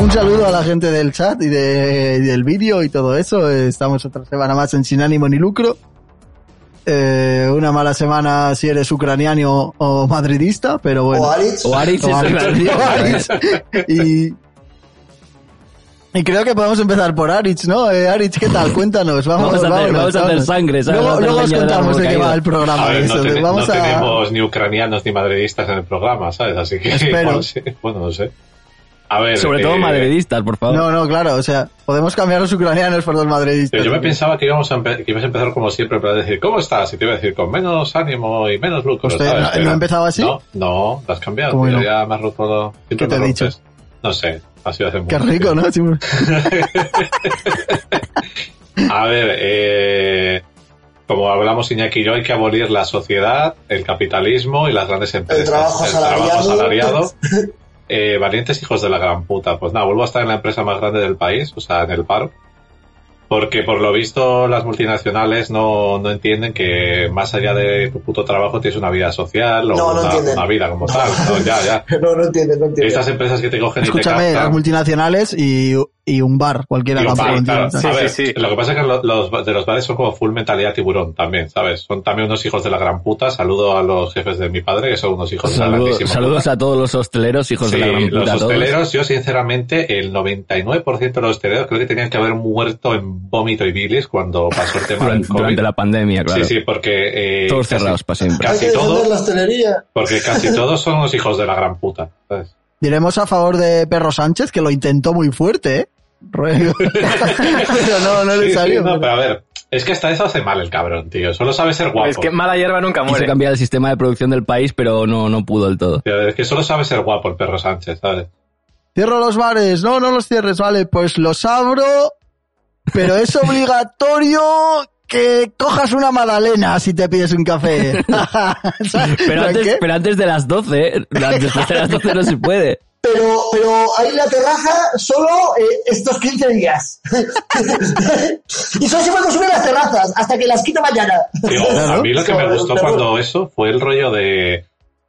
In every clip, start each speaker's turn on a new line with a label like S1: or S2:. S1: Un saludo a la gente del chat y, de- y del vídeo y todo eso. Eh, Estamos otra semana más en Sin Ánimo ni Lucro. Eh, una mala semana si eres ucraniano o madridista, pero bueno.
S2: O Aritz.
S3: O Aritz
S1: O
S3: es
S1: Aritz,
S3: ucraniano.
S1: tío, Aritz. Y, y creo que podemos empezar por Aritz, ¿no? Eh, Aritz, ¿qué tal? Cuéntanos. Vamos,
S3: Vamos a hacer-
S1: vámonos,
S3: vamos a hacer
S1: vámonos.
S3: sangre, ¿sabes?
S1: Luego,
S3: Vamos a
S1: luego os
S3: hacer leña del
S1: contamos de qué
S3: árbol
S1: va
S3: caído.
S1: el programa.
S4: A ver,
S1: eso.
S4: no, tene-
S1: vamos
S4: no
S1: a...
S4: tenemos ni ucranianos ni madridistas en el programa, ¿sabes? Así que,
S1: Espero.
S4: igual sí. bueno, no sé. A ver.
S3: Sobre todo
S4: eh,
S3: madridistas, por favor.
S1: No, no, claro, o sea, podemos cambiar los ucranianos por los madridistas.
S4: Pero yo me pensaba que, íbamos a empe- que ibas a empezar como siempre, para decir, ¿cómo estás? Y te iba a decir, con menos ánimo y menos lucro.
S1: Hostia,
S4: ¿sabes?
S1: ¿no-
S4: Pero-
S1: no he empezado así?
S4: No, no, te has cambiado.
S1: ¿Cómo
S4: tío,
S1: no?
S4: Ya me has roto lo- siempre
S1: ¿Qué te
S4: me
S1: he dicho?
S4: rompes. No sé, ha sido hace mucho
S1: Qué rico, ¿no? Sí,
S4: A ver, eh, como hablamos Iñaki y yo, hay que abolir la sociedad, el capitalismo y las grandes empresas.
S2: trabajo asalariado.
S4: trabajo asalariado. Eh, valientes hijos de la gran puta. Pues nada, vuelvo a estar en la empresa más grande del país, o sea, en el paro. Porque por lo visto las multinacionales no, no entienden que más allá de tu puto trabajo tienes una vida social o
S2: No, no
S4: una,
S2: entienden.
S4: una vida como tal. No, ya, ya.
S2: No, no entiendes, no entiendes.
S4: Estas empresas que te cogen y
S1: Escúchame,
S4: te
S1: las
S4: captan-
S1: multinacionales y, y un bar, cualquiera
S4: y los
S1: tampoco
S4: bares,
S1: entiendo.
S4: claro.
S1: ¿sabes?
S4: A
S5: Sí,
S4: ver,
S5: sí, sí.
S4: Lo que pasa es que lo- los ba- de los bares son como full mentalidad tiburón también, ¿sabes? Son también unos hijos de la gran puta. Saludo a los jefes de mi padre, que son unos hijos de la
S3: Saludo-
S4: grandísima
S3: saludos
S4: puta.
S3: a todos los hosteleros, hijos
S4: Sí,
S3: de la gran
S4: los
S3: puta, a todos.
S4: hosteleros, yo sinceramente, el 99% de los hosteleros creo que tenían que haber muerto en vómito y bilis cuando pasó el tema del
S3: Durante,
S4: COVID.
S3: durante la pandemia, claro.
S4: Sí, sí, porque... eh,
S3: Todos
S4: casi-
S3: cerrados para siempre.
S2: Hay que
S4: Casi
S2: defender
S4: todos,
S2: la hostelería.
S4: porque casi todos son unos hijos de la gran puta, ¿sabes?
S1: Diremos a favor de Perro Sánchez, que lo intentó muy fuerte, ¿eh? Ruego. pero no, no
S4: Sí,
S1: le
S4: sí,
S1: salió.
S4: no, pero a ver, es que hasta eso hace mal el cabrón, tío. Solo sabe ser guapo.
S5: Es que mala hierba nunca
S3: Quiso
S5: muere.
S3: cambiar el sistema de producción del país, pero no, no pudo del todo.
S4: Tío, Es que solo sabe ser guapo el perro Sánchez, ¿sabes?
S1: Cierro los bares, no, no los cierres, vale, pues los abro, pero es obligatorio que cojas una magdalena si te pides un café. ¿Sabes
S3: Pero antes,
S1: qué?
S3: pero antes de las 12, ¿eh? La- después de las 12 no se puede.
S2: Pero, pero ahí la terraza solo eh, estos 15 días. y solo se puede consumir las terrazas hasta que las quita mañana.
S4: Digo,
S1: Claro.
S4: a mí lo que me
S2: Joder,
S4: gustó
S2: pero-
S4: cuando eso fue el rollo de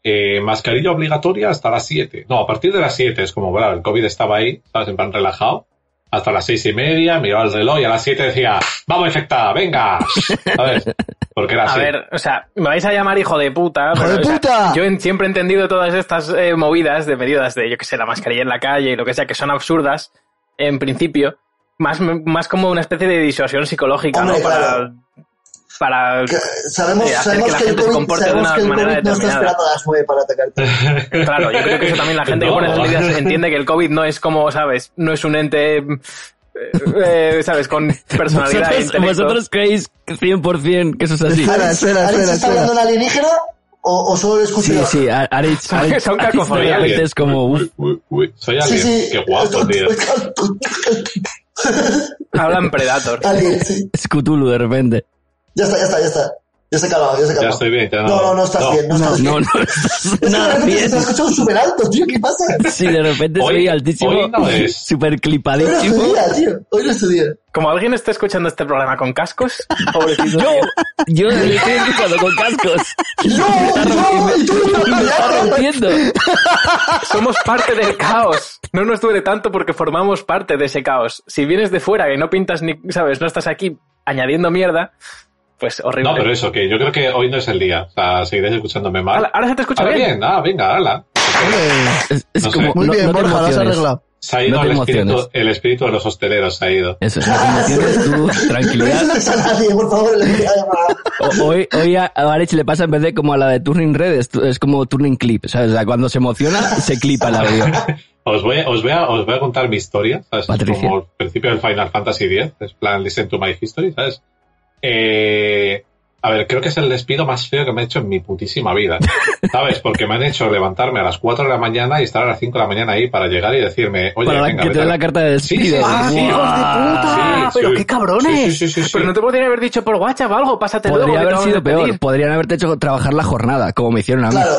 S4: eh, mascarilla obligatoria hasta las 7. No, a partir de las 7 es como, bueno, el COVID estaba ahí, estabas en plan relajado. Hasta las seis y media, miraba el reloj y a las 7 decía, vamos infectada, venga. ¿Sabes? Porque era
S5: A
S4: así.
S5: ver, o sea, me vais a llamar hijo de puta.
S1: ¡Hijo
S5: pero,
S1: de
S5: o sea,
S1: puta!
S5: yo en- siempre he entendido todas estas eh, movidas de medidas de, yo que sé, la mascarilla en la calle y lo que sea, que son absurdas, en principio, más, más como una especie de disuasión psicológica,
S2: Hombre,
S5: ¿no? Para,
S2: claro.
S5: para
S2: Que Sabemos,
S5: Sí, hacer
S2: sabemos
S5: que la
S2: que, el
S5: gente se
S2: COVID,
S5: comporte de
S2: sabemos
S5: una
S2: que el
S5: manera
S2: COVID no está
S5: determinada.
S2: esperando a las 9 para atacarte.
S5: Claro, yo creo que eso también la gente
S4: No.
S5: que pone esas medidas entiende que el COVID no es como, ¿sabes? No es un ente, eh, eh, ¿sabes? Con personalidad e
S3: ¿Vosotros,
S5: intelecto.
S3: vosotros creéis 100% que eso es así?
S1: Espera, espera,
S2: ¿Alex
S1: espera,
S2: está
S1: espera.
S2: hablando un alienígena o, o solo lo escucho
S3: Sí,
S2: yo?
S3: sí, a- Aritz.
S5: Son-
S3: Aritz-
S5: son
S3: Aritz de
S5: cacofonías.
S3: repente es como, uff,
S4: Uy, uy, soy
S2: Sí,
S4: alguien.
S2: sí.
S4: Qué guapo, tío.
S5: Hablan Predator.
S2: Alien, sí.
S3: es Cthulhu de repente.
S2: Ya está, ya está, ya está. Ya se ha calmado, ya se ha
S4: Ya
S2: calmado.
S4: estoy bien. Ya
S2: No, no, no estás bien, no, estás bien.
S3: No, no, estás
S2: Es que de
S3: nada
S2: repente
S3: bien.
S2: Te has escuchado súper alto, tío, ¿qué pasa?
S3: Si de repente
S4: Hoy-
S3: soy altísimo,
S4: hoy no es.
S3: super
S2: Hoy no es tu
S3: clipadísimo.
S2: día, tío. Hoy no es tu día.
S5: Como alguien está escuchando este programa con cascos, pobrecito.
S3: Yo, yo le estoy escuchando con cascos.
S2: ¡No! ¡No! ¡Tú no!
S3: Y me está rompiendo.
S5: Somos parte del caos. No nos duele tanto porque formamos parte de ese caos. Si vienes de fuera que no pintas ni, ¿sabes? No estás aquí añadiendo mierda, pues horrible.
S4: No, pero eso, que yo creo que hoy no es el día. O sea, seguiréis escuchándome mal.
S5: Ala, ahora se te escucha
S4: Ah,
S5: bien.
S4: bien, ah, venga, hala.
S3: Es, es
S4: No sé.
S3: como,
S1: Muy
S3: no,
S1: bien,
S3: no te
S1: Borja, lo has
S3: emociones.
S1: arreglado.
S4: Se ha ido
S3: No te
S4: el, espíritu,
S3: emociones.
S4: el espíritu de los hosteleros, se ha ido.
S3: Eso, no te emociones, tú,
S2: No
S3: tranquilidad.
S2: insultes a nadie, por favor. en la vida.
S3: O- Hoy, hoy a a Arich le pasa en vez de como a la de Turning Red, es, es como Turning Clip, ¿sabes? O sea, cuando se emociona, se clipa el audio.
S4: Os voy, os, voy a, os voy a contar mi historia, ¿sabes?
S3: Patricia.
S4: Como el principio del Final Fantasy X, es plan Listen to My History, ¿sabes? Eh, a ver, creo que es el despido más feo que me he hecho en mi putísima vida, ¿sabes? Porque me han hecho levantarme a las 4 de la mañana y estar a las 5 de la mañana ahí para llegar y decirme, oye,
S3: Para la-
S4: venga,
S3: que te
S4: vete a-
S3: den la carta de
S4: Sí,
S3: despido.
S4: sí, sí,
S3: ¡Ah,
S4: sí, sí.
S3: hijos
S4: Ah, sí, sí. Sí, sí, sí, sí,
S5: Pero
S4: sí.
S5: no te podrían haber dicho por WhatsApp o algo, pásate luego,
S3: Podría
S5: que te
S3: haber
S5: vamos a
S3: sido peor.
S5: despedir.
S3: Podrían haberte hecho trabajar la jornada, como me hicieron a mí.
S2: Claro.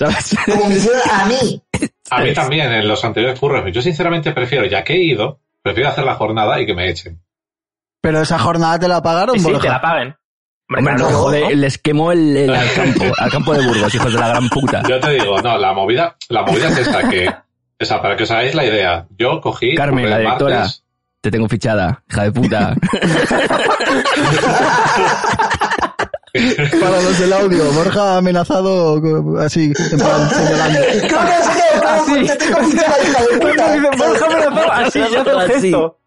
S3: ¿Sabes?
S2: Como me hicieron a mí.
S4: A mí también, en los anteriores curros. Yo sinceramente prefiero, ya que he ido, prefiero hacer la jornada y que me echen.
S1: Pero esa jornada te la pagaron,
S5: Y sí,
S1: Borja.
S5: te la paguen. Hombre,
S3: Hombre,
S5: claro.
S3: no,
S2: claro.
S3: joder, les quemó el, el- al campo, al campo de Burgos, hijos de la gran puta.
S4: Yo te digo, no, la movida, la movida es esta que, o sea, para que os hagáis la idea, yo cogí.
S3: Carmen,
S4: compré
S3: la
S4: el
S3: directora.
S4: martes-
S3: Te tengo fichada, hija de puta.
S1: Para los del audio, Borja ha amenazado co- así, en plan, señalando.
S2: Creo que has quedado
S3: Ah,
S2: claro
S5: Así.
S2: porque te tengo fichada, hija de puta.
S5: Dice, Borja abrazado, así, ya hace el
S3: Así.
S5: gesto.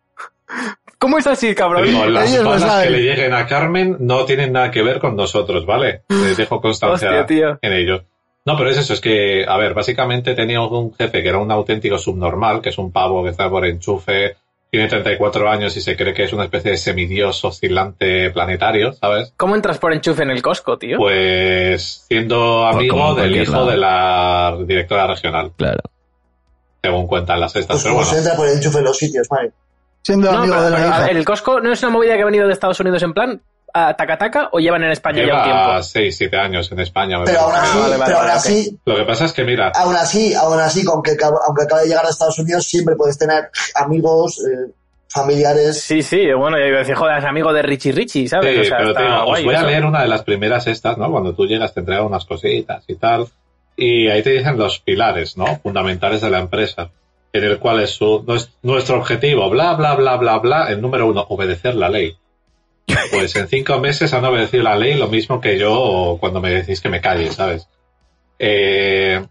S5: ¿Cómo es así,
S4: Te
S5: cabrón?
S4: digo, las
S1: Ellos lo
S4: balas que
S1: saben.
S4: le lleguen a Carmen no tienen nada que ver con nosotros, ¿vale? Les dejo constancia
S5: Hostia, tío.
S4: en ello. No, pero es eso, es que, a ver, básicamente tenía un jefe que era un auténtico subnormal, que es un pavo que está por enchufe, tiene 34 años y se cree que es una especie de semidios oscilante planetario, ¿sabes?
S5: ¿Cómo entras por enchufe en el Costco, tío?
S4: Pues siendo
S3: Pues como
S4: amigo del
S3: en cualquier
S4: hijo
S3: lado.
S4: de la directora regional,
S3: Claro.
S4: según cuentan las estas.
S2: Pues
S4: Pero
S2: como
S4: bueno,
S2: se entra por el enchufe en los sitios, vale.
S5: Ah,
S1: Siendo
S5: No,
S1: amigo
S5: pero,
S1: de la
S5: pero, a
S1: hija.
S5: ver, ¿El Costco no es una movida que ha venido de Estados Unidos en plan a taca taca o llevan en España ya un
S4: lleva
S5: tiempo?
S4: 6, 7 años en España. me
S2: Pero Ah, aún
S4: parece.
S2: así,
S5: vale, vale,
S2: pero aún
S5: vale,
S2: así,
S4: Lo que pasa es que, mira,
S2: aún así, aún así, aunque, aunque acabe de llegar a Estados Unidos, siempre puedes tener amigos, eh, familiares.
S5: Sí, sí, bueno, yo iba a decir, joder, es amigo de Richie Richie, ¿sabes?
S4: Sí,
S5: o sea,
S4: pero
S5: está
S4: te digo, os
S5: guay
S4: voy a
S5: eso.
S4: leer una de las primeras estas, ¿no? Cuando tú llegas te entregan unas cositas y tal. Y ahí te dicen los pilares, ¿no? Fundamentales de la empresa. En el cual es su, no es- nuestro objetivo, bla, bla, bla, bla, bla. El número uno, obedecer la ley. Pues en cinco meses han obedecido la ley, lo mismo que yo cuando me decís que me calle, ¿sabes? Eh,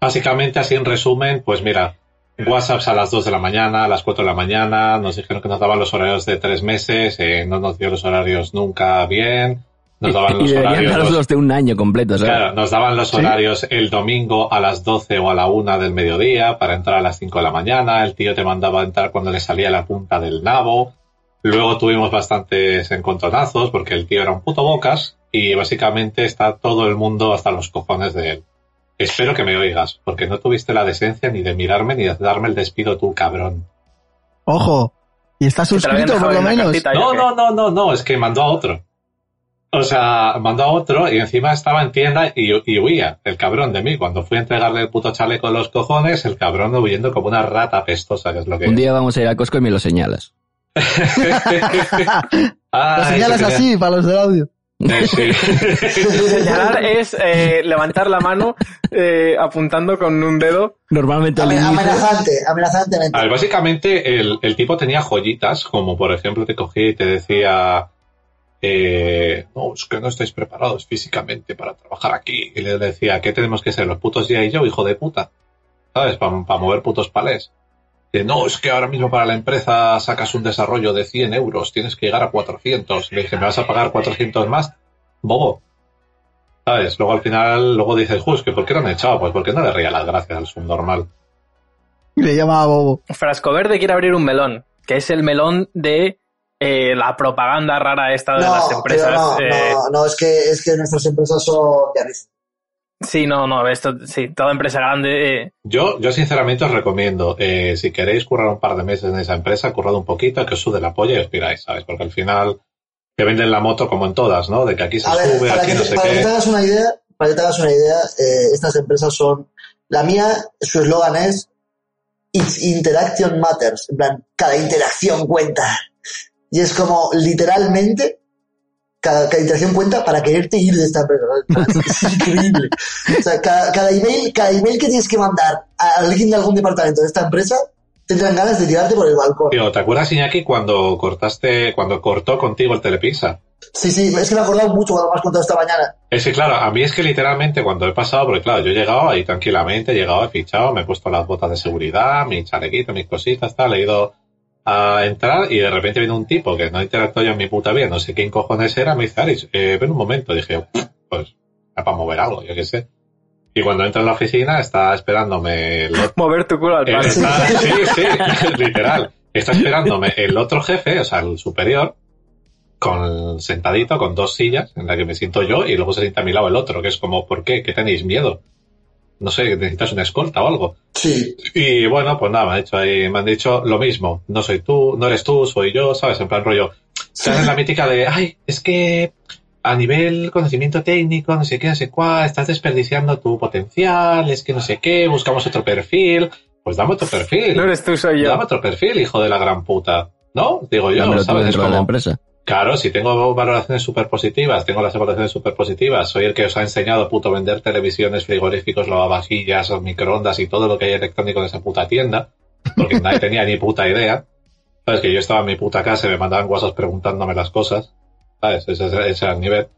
S4: básicamente, así en resumen, pues mira, WhatsApps a las 2 de la mañana, a las 4 de la mañana, nos dijeron que nos daban los horarios de tres meses, eh, no nos dio los horarios nunca bien, nos daban
S3: Y
S4: los
S3: deberían
S4: horarios...
S3: daros los de un año completo, ¿sabes?
S4: Pues Claro, nos daban los horarios el domingo a las 12 o a la 1 del mediodía para entrar a las 5 de la mañana. El tío te mandaba a entrar cuando le salía la punta del nabo. Luego tuvimos bastantes encontronazos porque el tío era un puto bocas y básicamente está todo el mundo hasta los cojones de él. Espero que me oigas, porque no tuviste la decencia ni de mirarme ni de darme el despido tú, cabrón.
S1: Ojo. Y está
S5: Que te lo habían
S1: suscrito, por
S5: dejado
S1: lo
S5: en una
S1: menos.
S5: cartita, yo
S4: No,
S5: qué.
S4: no, no, no, no, es que mandó a otro. O sea, mandó a otro y encima estaba en tienda y, y huía, el cabrón de mí. Cuando fui a entregarle el puto chaleco a los cojones, el cabrón huyendo como una rata pestosa, que es lo que...
S3: Un día vamos a ir a Costco y me lo señalas.
S4: Ah,
S1: Lo
S4: eso
S1: señalas
S4: quería-
S1: así para los del audio.
S4: Eh, sí.
S5: Señalar es eh, levantar la mano eh, apuntando con un dedo.
S3: Normalmente al
S2: Amen-
S3: inicio...
S2: Amenazante, amenazantemente.
S4: A ver, Ah, básicamente el, el tipo tenía joyitas, como por ejemplo te cogía y te decía, eh, no, es que no estáis preparados físicamente para trabajar aquí. Y le decía, ¿qué tenemos que ser? ¿Los putos ya y yo, hijo de puta? ¿Sabes? Para mover putos palés. De, no, es que ahora mismo para la empresa sacas un desarrollo de 100 euros, tienes que llegar a 400. Le dije, ¿me vas a pagar 400 más? Bobo. ¿Sabes? Luego al final, luego dices, "Jo, es que ¿por qué no han echado? Pues porque no le reía las gracias al subnormal.
S1: Y le llamaba Bobo.
S5: Frasco Verde quiere abrir un melón, que es el melón de eh, la propaganda rara esta de las
S2: No, pero
S5: empresas.
S2: no,
S5: eh,
S2: no, no, es que, es que nuestras empresas son de risa.
S5: Sí, no, no, esto, sí, toda empresa grande. eh,
S4: Yo, yo sinceramente os recomiendo, eh, si queréis currar un par de meses en esa empresa, currad un poquito, que os sude la polla y os piráis, ¿sabes? Porque al final te venden la moto como en todas, ¿no? De que aquí se
S2: A ver,
S4: sube,
S2: para
S4: aquí
S2: que,
S4: no sé
S2: para que
S4: qué.
S2: te hagas una idea, para que te hagas una idea, eh, estas empresas son. La mía, su eslogan es It's Interaction Matters. En plan, cada interacción cuenta. Y es como, literalmente, cada, cada interacción cuenta para quererte ir de esta empresa. Es increíble. O sea, cada, cada email, cada email que tienes que mandar a alguien de algún departamento de esta empresa, tendrán ganas de tirarte por el balcón.
S4: Tío, ¿te acuerdas, Iñaki, cuando cortaste, cuando cortó contigo el Telepizza?
S2: Sí, sí, es que me he acordado mucho cuando me has contado esta mañana.
S4: Es que, claro, a mí es que literalmente cuando he pasado, porque claro, yo he llegado ahí tranquilamente, he llegado, he fichado, me he puesto las botas de seguridad, mi chalequito, mis cositas, tal, he ido a entrar y de repente viene un tipo que no interactúa yo en mi puta vida, no sé quién cojones era, me dice, Aris, eh, ven un momento, dije, pues, era para mover algo, yo qué sé. Y cuando entro en la oficina está esperándome el
S5: mover tu culo al
S4: él
S5: pan.
S4: Eh, está- sí, sí, literal. Está esperándome el otro jefe, o sea, el superior, con sentadito, con dos sillas, en la que me siento yo, y luego se sienta a mi lado el otro, que es como, ¿por qué? ¿Qué tenéis miedo? No sé, que necesitas una escolta o algo.
S2: Sí.
S4: Y bueno, pues nada, me han dicho ahí, me han dicho lo mismo. No soy tú, no eres tú, soy yo, ¿sabes? En plan rollo. Se hacen la mítica de, ay, es que a nivel conocimiento técnico, no sé qué, no sé cuál, estás desperdiciando tu potencial, es que no sé qué, buscamos otro perfil. Pues dame otro perfil.
S5: No eres tú, soy yo.
S4: Dame otro perfil, hijo de la gran puta. ¿No? Digo yo,
S3: Dámelo tú
S4: ¿sabes? Es
S3: dentro de la
S4: como,
S3: empresa.
S4: Claro, si tengo valoraciones súper positivas, tengo las valoraciones súper positivas, soy el que os ha enseñado, puto, vender televisiones, frigoríficos, lavavajillas, o microondas y todo lo que hay electrónico en esa puta tienda, porque nadie tenía ni puta idea. Sabes que yo estaba en mi puta casa y me mandaban guasos preguntándome las cosas. ¿Sabes? Ese, ese- ese era el nivel.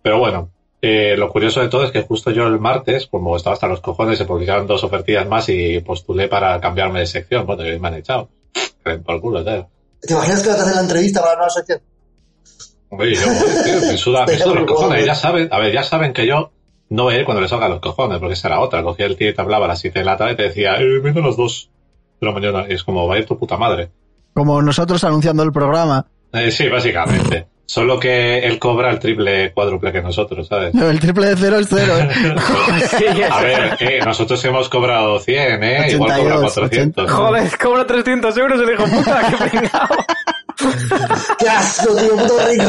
S4: Pero bueno, eh, lo curioso de todo es que justo yo el martes, como estaba hasta los cojones, se publicaron dos ofertillas más y postulé para cambiarme de sección. Bueno, y me han echado. Por culo, ¿sabes?
S2: ¿Te imaginas que vas a hacer la entrevista para la nueva sección?
S4: Hombre, yo, tío, me suda, me suda los cojones. Ya saben, a ver, ya saben que yo no voy a ir cuando les haga los cojones, porque esa era otra. Cogía el tío y te hablaba a las 7 de la tarde y te decía, eh, vendo los dos. Pero mañana es como, va a ir tu puta madre.
S1: Como nosotros anunciando el programa,
S4: Eh, sí, básicamente. Solo que él cobra el triple, cuádruple que nosotros, ¿sabes?
S1: el triple de cero es cero. ¿eh?
S4: A ver, eh, nosotros hemos cobrado 100, ¿eh? Igual cobra
S1: 82,
S4: 400.
S5: Joder, cobra 300 euros el hijo puta, qué pringao.
S2: ¡Qué asco, tío! ¡Puto rico!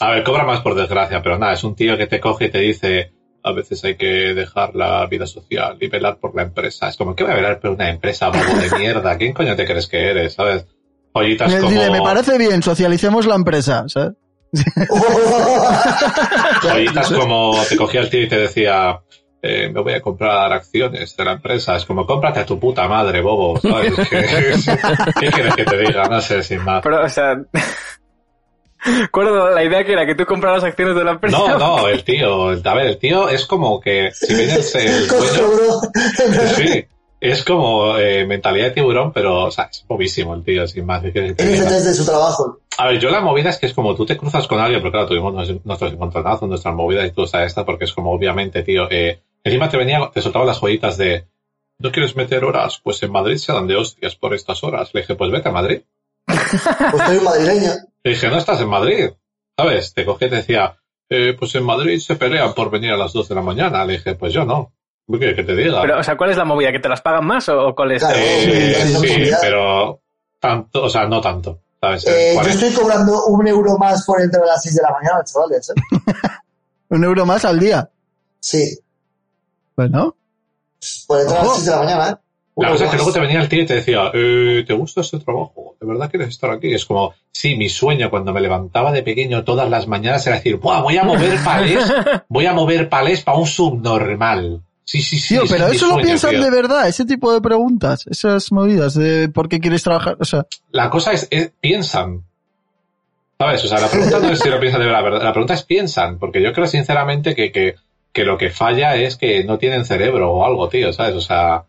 S4: A ver, cobra más por desgracia, pero nada, es un tío que te coge y te dice, a veces hay que dejar la vida social y velar por la empresa. Es como, ¿qué va a velar por una empresa, bobo de mierda? ¿Quién coño te crees que eres? ¿Sabes? Pollitas
S1: Me
S4: como...
S1: dice, Pues me parece bien, socialicemos la empresa, ¿sabes?
S2: ¡Oh,
S4: Joyitas como te cogía el tío y te decía, eh, me voy a comprar acciones de la empresa. Es como, cómprate a tu puta madre, bobo. ¿sabes? ¿Qué, qué quieres que te diga? No sé, sin más.
S5: Pero, o sea. Recuerdo la idea que era que tú compraras acciones de la empresa.
S4: No, no, el tío, el- a ver, el tío es como que, si bien es el dueño-
S2: Cobró.
S4: Sí, es como eh, mentalidad de tiburón, pero o sea, es bobísimo el tío, sin más. ¿qué quieres que te
S2: Él es
S4: diga?
S2: desde su trabajo.
S4: A ver, yo la movida es que es como tú te cruzas con alguien, pero claro, tuvimos nos- nuestros encontronazos, nuestras movidas y tú sabes esta, porque es como obviamente, tío, eh, encima te venía, te soltaba las joyitas de, ¿no quieres meter horas? Pues en Madrid se dan de hostias por estas horas. Le dije, pues vete a Madrid.
S2: Pues soy un madrileño.
S4: Le dije, no estás en Madrid. ¿Sabes? Te cogí y te decía, eh, pues en Madrid se pelean por venir a las 2 de la mañana. Le dije, pues yo no. ¿Qué quieres que te diga?
S5: Pero, o sea, ¿cuál es la movida? ¿Que te las pagan más o, o cuál
S1: Ah,
S5: es?
S2: Claro.
S4: Eh, sí,
S2: Sí, sí,
S4: pero tanto, o sea, no tanto. ¿sabes?
S2: Eh, yo
S4: 40.
S2: estoy cobrando un euro más por entrar a las 6 de la mañana, chavales. ¿eh?
S1: Un euro más al día.
S2: Sí,
S1: Bueno,
S2: por entrar a las
S1: Ojo.
S2: 6 de la mañana. ¿eh? Un
S4: La cosa es
S2: euro
S4: que luego
S2: más.
S4: te venía el tío y te decía, eh, ¿te gusta este trabajo? ¿De verdad quieres estar aquí? Y es como, sí, mi sueño cuando me levantaba de pequeño todas las mañanas era decir, ¡buah, voy a mover palés! Voy a mover palés para un subnormal. Sí, sí, sí.
S1: tío,
S4: ese
S1: pero
S4: es mi
S1: eso lo
S4: sueño,
S1: piensan
S4: tío.
S1: de verdad, ese tipo de preguntas, esas movidas de por qué quieres trabajar, o sea,
S4: La cosa es, es- piensan. ¿Sabes? O sea, la pregunta no es si lo piensan de verdad, ¿verdad? La pregunta es piensan, porque yo creo sinceramente que, que, que lo que falla es que no tienen cerebro o algo, tío, ¿sabes? O sea,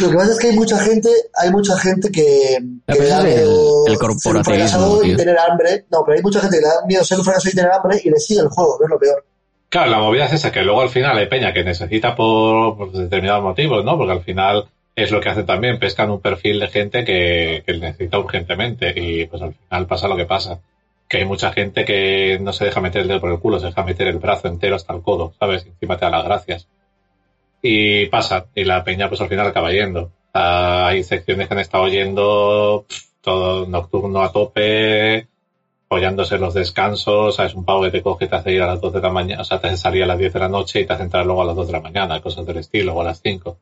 S2: Lo que pasa es que hay mucha gente, hay mucha gente que,
S3: Ya, pero
S2: que le
S3: ese
S2: da
S3: es el-
S2: miedo
S3: el
S2: ser un
S3: corporativismo,
S2: fracasado y
S3: tío.
S2: tener hambre. No, pero hay mucha gente que le da miedo ser un fracasado y tener hambre y le sigue el juego, que es lo peor.
S4: Claro, la movida es esa, que luego al final hay peña que necesita por, por determinados motivos, ¿no? Porque al final es lo que hacen también, pescan un perfil de gente que, que necesita urgentemente y pues al final pasa lo que pasa. Que hay mucha gente que no se deja meter el dedo por el culo, se deja meter el brazo entero hasta el codo, ¿sabes? Encima te da las gracias. Y pasa, y la peña pues al final acaba yendo. Ah, hay secciones que han estado yendo pf, todo nocturno a tope, apoyándose en los descansos, o sea, es un pavo que te coge y te hace ir a las 2 de la mañana, o sea, te hace salir a las 10 de la noche y te hace entrar luego a las 2 de la mañana, cosas del estilo, o a las 5.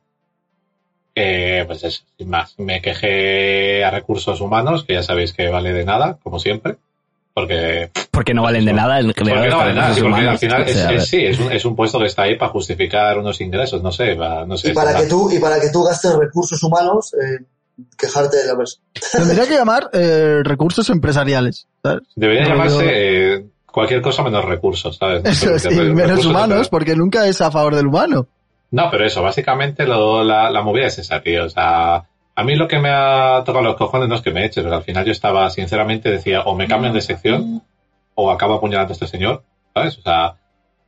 S4: Eh, pues eso, sin más. Me quejé a recursos humanos, que ya sabéis que vale de nada, como siempre, porque,
S3: Porque no valen de nada en general.
S4: porque no vale
S3: los
S4: nada, sí,
S3: recursos
S4: porque al
S3: humanos.
S4: final
S3: O
S4: es,
S3: sea, a
S4: es-
S3: ver.
S4: sí, es un, es un puesto que está ahí para justificar unos ingresos, no sé, va- no sé.
S2: Y para
S4: está-
S2: que tú, y para que tú gastes recursos humanos, eh, quejarte de la persona.
S1: tendría que llamar eh, recursos empresariales, ¿sabes?
S4: Debería
S1: No, yo-
S4: llamarse eh, cualquier cosa menos recursos, ¿sabes? No sé
S1: Eso
S4: por
S1: es,
S4: qué,
S1: y
S4: pero
S1: menos
S4: recursos
S1: humanos,
S4: empresariales.
S1: porque nunca es a favor del humano.
S4: No, pero eso, básicamente lo- la, la movida es esa, tío. O sea, a mí lo que me ha tocado los cojones no es que me eches, pero al final yo estaba, sinceramente, decía, o me cambian de sección, o acabo apuñalando a este señor, ¿sabes? O sea,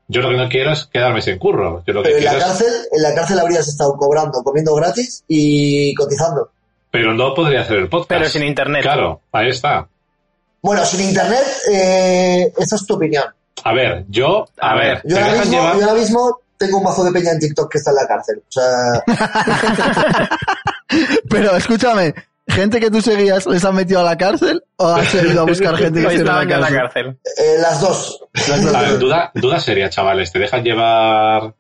S4: yo lo que no quiero es quedarme sin curro. Yo lo que
S2: Pero en
S4: quiero
S2: la
S4: es-
S2: cárcel, en la cárcel habrías estado cobrando, comiendo gratis y cotizando.
S4: Pero no podría hacer el podcast.
S5: Pero sin internet.
S4: Claro, ahí está.
S2: Bueno, sin internet, eh, esa es tu opinión.
S4: A ver, yo, a,
S5: A
S4: ver,
S5: ver,
S4: ¿me
S2: Yo ahora,
S4: dejan
S2: mismo,
S4: llevar?
S2: yo ahora mismo tengo un bajo de peña en TikTok que está en la cárcel. O sea,
S1: Pero escúchame, gente que tú seguías, ¿les han metido a la cárcel o has ido a buscar gente que
S5: Hoy
S1: esté en
S5: estaban
S1: la
S5: ya en la
S1: cárcel?
S5: cárcel.
S2: eh, las dos.
S4: A ver, duda, duda seria, chavales, ¿te dejan llevar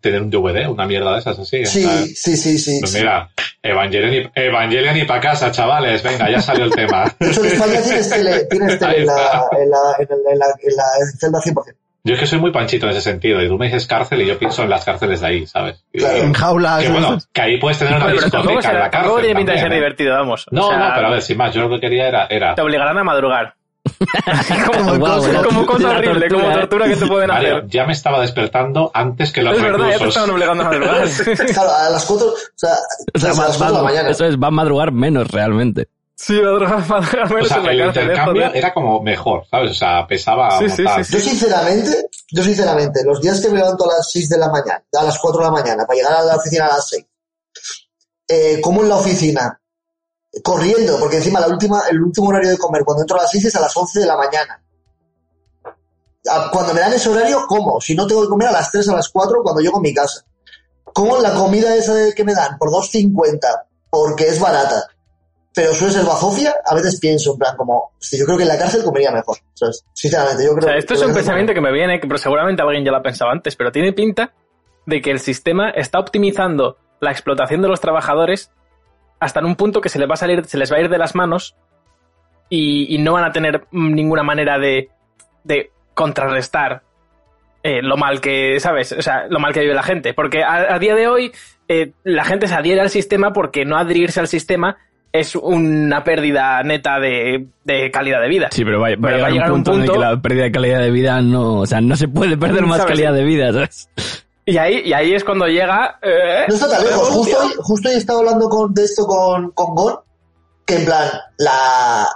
S4: tener un DVD, una mierda de esas así.
S2: Sí,
S4: O sea,
S2: sí, sí, sí.
S4: Pues
S2: sí.
S4: mira, Evangelion y, Evangelion y para casa, chavales. Venga, ya salió el tema.
S2: De hecho, en España tienes tele, tienes tele en, la, en, la, en, la, en, la, en la celda 100%.
S4: Yo es que soy muy panchito en ese sentido. Y tú me dices cárcel y yo pienso en las cárceles de ahí, ¿sabes? Y-
S2: Claro.
S1: En jaulas.
S4: Que
S1: ¿no?
S4: bueno, que ahí puedes tener una
S5: Hombre, pero tampoco,
S4: discoteca en
S5: será,
S4: la
S5: tampoco
S4: cárcel.
S5: tiene pinta de ser
S4: también, ¿eh?
S5: divertido, vamos. O
S4: No,
S5: sea,
S4: no, pero a ver, sin más, yo lo que quería era... era
S5: Te obligarán a madrugar. como,
S1: Guau,
S5: cosa-
S1: la
S5: como
S1: tu-
S5: cosa
S3: la
S5: horrible,
S3: tortura,
S5: como
S3: ¿eh?
S5: tortura que te pueden
S4: Mario,
S5: hacer.
S4: ya me estaba despertando antes que los
S5: Es verdad, ya te
S4: reclusos.
S5: estaban obligando a madrugar.
S2: Claro, a las 4, o sea,
S3: O sea,
S2: a
S3: va-
S2: las 4 de la
S3: va-
S2: mañana.
S3: eso es, va a madrugar menos realmente.
S5: sí, madrugar, madrugar
S4: o
S5: menos
S4: sea,
S5: en la
S4: el
S5: cárcel, ¿eh?
S4: intercambio
S5: Joder.
S4: era como mejor, ¿sabes? O sea, pesaba
S5: Sí, sí,
S4: montar.
S5: sí,
S2: Yo sinceramente, yo sinceramente, los días que me levanto a las 6 de la mañana, a las 4 de la mañana, para llegar a la oficina a las 6, eh, como en la oficina, corriendo, porque encima la última, el último horario de comer cuando entro a las 6 es a las 11 de la mañana. A- Cuando me dan ese horario, como. Si no tengo que comer a las 3, a las 4, cuando llego a mi casa. Como la comida esa de- que me dan por 2.50, porque es barata. Pero suele ser bazofia, a veces pienso, en plan, como, si yo creo que en la cárcel comería mejor. ¿sabes? Sinceramente, yo
S5: O
S2: creo
S5: sea, esto
S2: que
S5: es
S2: la
S5: un
S2: cárcel-
S5: pensamiento que me viene, que- pero seguramente alguien ya lo ha pensado antes, pero tiene pinta de que el sistema está optimizando la explotación de los trabajadores hasta en un punto que se les va a salir, se les va a ir de las manos y, y no van a tener mm, ninguna manera de, de contrarrestar eh, lo mal que, ¿sabes? O sea, lo mal que vive la gente. Porque a, a día de hoy eh, la gente se adhiere al sistema porque no adherirse al sistema es una pérdida neta de, de calidad de vida.
S3: Sí, pero va, va
S5: Pero
S3: a llegar un punto, en el que
S5: punto-
S3: la pérdida de calidad de vida no... O sea, no se puede perder más
S5: ¿Sabes?
S3: calidad de vida, ¿sabes?
S5: Y ahí, y ahí es cuando llega. eh,
S2: No está tan lejos. Justo hoy, justo hoy estaba hablando con, de esto con, con Gon, que en plan, la,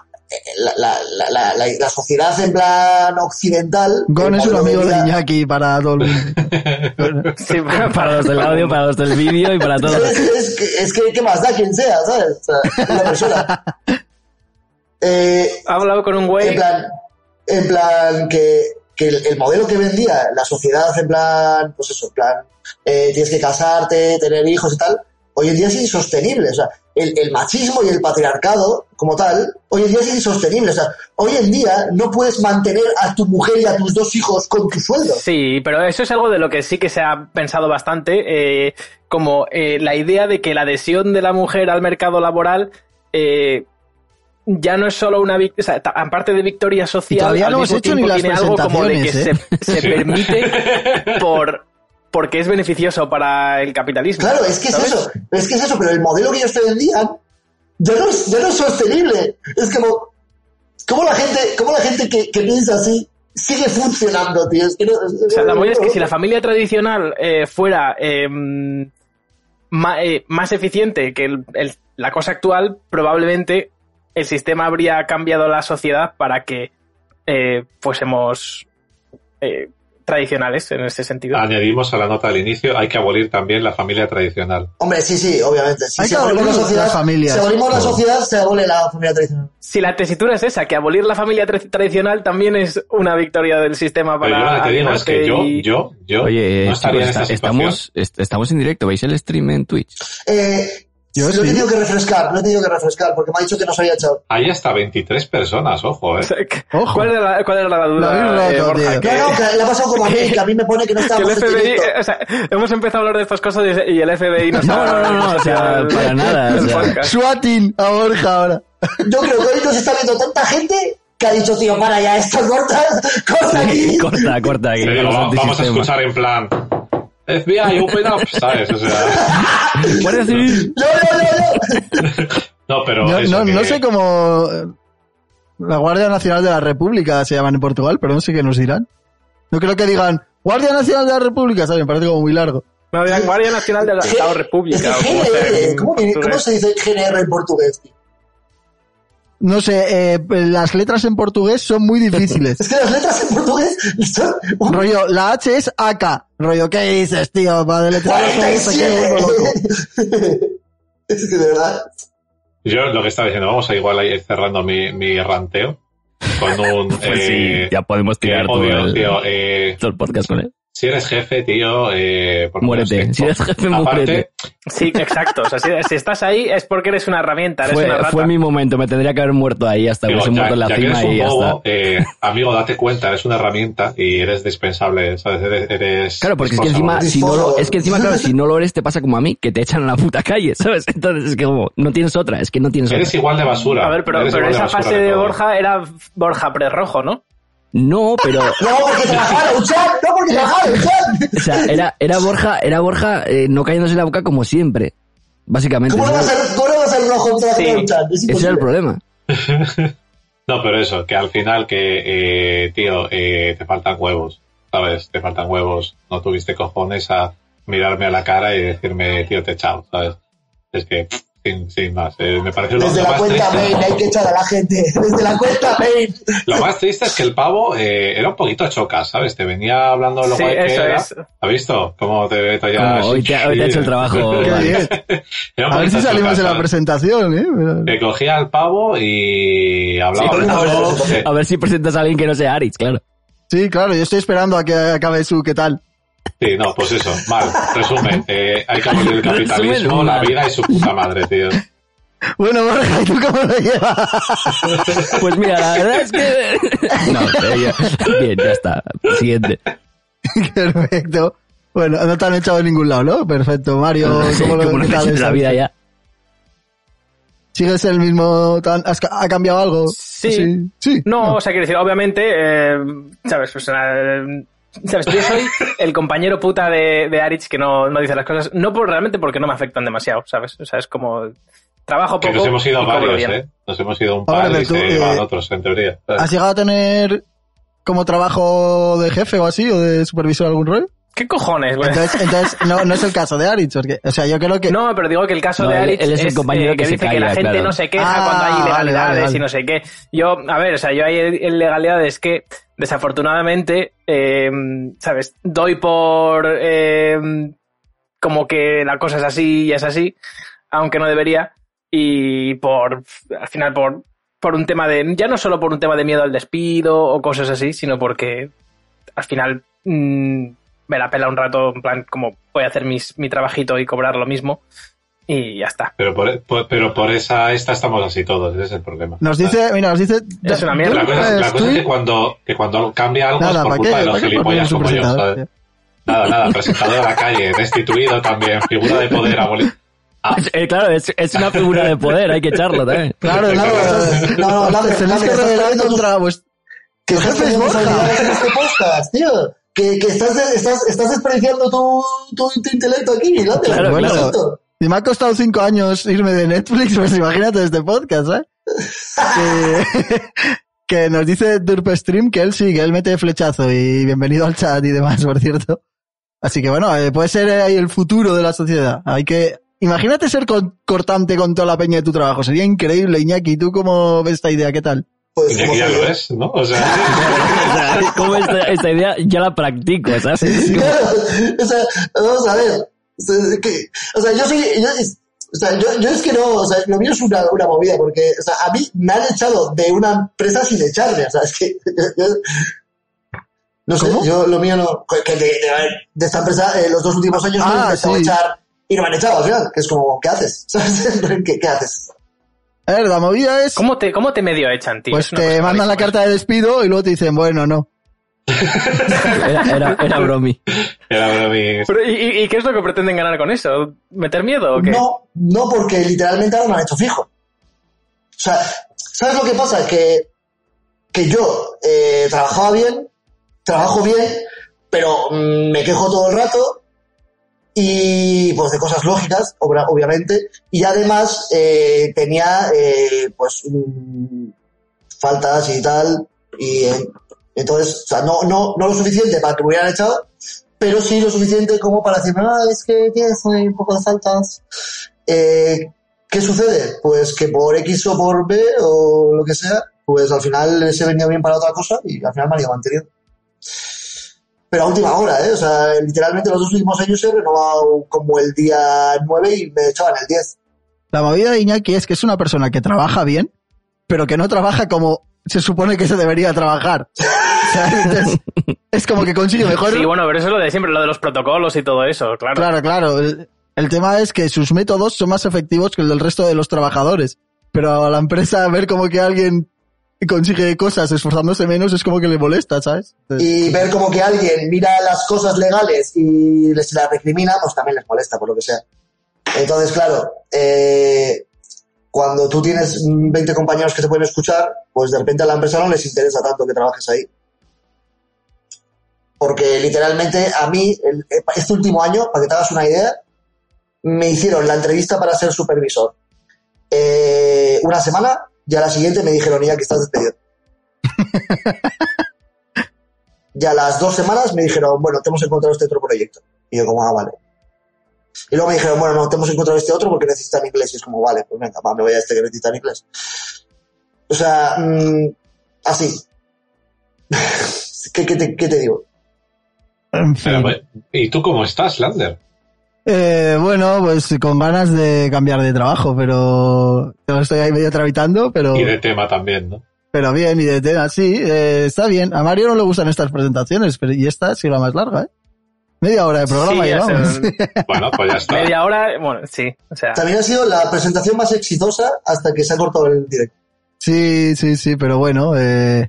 S2: la, la, la, la, la- la sociedad en plan occidental.
S1: Gon
S2: el
S1: es un
S2: modelo
S1: amigo
S2: de
S1: de
S2: vida-
S1: Iñaki para todo el mundo.
S5: sí, para,
S3: Para los del audio, para los del vídeo y para todos.
S2: Es, es que, es que, ¿qué más da quien sea, sabes? O sea, una persona. Eh,
S5: Ha hablado con un
S2: en
S5: güey.
S2: plan, en plan que, que el, el modelo que vendía la sociedad, en plan, pues eso, en plan, eh, tienes que casarte, tener hijos y tal, hoy en día es insostenible. O sea, el, el machismo y el patriarcado, como tal, hoy en día es insostenible. O sea, hoy en día no puedes mantener a tu mujer y a tus dos hijos con tu sueldo.
S5: Sí, pero eso es algo de lo que sí que se ha pensado bastante, eh, como eh, la idea de que la adhesión de la mujer al mercado laboral eh, ya no es solo una victoria, o sea, ta- aparte de victoria social,
S1: Y todavía
S5: al
S1: no
S5: mismo
S1: hemos hecho ni
S5: tiempo
S1: las
S5: tiene algo como de que
S1: presentaciones,
S2: ¿eh?
S5: se, se permite por porque es beneficioso para el capitalismo.
S2: Claro, es que es
S5: ¿sabes?
S2: eso, es que es eso, pero el modelo que ellos te vendían ya no es, ya no es sostenible. Es como, ¿cómo la gente, cómo la gente que, que piensa así sigue funcionando, tío? Es que no,
S5: O sea, la movida es que si la familia tradicional eh, fuera eh, ma- eh, más eficiente que el- el- la cosa actual, probablemente el sistema habría cambiado la sociedad para que eh, fuésemos eh, tradicionales en ese sentido.
S4: Añadimos a la nota del inicio, hay que abolir también la familia tradicional.
S2: Hombre, sí, sí, obviamente. Si,
S1: Hay
S2: si
S1: que
S2: abolimos
S1: abolir
S2: la sociedad,
S1: las familias.
S2: si abolimos la
S1: Claro.
S2: sociedad, se abole la familia tradicional.
S5: Si la tesitura es esa, que abolir la familia tra- tradicional también es una victoria del sistema
S4: Pero
S5: para...
S4: yo lo que te digo es que yo,
S5: alienarte y-
S4: yo, yo
S3: Oye,
S4: no
S3: eh,
S4: estaría
S3: chicos,
S4: en esta
S3: está-
S4: situación.
S3: estamos, est- estamos en directo. ¿Veis el stream en Twitch?
S2: Eh,
S1: Yo
S2: lo he
S1: sí.
S2: tenido que refrescar, lo he tenido que refrescar, porque me ha dicho que nos había echado.
S4: Hay hasta 23 personas, ojo,
S5: O
S4: eh.
S5: sea, que-
S1: Ojo.
S5: ¿Cuál era la, cuál era la
S1: Lo
S5: duda,
S1: habéis
S5: eh,
S1: roto, tío.
S5: Borja? Que-
S2: No, no, que le ha pasado como a mí, que a mí me pone que no
S5: que el
S2: estábamos en
S5: FBI,
S2: directo.
S5: eh, o sea, hemos empezado a hablar de estas cosas y y el FBI nos
S3: No, no, no, no, o sea, para nada,
S5: el
S3: o sea.
S5: podcast.
S1: Suatin a Borja ahora.
S2: Yo creo que hoy nos está viendo tanta gente que ha dicho, tío, para ya, esto corta, corta aquí.
S3: corta, corta. que
S4: Te digo,
S3: llegamos al
S4: vamos, vamos a
S3: antisistema.
S4: escuchar en plan FBI, open up, ¿sabes? O sea,
S3: Puedes decir-
S2: No, no, no, no.
S4: no, pero
S1: No,
S4: eso
S1: no,
S4: que-
S1: no sé cómo... eh, La Guardia Nacional de la República se llaman en Portugal, pero no sé qué nos dirán. No creo que digan Guardia Nacional de la República, ¿sabes? Me parece como muy largo.
S5: No, de la Guardia Nacional de la
S2: Sí.
S5: Estado
S2: Es que
S5: República. o como sea,
S2: GNR, ¿cómo, que-
S5: tú
S2: cómo
S5: ves.
S2: se dice GNR en portugués? tío?
S1: No sé, eh, las letras en portugués son muy difíciles.
S2: Es que las letras en portugués son un
S1: rollo, la H es AK. Rollo, ¿qué dices, tío? Va de letras, no sé qué, vuelvo loco.
S2: 47. Es que de verdad.
S4: Yo lo que estaba diciendo, vamos a igual a ir cerrando mi, mi ranteo con un...
S3: Pues sí,
S4: eh,
S3: ya podemos
S4: que
S3: tirar todo
S4: odio,
S3: el,
S4: tío, eh,
S3: todo el podcast con él.
S4: Si eres jefe, tío, eh, por
S3: Muérete.
S4: respeto.
S3: Si eres jefe, muérete.
S4: Aparte,
S5: Sí, exacto. O sea, si, si estás ahí es porque eres una herramienta, eres una
S3: Fue,
S5: rata.
S3: fue mi momento, me tendría que haber muerto ahí hasta
S4: digo,
S3: hubiese muerto en la
S4: ya que
S3: cima
S4: eres
S3: y
S4: un
S3: ya
S4: bobo,
S3: está.
S4: eh, amigo, date cuenta, eres una herramienta y eres dispensable, ¿sabes? Eres, eres
S3: Claro, porque es que
S4: disposable.
S3: encima, si no lo, es que encima, claro, si no lo eres, te pasa como a mí, que te echan a la puta calle, ¿sabes? Entonces es que como, no tienes otra, es que no tienes
S4: Eres
S3: otra.
S4: igual de basura.
S5: A ver, pero,
S4: Eres
S5: pero
S4: igual
S5: esa
S4: basura
S5: fase
S4: que
S5: de
S4: todo.
S5: Borja era Borja prerrojo, ¿no?
S3: No, pero,
S2: No, porque trabajaba luchar, no porque trabajaba luchar.
S3: o sea, era, era Borja, era Borja, eh, no cayéndose la boca como siempre. Básicamente.
S2: ¿Cómo no va a
S3: ¿sabes?
S2: ser, cómo no va a ser rojo un traje
S5: Sí.
S2: de luchar? Es
S3: Ese era el
S2: imposible.
S3: problema.
S4: No, pero eso, que al final que, eh, tío, eh, te faltan huevos, ¿sabes? Te faltan huevos. No tuviste cojones a mirarme a la cara y decirme, tío, te chao, ¿sabes? Es que, pff, sin, sin más. Eh, me parece lo,
S2: Desde
S4: lo
S2: la
S4: más
S2: cuenta
S4: triste.
S2: main
S1: eh.
S2: hay que echar a la gente. Desde la cuenta main.
S4: Lo más triste es que el pavo eh, era un poquito choca, ¿sabes? Te venía hablando de lo
S5: Sí,
S4: guay que
S5: eso
S4: era.
S5: es.
S4: ¿Has visto? Cómo te, te ya-
S3: Como, hoy te- hoy te ha hecho el trabajo,
S1: Qué
S3: Vale.
S1: bien.
S4: Era un
S1: A ver
S4: poquito
S1: si salimos
S4: choca,
S1: de la
S4: ¿sabes?
S1: presentación, ¿eh? Pero-
S4: Te cogía al pavo y hablaba
S2: Sí,
S4: del
S2: claro.
S4: pavo, eh,
S3: A ver si presentas a alguien que no sea Aritz, claro.
S1: Sí, claro, yo estoy esperando a que acabe su ¿qué tal?
S4: Sí, no, pues eso, mal. Resumen, eh, hay que abolir el
S3: Resumen,
S4: capitalismo, la
S3: mal.
S4: vida y su puta madre, tío.
S1: Bueno, Borja, ¿y tú cómo lo llevas?
S3: Pues mira, la verdad es que... No, pero ya- bien, ya está. Siguiente.
S1: Perfecto. Bueno, no te han echado de ningún lado, ¿no? Perfecto, Mario, ¿cómo lo,
S3: Como
S1: qué
S3: lo
S1: tal
S3: que es la
S1: estás?
S3: vida ya.
S1: ¿Sigues el mismo? tan- has ca- ¿Ha cambiado algo?
S5: Sí.
S1: Sí. sí.
S5: No, o sea, quiero decir, obviamente, eh, ¿sabes? Pues, eh, ¿sabes? Yo soy el compañero puta de, de Aritz que no, no dice las cosas, no por, realmente porque no me afectan demasiado, ¿sabes? O sea, es como trabajo
S4: Que
S5: poco
S4: nos hemos ido
S5: y cobro
S4: varios,
S5: bien.
S4: ¿eh? Nos hemos ido un
S1: Ahora
S4: par
S1: que
S4: y
S1: tú,
S4: se
S1: eh,
S4: van otros, en teoría.
S1: ¿Has llegado a tener como trabajo de jefe o así, o de supervisor algún rol?
S5: ¿Qué cojones, güey?
S1: Entonces, entonces no, no es el caso de Aritz, porque, o sea, yo creo que...
S5: No, pero digo que el caso
S3: No,
S5: de
S3: él-
S5: Aritz
S3: él es el
S5: es,
S3: compañero
S5: eh, que,
S3: que se
S5: dice que
S3: calla,
S5: la gente
S3: claro.
S5: no se queja
S1: Ah,
S5: cuando
S1: vale,
S5: hay
S1: vale,
S5: ilegalidades
S1: vale.
S5: y no sé qué. Yo, a ver, o sea, yo hay ilegalidades que desafortunadamente, eh, ¿sabes? Doy por eh, como que la cosa es así y es así, aunque no debería, y por, al final, por, por un tema de, ya no solo por un tema de miedo al despido o cosas así, sino porque al final mm, me la pela un rato, en plan, como voy a hacer mis, mi trabajito y cobrar lo mismo, y ya está.
S4: Pero por, por- pero por esa, esta estamos así todos, ese es el problema.
S1: Nos dice, mira, nos dice...
S5: Es una mierda.
S4: La cosa, Ah. es- la cosa es que
S1: Tweet-
S4: cuando, que cuando cambia algo
S1: Nada,
S4: es por
S1: ¿para qué?
S4: culpa de los
S1: ¿Para qué poner
S4: gilipollas
S1: su
S4: como yo,
S1: presentador?
S4: ¿sabes? Nada, nada, presentador de la calle, destituido también, figura de poder, aboli- Ah,
S3: Eh, claro, es, es una figura de poder, hay que echarlo también.
S1: Claro,
S4: Perfecto.
S1: claro.
S2: No, no, Lander,
S1: Tenéis que
S2: Lander,
S1: rebelar
S2: estás
S1: contra pues, vuestro...
S2: Que estás
S1: jefe es
S2: teniendo
S1: Borja.
S2: responsabilidades en este podcast, tío. Que, que estás, estás, estás desperdiciando tu, tu, tu intelecto aquí, ¿no?
S3: Claro,
S2: Lo
S1: claro.
S2: siento.
S1: Si me ha costado cinco años irme de Netflix, pues imagínate este podcast, ¿eh? que, que nos dice Durpstream que él sí, que él mete flechazo y bienvenido al chat y demás, por cierto. Así que bueno, eh, puede ser ahí el futuro de la sociedad. Hay que... Imagínate ser con- cortante con toda la peña de tu trabajo. Sería increíble, Iñaki. ¿Tú cómo ves esta idea? ¿Qué tal?
S2: Pues
S4: y
S2: como
S4: aquí ya lo
S2: sea.
S4: es, ¿no? O sea,
S3: O sea, como esta, esta idea ya la practico, ¿sabes?
S2: Claro, o sea, vamos a ver. O sea, que- o sea, yo soy. Yo, es- o sea, yo, yo es que no, o sea, lo mío es una, una movida, porque, o sea, a mí me han echado de una empresa sin echarme, o sea, es que. yo- no sé,
S1: ¿Cómo?
S2: yo lo mío no. Que de, de- a ver, de esta empresa, eh, los dos últimos años me
S1: Ah,
S2: han intentado
S1: sí.
S2: echar y no me han echado al final, que es como, ¿qué haces? ¿Sabes? ¿Qué, qué haces?
S1: A ver, la movida es...
S5: ¿Cómo te, cómo te medio echan, tío?
S1: Pues
S5: Es una
S1: te
S5: cosa
S1: mandan la
S5: rarísima.
S1: carta de despido y luego te dicen, bueno, no.
S3: Era, era, era bromi.
S4: era uno de mis-
S5: Pero, ¿y, y- y qué es lo que pretenden ganar con eso? ¿Meter miedo o qué?
S2: No, no, porque literalmente ahora me han hecho fijo. O sea, ¿sabes lo que pasa? Que, que yo eh, trabajaba bien, trabajo bien, pero mm, me quejo todo el rato y pues de cosas lógicas, obra- obviamente, y además eh, tenía eh, pues mm, faltas y tal, y eh, entonces, o sea, no, no, no lo suficiente para que me hubieran echado, pero sí lo suficiente como para decirme, ah, es que tienes un poco de faltas. Eh, ¿Qué sucede? Pues que por X o por B o lo que sea, pues al final les he venido bien para otra cosa y al final me han ido manteniendo. Pero a última hora, ¿eh? O sea, literalmente los dos últimos años he renovado como el día 9 y me echaban el 10.
S1: La movida de Iñaki es que es una persona que trabaja bien, pero que no trabaja como se supone que se debería trabajar. ¿sabes? Entonces, es como que consigue mejor.
S5: Sí, bueno, pero eso es lo de siempre, lo de los protocolos y todo eso, claro.
S1: Claro, claro. El, el tema es que sus métodos son más efectivos que el del resto de los trabajadores. Pero a la empresa ver como que alguien consigue cosas esforzándose menos es como que le molesta, ¿sabes? Entonces,
S2: Y ver como que alguien mira las cosas legales y les las recrimina, pues también les molesta, por lo que sea. Entonces, claro, eh, cuando tú tienes mm, 20 compañeros que te pueden escuchar, pues de repente a la empresa no les interesa tanto que trabajes ahí. Porque literalmente a mí, el- este último año, para que te hagas una idea, me hicieron la entrevista para ser supervisor. Eh, una semana y a la siguiente me dijeron, ya que estás despedido. y a las dos semanas me dijeron, bueno, te hemos encontrado este otro proyecto. Y yo como, ah, vale. Y luego me dijeron, bueno, no, te hemos encontrado este otro porque necesitan inglés. Y es como, vale, pues venga, va, me voy a este que necesitan inglés. O sea, mm, así. ¿Qué, qué te, qué te digo?
S1: en fin.
S4: Pero, pues, ¿Y tú cómo estás, Lander?
S1: Eh, bueno, pues con ganas de cambiar de trabajo, pero yo estoy ahí medio tramitando, pero,
S4: Y de tema también, ¿no?
S1: pero bien, y de tema, sí, eh, está bien. A Mario no le gustan estas presentaciones, pero y esta ha sido la más larga, ¿eh? Media hora de programa
S5: Sí, ya
S1: llevamos.
S5: sé.
S4: Bueno, pues ya está.
S5: Media hora, bueno, sí, o sea,
S2: También ha sido la presentación más exitosa hasta que se ha cortado el directo.
S1: Sí, sí, sí, pero bueno, eh,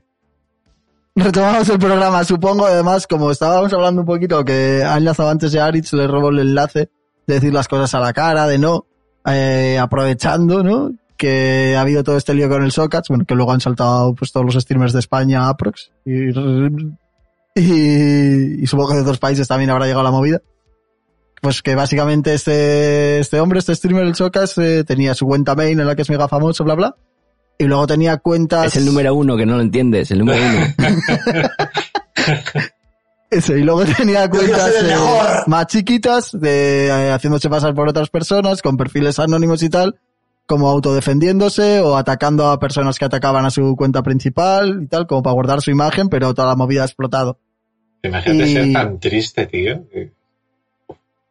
S1: retomamos el programa, supongo, además, como estábamos hablando un poquito, que ha enlazado antes de Aritz, le robó el enlace de decir las cosas a la cara, de no, eh, aprovechando, ¿no? Que ha habido todo este lío con el Socats, bueno, que luego han saltado pues todos los streamers de España, Aprox, y, y, y supongo que de otros países también habrá llegado la movida. Pues que básicamente este, este hombre, este streamer del Socats, eh, tenía su cuenta main en la que es mega famoso, bla, bla. Y luego tenía cuentas...
S3: Es el número uno que no lo entiendes, el número uno.
S1: Eso, y luego tenía
S2: quiero
S1: cuentas
S2: ser el
S1: eh,
S2: mejor.
S1: más chiquitas, de, eh, haciéndose pasar por otras personas, con perfiles anónimos y tal, como autodefendiéndose o atacando a personas que atacaban a su cuenta principal y tal, como para guardar su imagen, pero toda la movida ha explotado.
S4: Imagínate
S1: Y-
S4: ser tan triste, tío. Qué-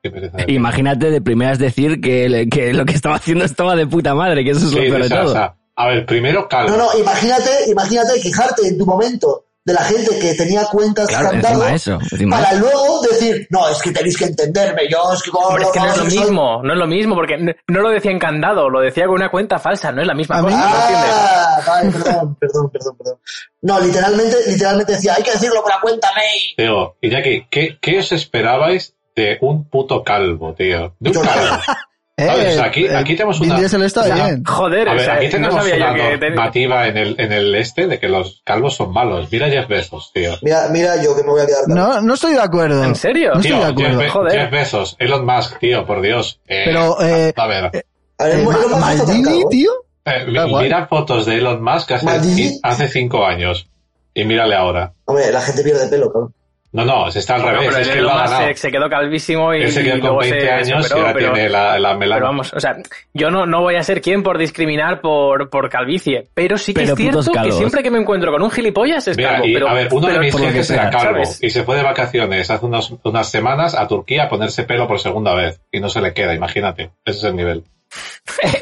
S4: qué pereza de-
S3: Imagínate de primeras decir que, le- que lo que estaba haciendo estaba de puta madre, que eso es
S4: Sí,
S3: lo peor
S4: o
S3: de
S4: sea, o
S3: todo.
S4: sea, a ver, primero calma.
S2: No, no, imagínate, imagínate quejarte en tu momento de la gente que tenía cuentas
S3: Claro,
S2: cantando
S3: encima eso, encima
S2: para
S3: eso.
S2: luego decir, no, es que tenéis que entenderme, yo es que como
S5: hombre, es que no es lo
S2: famoso soy".
S5: mismo, no es lo mismo, porque n- no lo decía en candado, lo decía con una cuenta falsa, no es la
S1: A
S5: misma
S1: mí-
S5: cosa, ¿me entiendes?
S2: Ah, vale, perdón, perdón, perdón, perdón. No, literalmente, literalmente decía, hay que decirlo con la cuenta mail.
S4: Digo, Iñaki, ¿qué, ¿qué os esperabais de un puto calvo, tío? De un
S2: Yo no.
S4: calvo. Sabes, aquí-
S1: eh,
S4: aquí tenemos
S1: Vin
S4: una-
S1: Diesel está
S4: o sea,
S1: bien.
S5: Joder,
S4: A ver,
S5: o sea,
S4: aquí
S5: no
S4: tenemos
S5: sabía
S4: una
S5: yo que ten-
S4: normativa en, el, en el este de que los calvos son malos. Mira Jeff Bezos, tío.
S2: Mira, mira yo que me voy a quedar. tarde.
S1: No, no estoy de acuerdo.
S5: ¿En serio?
S1: No estoy
S4: Tío,
S1: de
S4: Jeff,
S1: acuerdo.
S4: Be-
S5: Joder.
S4: Jeff Bezos, Elon Musk, tío, por Dios. Eh,
S1: Pero, eh,
S4: a ver,
S2: A
S1: Eh,
S2: ver, bueno,
S1: Ma-
S2: Pues no me gusta tan
S1: Maldini,
S2: calvo.
S1: tío.
S4: eh, mi-
S1: da igual.
S4: mira fotos de Elon Musk hace,
S2: Maldini.
S4: hace cinco años y mírale ahora.
S2: Hombre, la gente pierde pelo, cabrón.
S4: No, no, se está al
S5: No,
S4: revés.
S5: pero
S4: es
S5: el
S4: que lo ha
S5: Elon Musk
S4: ganado.
S5: se, se quedó calvísimo y,
S4: Él se quedó
S5: y
S4: con
S5: luego
S4: 20
S5: se
S4: años y
S5: superó,
S4: ahora
S5: pero,
S4: tiene la, la
S5: pero
S4: melana.
S5: vamos, o sea, yo no, no voy a ser quien por discriminar por, por calvicie, pero sí que
S3: Pero
S5: es cierto
S3: putos
S5: que
S3: calvos.
S5: siempre que me encuentro con un gilipollas es
S4: Mira,
S5: calvo,
S4: y,
S5: pero,
S4: a ver, uno
S5: pero
S4: de mis
S5: por lo que
S4: jefes era
S5: sea,
S4: calvo
S5: ¿sabes?
S4: y se fue de vacaciones hace unos- unas semanas a Turquía a ponerse pelo por segunda vez y no se le queda, imagínate. Ese es el nivel.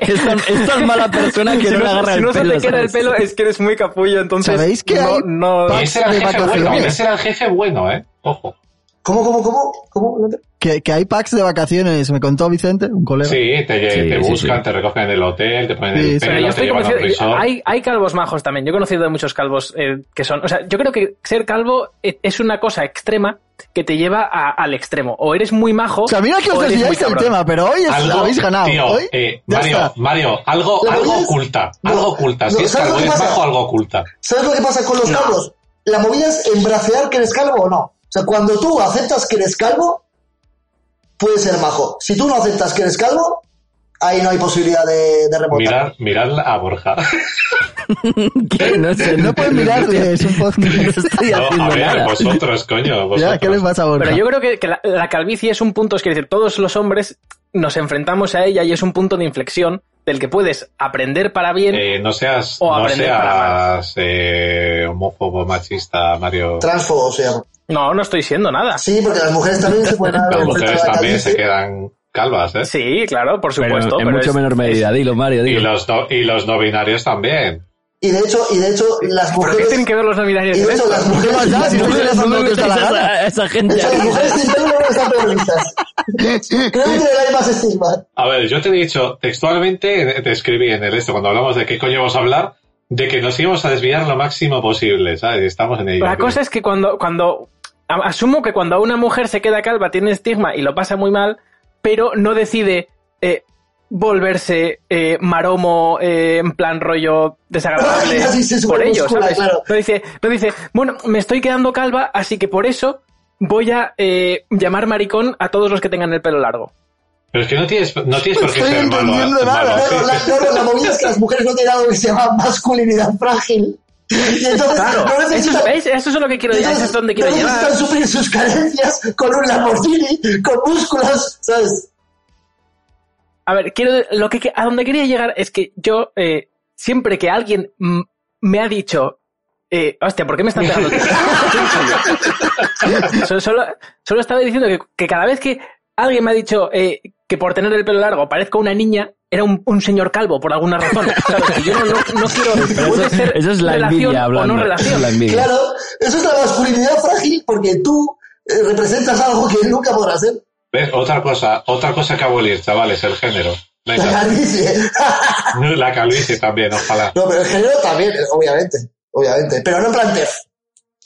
S3: Es tan, es tan mala persona que
S5: Si
S3: no le
S5: no,
S3: agarra
S5: si
S3: el
S5: no se
S3: pelo.
S5: te queda el
S3: ¿sabes?
S5: pelo es que eres muy capullo, entonces
S1: ¿Sabéis que
S5: no,
S1: hay-
S5: no-
S1: Paz
S4: Y ese era
S1: de
S4: el jefe bueno,
S1: vacaciones.
S4: ese era el jefe bueno, ¿eh? Ojo.
S2: ¿Cómo, cómo, cómo? ¿Cómo? No te-
S1: Que, que hay packs de vacaciones, me contó Vicente, un colega.
S4: Sí, te,
S3: Sí,
S4: te
S3: sí,
S4: buscan,
S3: sí.
S4: te recogen en el hotel, te ponen
S1: Sí,
S4: el
S1: sí.
S5: Pero
S4: pelo,
S5: yo
S4: te
S5: estoy
S4: llevan a un
S5: convencido,
S4: resort.
S5: hay, hay calvos majos también. Yo he conocido de muchos calvos eh, que son. O sea, yo creo que ser calvo e- es una cosa extrema que te lleva a- al extremo. O eres muy majo.
S1: O sea, mira que
S5: o
S1: os
S5: eres muy
S1: desviáis
S3: este
S1: del
S5: cabrón.
S1: tema, pero hoy es-
S4: Algo,
S1: habéis ganado.
S4: tío,
S1: hoy,
S4: eh,
S1: ya
S4: Mario,
S1: está.
S4: Mario, algo,
S2: Lo
S4: algo
S2: que es-
S4: oculta,
S2: no,
S4: algo oculta.
S2: no,
S4: Si es
S2: ¿sabes lo
S4: calvo,
S2: que
S4: es
S2: pasa?
S4: bajo, algo oculta.
S2: ¿Sabes lo que pasa con los calvos? La movida es embracear que eres calvo o no. O sea, cuando tú aceptas que eres calvo, puedes ser majo. Si tú no aceptas que eres calvo, ahí no hay posibilidad de, de remontar.
S4: Mirad, mirad a Borja.
S3: Que no sé,
S1: No pueden mirar, eh, es un podcast.
S3: No estoy
S4: No,
S3: haciendo
S4: a ver,
S3: nada.
S4: vosotros, coño, vosotros.
S1: Ya, ¿qué les pasa a Borja?
S5: Pero yo creo que, que la, la calvicie es un punto, es que decir, todos los hombres nos enfrentamos a ella y es un punto de inflexión del que puedes aprender para bien.
S4: Eh, no seas,
S5: O
S4: no
S5: aprender para
S4: seas eh, homófobo, machista, Mario.
S2: Transfobo se llama.
S5: No, no estoy siendo nada.
S2: Sí, porque las mujeres también se pueden dar
S4: Las
S2: vuelta a
S4: mujeres
S2: la
S4: también se
S2: calvicie.
S4: quedan calvas, ¿eh?
S5: Sí, claro, por
S3: Pero
S5: supuesto.
S3: en
S5: pero
S3: mucho
S5: es-
S3: menor medida, dilo, Mario,
S4: Y
S3: dilo.
S4: los, no, y los no binarios también.
S2: Y de hecho, y de hecho las
S5: ¿Por qué
S2: mujeres...
S5: tienen que ver los navideños?
S2: y
S5: en
S2: de hecho,
S5: esto?
S2: las
S1: ¿Qué más
S2: mujeres,
S1: da? Si no
S2: las
S1: me
S2: mujeres-
S1: das
S3: No
S1: lo que os da la
S3: metes
S1: gana.
S3: a a esa gente
S2: de hecho, las
S3: aquí.
S2: mujeres sin pelo no están feministas. Creo que hay más estigma.
S4: A ver, yo te he dicho textualmente, eh, te escribí en el esto cuando hablamos de qué coño vamos a hablar, de que nos íbamos a desviar lo máximo posible, ¿sabes? Estamos en ello.
S5: La cosa es que cuando, cuando a- asumo que cuando una mujer se queda calva tiene estigma y lo pasa muy mal, pero no decide eh, volverse eh, maromo eh, en plan rollo desagradable
S2: Sí, sí, sí,
S5: por ello,
S2: muscula,
S5: ¿sabes?
S2: claro.
S5: No dice, no dice, bueno, me estoy quedando calva, así que por eso voy a eh, llamar maricón a todos los que tengan el pelo largo.
S4: Pero es que no tienes, no tienes por qué
S1: Estoy
S4: ser malo.
S1: entendiendo nada, ¿eh?
S4: malo,
S2: Claro,
S4: sí.
S2: la, claro, la movida es que las mujeres no tienen algo que se llama masculinidad frágil. Y entonces no
S5: Eso
S2: necesitan,
S5: es, ¿ves? Eso es lo que quiero decir, eso es donde quiero
S2: no necesitan
S5: llegar.
S2: suplir sus carencias con un Lamborghini, con músculos, ¿sabes?
S5: A ver, quiero, lo que, a donde quería llegar es que yo, eh, siempre que alguien mm, me ha dicho, eh, hostia, ¿por qué me están pegando? solo, solo, solo estaba diciendo que, que cada vez que alguien me ha dicho eh, que por tener el pelo largo parezco una niña, era un, un señor calvo por alguna razón. ¿sabes? Y Yo no, no, no quiero. puede
S3: Eso,
S5: ser
S3: eso es la
S5: relación
S3: envidia
S5: o
S3: hablando.
S5: no
S3: eso
S5: relación.
S3: es la envidia.
S2: Claro, eso es la masculinidad frágil porque tú eh, representas algo que nunca podrás ser.
S4: ¿Ves? Otra cosa, otra cosa que abolir, chavales, el género.
S2: La
S4: Venga.
S2: calvicie.
S4: La calvicie también, ojalá.
S2: No, pero el género también, eh, obviamente, obviamente. Pero no en plan TEF.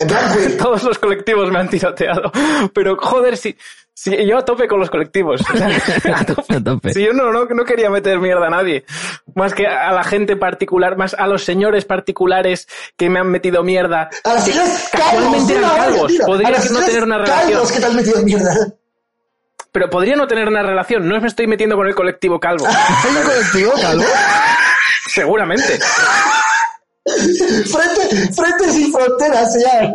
S2: En plan queer.
S5: Todos los colectivos me han tiroteado. Pero joder, si, si yo a tope con los colectivos. O sea, a tope.
S3: A tope.
S5: Si yo no, no, no quería meter mierda a nadie. Más que a la gente particular, más a los señores particulares que me han metido mierda.
S2: A las señoras calvos,
S5: casualmente
S2: de
S5: eran
S2: una
S5: calvos.
S2: hora, tío.
S5: Podría
S2: A las
S5: no
S2: señoras
S5: tener una
S2: Calvos
S5: relación.
S2: que te has metido en mierda.
S5: Pero podría no tener una relación. No me estoy metiendo con el colectivo calvo.
S1: ¿Soy un colectivo, calvo?
S5: Seguramente.
S2: Frente, frente sin fronteras, se llama.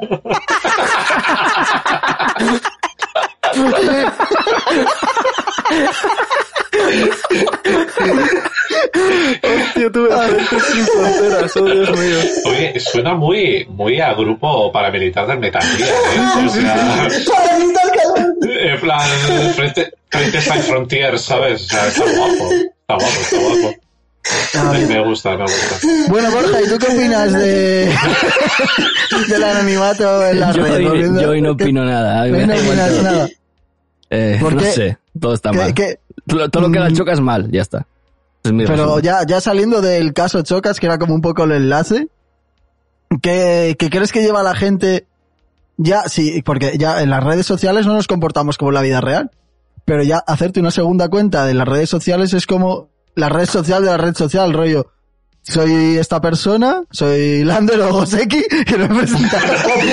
S5: Yo tuve frentes sin fronteras, oh Dios mío.
S4: Oye, suena muy, muy a grupo paramilitar del Metal Gear, ¿eh? O sea,
S2: Para gritar calvos.
S4: en plan, frente, frente San Frontier, ¿sabes? O sea, está guapo, está guapo, está guapo. Me gusta, me gusta.
S1: Bueno, Borja, ¿y tú qué opinas de del anonimato en las
S3: Yo
S1: redes?
S3: hoy,
S1: Volviendo-
S3: yo hoy no
S1: ¿qué-
S3: opino nada. Ay,
S1: hoy
S3: me
S1: no
S3: da igual
S1: opinas
S3: todo.
S1: nada.
S3: Eh,
S1: ¿Por
S3: no
S1: qué?
S3: sé, todo está
S1: ¿Qué-
S3: mal.
S1: qué-
S3: Lo- Todo lo que haga
S1: Mm.
S3: Choca es mal, ya está. Es mi
S1: Pero
S3: resumen.
S1: ya, ya saliendo del caso Chocas, que era como un poco el enlace, ¿qué, qué crees que lleva a la gente? Ya, sí, porque ya en las redes sociales no nos comportamos como en la vida real, pero ya hacerte una segunda cuenta de las redes sociales es como la red social de la red social, rollo. Soy esta persona, soy Lander o Goseki, que no me presenta.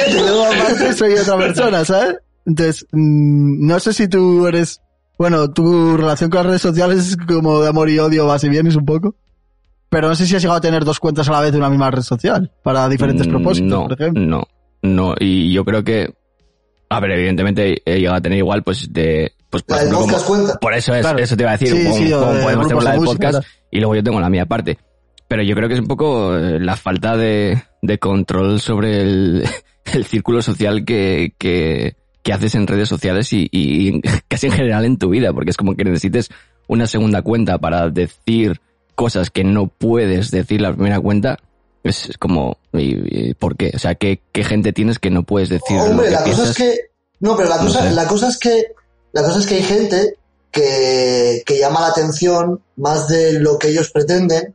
S1: Y luego aparte soy otra persona, ¿sabes? Entonces, mm, no sé si tú eres bueno, tu relación con las redes sociales es como de amor y odio, vas y vienes un poco. Pero no sé si has llegado a tener dos cuentas a la vez de una misma red social, para diferentes
S3: Mm,
S1: propósitos,
S3: no,
S1: por ejemplo.
S3: No, no. Y yo creo que. A ver, evidentemente he llegado a tener igual, pues, de. Pues, por
S2: La del
S3: ejemplo, como-
S2: podcast cuenta.
S3: Por eso es,
S1: Claro.
S3: eso te iba a decir.
S1: Sí,
S3: como-
S1: sí, o
S3: como
S1: de
S3: podemos tener
S1: grupos
S3: la
S1: de
S3: del
S1: música,
S3: podcast y luego yo tengo la mía aparte. Pero yo creo que es un poco eh, la falta de, de control sobre el, el círculo social que, que, que haces en redes sociales y, y casi en general en tu vida, porque es como que necesites una segunda cuenta para decir cosas que no puedes decir la primera cuenta. Es como, ¿y, y por qué? O sea, ¿qué, qué gente tienes que no puedes decir? lo
S2: Hombre,
S3: que
S2: la cosa
S3: piensas?
S2: es que. No, pero la
S3: No
S2: cosa,
S3: sé.
S2: la cosa es que. La cosa es que hay gente que, que llama la atención más de lo que ellos pretenden.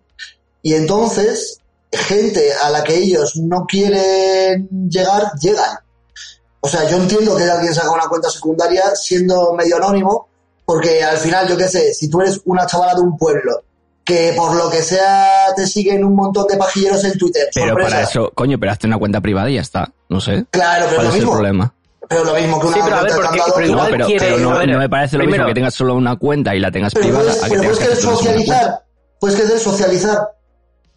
S2: Y entonces, gente a la que ellos no quieren llegar, llegan. O sea, yo entiendo que alguien se haga una cuenta secundaria siendo medio anónimo, porque al final, yo qué sé, si tú eres una chavala de un pueblo que por lo que sea te siguen un montón de pajilleros en Twitter,
S3: Pero
S2: sorpresa.
S3: para eso, coño, pero hazte una cuenta privada y ya está. No sé.
S2: Claro, pero
S3: ¿Cuál es
S2: lo
S3: el
S2: mismo.
S3: problema?
S2: Pero lo mismo que una
S5: Sí, pero a ver,
S2: cuenta de
S5: porque-
S2: candado,
S5: pero
S3: No,
S5: igual
S3: pero,
S5: quiere-
S3: pero no,
S5: a ver,
S3: no me parece lo
S5: primero-
S3: mismo que tengas solo una cuenta y la tengas
S2: pero
S3: privada
S2: puedes,
S3: a que
S2: pero
S3: tengas
S2: puedes
S3: que
S2: querer
S3: hacer tú una cuenta.
S2: socializar. pues Puedes querer socializar.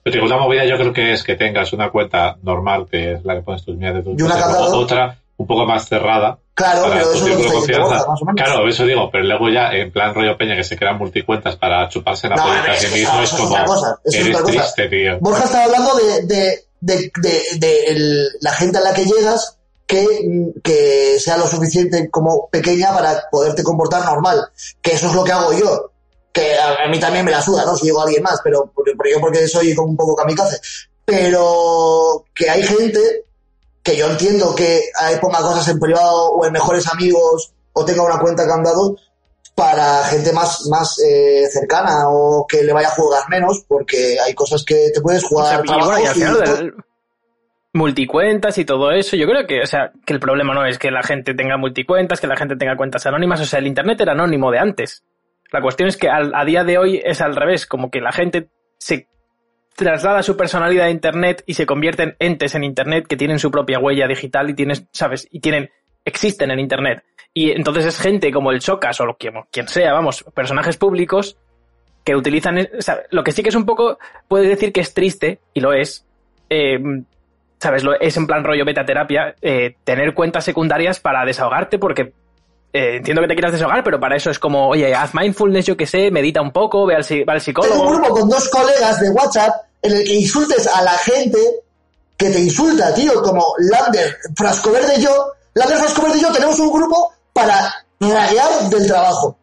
S4: Pero digo, la movida yo creo que es que tengas una cuenta normal, que es la que pones tus mías de tus
S2: Y una
S4: cosas,
S2: candado.
S4: o- otra un poco más cerrada.
S2: Claro,
S4: para
S2: pero
S4: tu
S2: eso lo
S4: círculo de
S2: estoy diciendo
S4: confianza.
S2: Borja, más o menos.
S4: Claro, eso digo, pero luego ya en plan rollo peña que se crean multicuentas para chuparse la
S2: No,
S4: polla a
S2: eso
S4: sí
S2: es-
S4: mismo es
S2: eso es
S4: como
S2: otra cosa, eso es
S4: eres
S2: otra cosa.
S4: triste, tío.
S2: Borja estaba hablando de, de, de, de, de el- la gente a la que llegas que, mm, que sea lo suficiente como pequeña para poderte comportar normal. Que eso es lo que hago yo. Que a, a mí también me la suda, ¿no? Si llego a alguien más, pero, pero yo porque soy como un poco kamikaze. pero que hay gente que yo entiendo que eh, ponga cosas en privado o en mejores amigos o tenga una cuenta candado para gente más, más eh, cercana o que le vaya a jugar menos porque hay cosas que te puedes
S5: O sea,
S2: jugar.
S5: y bueno, y al
S2: trabajos y
S5: final
S2: todo.
S5: del- multicuentas y todo eso, yo creo que, o sea, que el problema no es que la gente tenga multicuentas, que la gente tenga cuentas anónimas, o sea, el internet era anónimo de antes. La cuestión es que al- a día de hoy es al revés, como que la gente se traslada su personalidad a internet y se convierte en entes en internet que tienen su propia huella digital y tienen, sabes, y tienen, existen en internet. Y entonces es gente como el Chocas o lo que- quien sea, vamos, personajes públicos que utilizan, es- o sea, lo que sí que es un poco, puedes decir que es triste, y lo es, eh, ¿sabes? Lo, es en plan rollo beta terapia, eh, tener cuentas secundarias para desahogarte, porque eh, entiendo que te quieras desahogar, pero para eso es como, oye, haz mindfulness, yo qué sé, medita un poco, ve al, psi- va al
S2: Tengo un
S5: psicólogo.
S2: grupo con dos colegas de WhatsApp en el que insultes a la gente que te insulta, tío, como Lander Frascoverde y yo. Lander Frascoverde y yo tenemos un grupo para rayar del trabajo.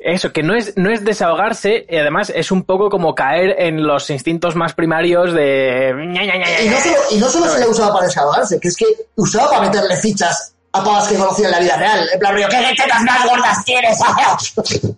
S5: Eso, que no es, no es desahogarse, y además es un poco como caer en los instintos más primarios de. ña, ña, ña, ña,
S2: Y no solo, y no solo se la usaba para desahogarse, que es que usaba para meterle fichas a pavas que conocía en la vida real. En plan, rollo, ¿qué tetas más gordas tienes? es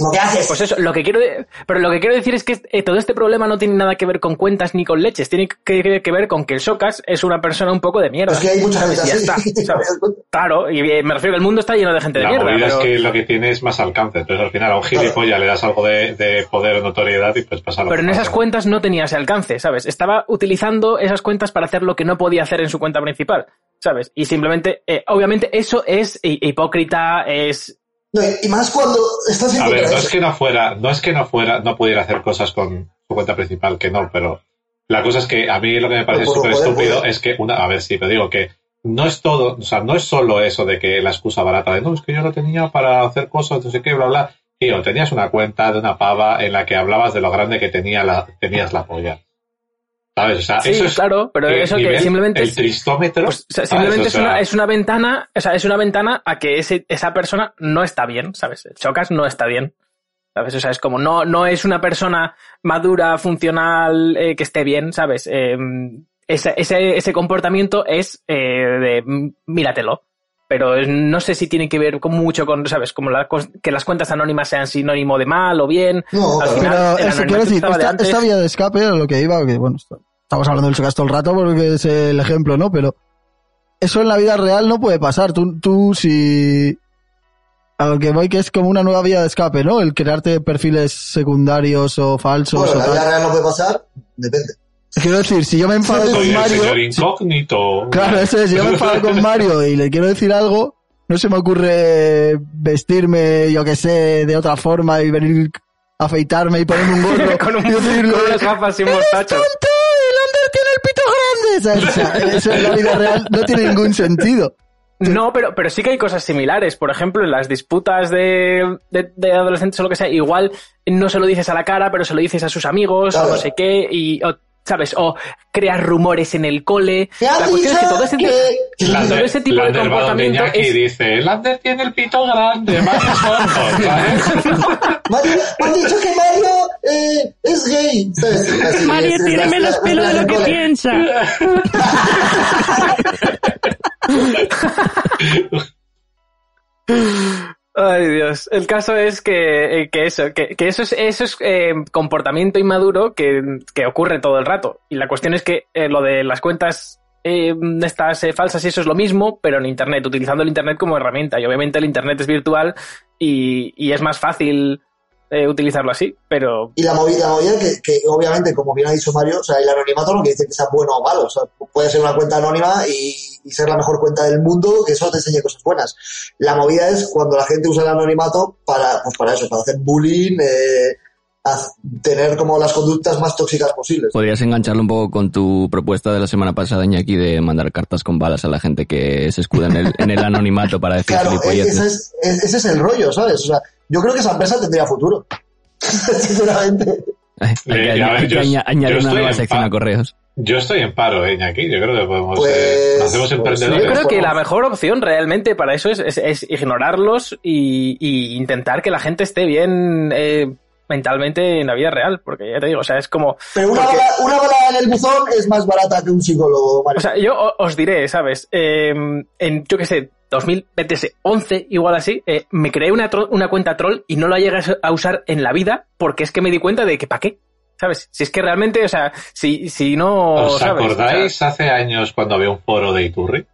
S2: lo que haces.
S5: Pues eso, lo que quiero, de- pero lo que quiero decir es que eh, todo este problema no tiene nada que ver con cuentas ni con leches, tiene que, que- que ver con que el Socas es una persona un poco de mierda.
S2: es que hay mucha gente
S5: ¿sabes? Y ya
S2: así.
S5: está, ¿sabes? Claro, y eh, me refiero que el mundo está lleno de gente de
S4: La
S5: mierda.
S4: movida es
S5: pero-
S4: que lo que tiene es más alcance. Entonces, al final, a un gilipollas le das algo de, de poder o notoriedad y pues pasa lo
S5: Pero
S4: que
S5: en esas
S4: pasa.
S5: cuentas no tenía ese alcance, ¿sabes? Estaba utilizando esas cuentas para hacer lo que no podía hacer en su cuenta principal, ¿sabes? Y simplemente, eh, obviamente, eso es hi- hipócrita, es.
S2: No, y- y más cuando estás en
S4: A
S2: contra
S4: ver,
S2: de
S4: no
S2: eso.
S4: es que no fuera, no es que no fuera, no pudiera hacer cosas con su cuenta principal, que no, pero la cosa es que a mí lo que me parece
S2: Pero por
S4: súper
S2: lo poder,
S4: estúpido
S2: poder.
S4: es que una, a ver, sí, pero digo que no es todo, o sea, no es solo eso de que la excusa barata de no, es que yo lo tenía para hacer cosas, no sé qué, bla, bla. Tío, tenías una cuenta de una pava en la que hablabas de lo grande que tenía la, tenías la polla. ¿Sabes? O sea,
S5: Sí,
S4: Ah, eso es.
S5: claro, pero
S4: el
S5: eso que
S4: nivel-
S5: simplemente.
S4: El
S5: es-
S4: tristómetro. Ah,
S5: Pues, o sea,
S4: ¿sabes?
S5: simplemente
S4: O
S5: es, una,
S4: sea,
S5: es una ventana, o sea, es una ventana a que ese, esa persona no está bien, ¿sabes? El Chocas no está bien. ¿Sabes? O sea, es como no, no es una persona madura, funcional, eh, que esté bien, ¿sabes? Eh, ese, ese, ese comportamiento es eh, de mm, míratelo. Pero es- no sé si tiene que ver con mucho con, ¿sabes? Como la cos- que las cuentas anónimas sean sinónimo de mal o bien.
S2: No,
S5: Al
S2: claro.
S5: final-
S1: Pero
S5: el
S1: eso
S5: anonimato
S1: quiero decir,
S5: estaba de
S1: esta,
S5: antes.
S1: esta vía de escape a lo que iba, que bueno, está- estamos hablando del Socas todo el rato porque es el ejemplo, ¿no? Pero eso en la vida real no puede pasar. Tú, tú si... A lo que voy que es como una nueva vía de escape, ¿no? El crearte perfiles secundarios o falsos
S2: Bueno,
S1: o
S2: la
S1: tal.
S2: vida real no puede pasar, depende.
S1: Quiero decir, si yo me enfado
S4: soy
S1: con
S4: el
S1: Mario...
S4: señor incógnito.
S1: Claro, eso es. Yo me enfado con Mario y le quiero decir algo. No se me ocurre vestirme, yo que sé, de otra forma y venir a afeitarme y ponerme un gorro.
S5: con un
S1: y decirle,
S5: con unas gafas sin mostacho.
S1: ¡Tonto! ¡El Under tiene el pito grande! ¿sabes? O sea, eso en la vida real no tiene ningún sentido.
S5: No, pero, pero sí que hay cosas similares. Por ejemplo, en las disputas de, de- de adolescentes o lo que sea, igual no se lo dices a la cara, pero se lo dices a sus amigos
S2: Claro.
S5: o no sé qué, y, o, ¿sabes? O creas rumores en el cole.
S2: Me han
S5: La cuestión es que todo ese,
S2: dicho que-
S5: todo
S4: Lander,
S5: ese tipo de
S4: Lander va donde
S5: comportamiento
S4: Iñaki
S5: es...
S4: y dice, Lander tiene el pito grande, Mario es gordo", ¿sabes?
S2: Mario, me han dicho que Mario eh, es gay. ¿sabes? Así,
S6: Mario
S2: es- es-
S6: tiene
S2: es-
S6: menos
S2: es-
S6: pelo
S2: es-
S6: de
S2: es-
S6: lo que
S2: es-
S6: piensa.
S5: Ay, Dios. El caso es que, eh, que eso, que, que eso es, eso es eh, comportamiento inmaduro que, que ocurre todo el rato. Y la cuestión es que eh, lo de las cuentas eh, estas eh, falsas y eso es lo mismo, pero en Internet, utilizando el Internet como herramienta. Y obviamente el Internet es virtual y, y es más fácil eh, utilizarlo así, pero...
S2: Y la movida, la movida que, que obviamente, como bien ha dicho Mario, o sea, el anonimato no quiere decir que sea bueno o malo. O sea, puede ser una cuenta anónima y, y ser la mejor cuenta del mundo que solo te enseñe cosas buenas. La movida es cuando la gente usa el anonimato para, pues para eso, para hacer bullying, eh, haz- tener como las conductas más tóxicas posibles.
S5: Pues,
S3: Podrías engancharlo un poco con tu propuesta de la semana pasada, Iñaki, de mandar cartas con balas a la gente que se escuda en el, en el anonimato para decir
S2: Claro, e-
S3: gilipolleces.
S2: ese es, e- ese es el rollo, ¿sabes? O sea, yo creo que esa empresa tendría futuro. Sinceramente.
S3: Hay que,
S4: Eh, a ver,
S3: hay que
S4: yo- yo
S3: aña- añadir una
S4: estoy
S3: nueva
S4: en
S3: sección
S4: fa-
S3: a correos.
S4: Yo estoy en paro, eh, Iñaki. Yo creo que podemos...
S2: Pues-
S4: eh, nos hacemos
S2: pues
S4: emprendedores.
S5: Yo creo que la
S2: Vamos.
S5: mejor opción realmente para eso es, es- es ignorarlos y, y intentar que la gente esté bien eh, mentalmente en la vida real, porque ya te digo, o sea, es como...
S2: Pero una,
S5: porque-
S2: bala, una bala en el buzón es más barata que un psicólogo, Mario.
S5: O sea, yo o- os diré, ¿sabes? Eh, en, yo qué sé, 2011, igual así, eh, me creé una, tro- una cuenta troll y no la llegué a usar en la vida porque es que me di cuenta de que para qué, ¿sabes? Si es que realmente, o sea, si, si no...
S4: ¿Os
S5: ¿sabes? O sea,
S4: acordáis hace años cuando había un foro de Iturri?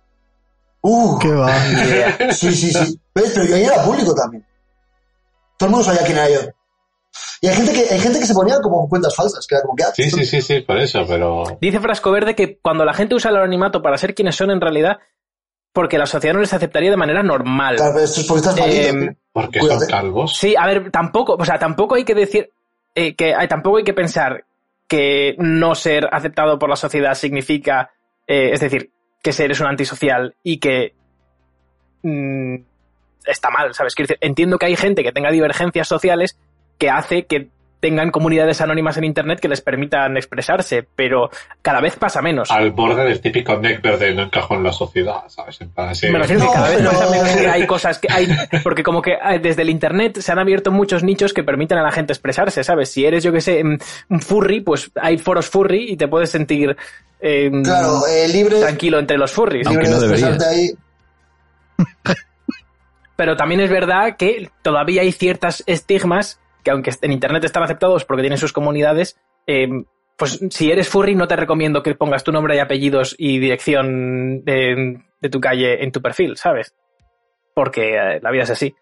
S2: Uh,
S1: Qué va.
S5: ni idea.
S2: sí, sí, sí. ¿Ves? Pero yo ahí era público también. Todo el mundo sabía quién era yo. Y hay gente que, hay gente que se ponía como cuentas falsas, que era como que... ah,
S4: Sí, sí, sí, sí, por eso, pero...
S5: Dice Frasco Verde que cuando la gente usa el anonimato para ser quienes son en realidad, porque la sociedad no les aceptaría de manera normal.
S2: Claro, pero esto es porque estás malito,
S5: Em,
S2: tío.
S4: Porque son
S2: Cuídate.
S4: calvos.
S5: Sí, a ver, tampoco, o sea, tampoco hay que decir eh, que eh, tampoco hay que pensar que no ser aceptado por la sociedad significa, eh, es decir, que ser es un antisocial y que mm, está mal, ¿sabes? Quiero decir, entiendo que hay gente que tenga divergencias sociales que hace que tengan comunidades anónimas en internet que les permitan expresarse, pero cada vez pasa menos.
S4: Al borde del típico neckbeard de no encajo en la sociedad, ¿sabes? En plan así...
S5: Me refiero a
S2: No,
S5: que cada vez
S2: pero-
S5: pasa menos que hay cosas que hay. Porque como que eh, desde el internet se han abierto muchos nichos que permiten a la gente expresarse, ¿sabes? Si eres, yo que sé, mm, un furry, pues hay foros furry y te puedes sentir eh,
S2: Claro, eh, libre,
S5: tranquilo entre los furries.
S3: Aunque
S2: libre
S3: no
S2: de
S3: debería.
S2: expresarte ahí.
S5: Pero también es verdad que todavía hay ciertos estigmas que, aunque en internet están aceptados porque tienen sus comunidades, eh, pues si eres furry, no te recomiendo que pongas tu nombre y apellidos y dirección de, de tu calle en tu perfil, ¿sabes? Porque eh, la vida es así.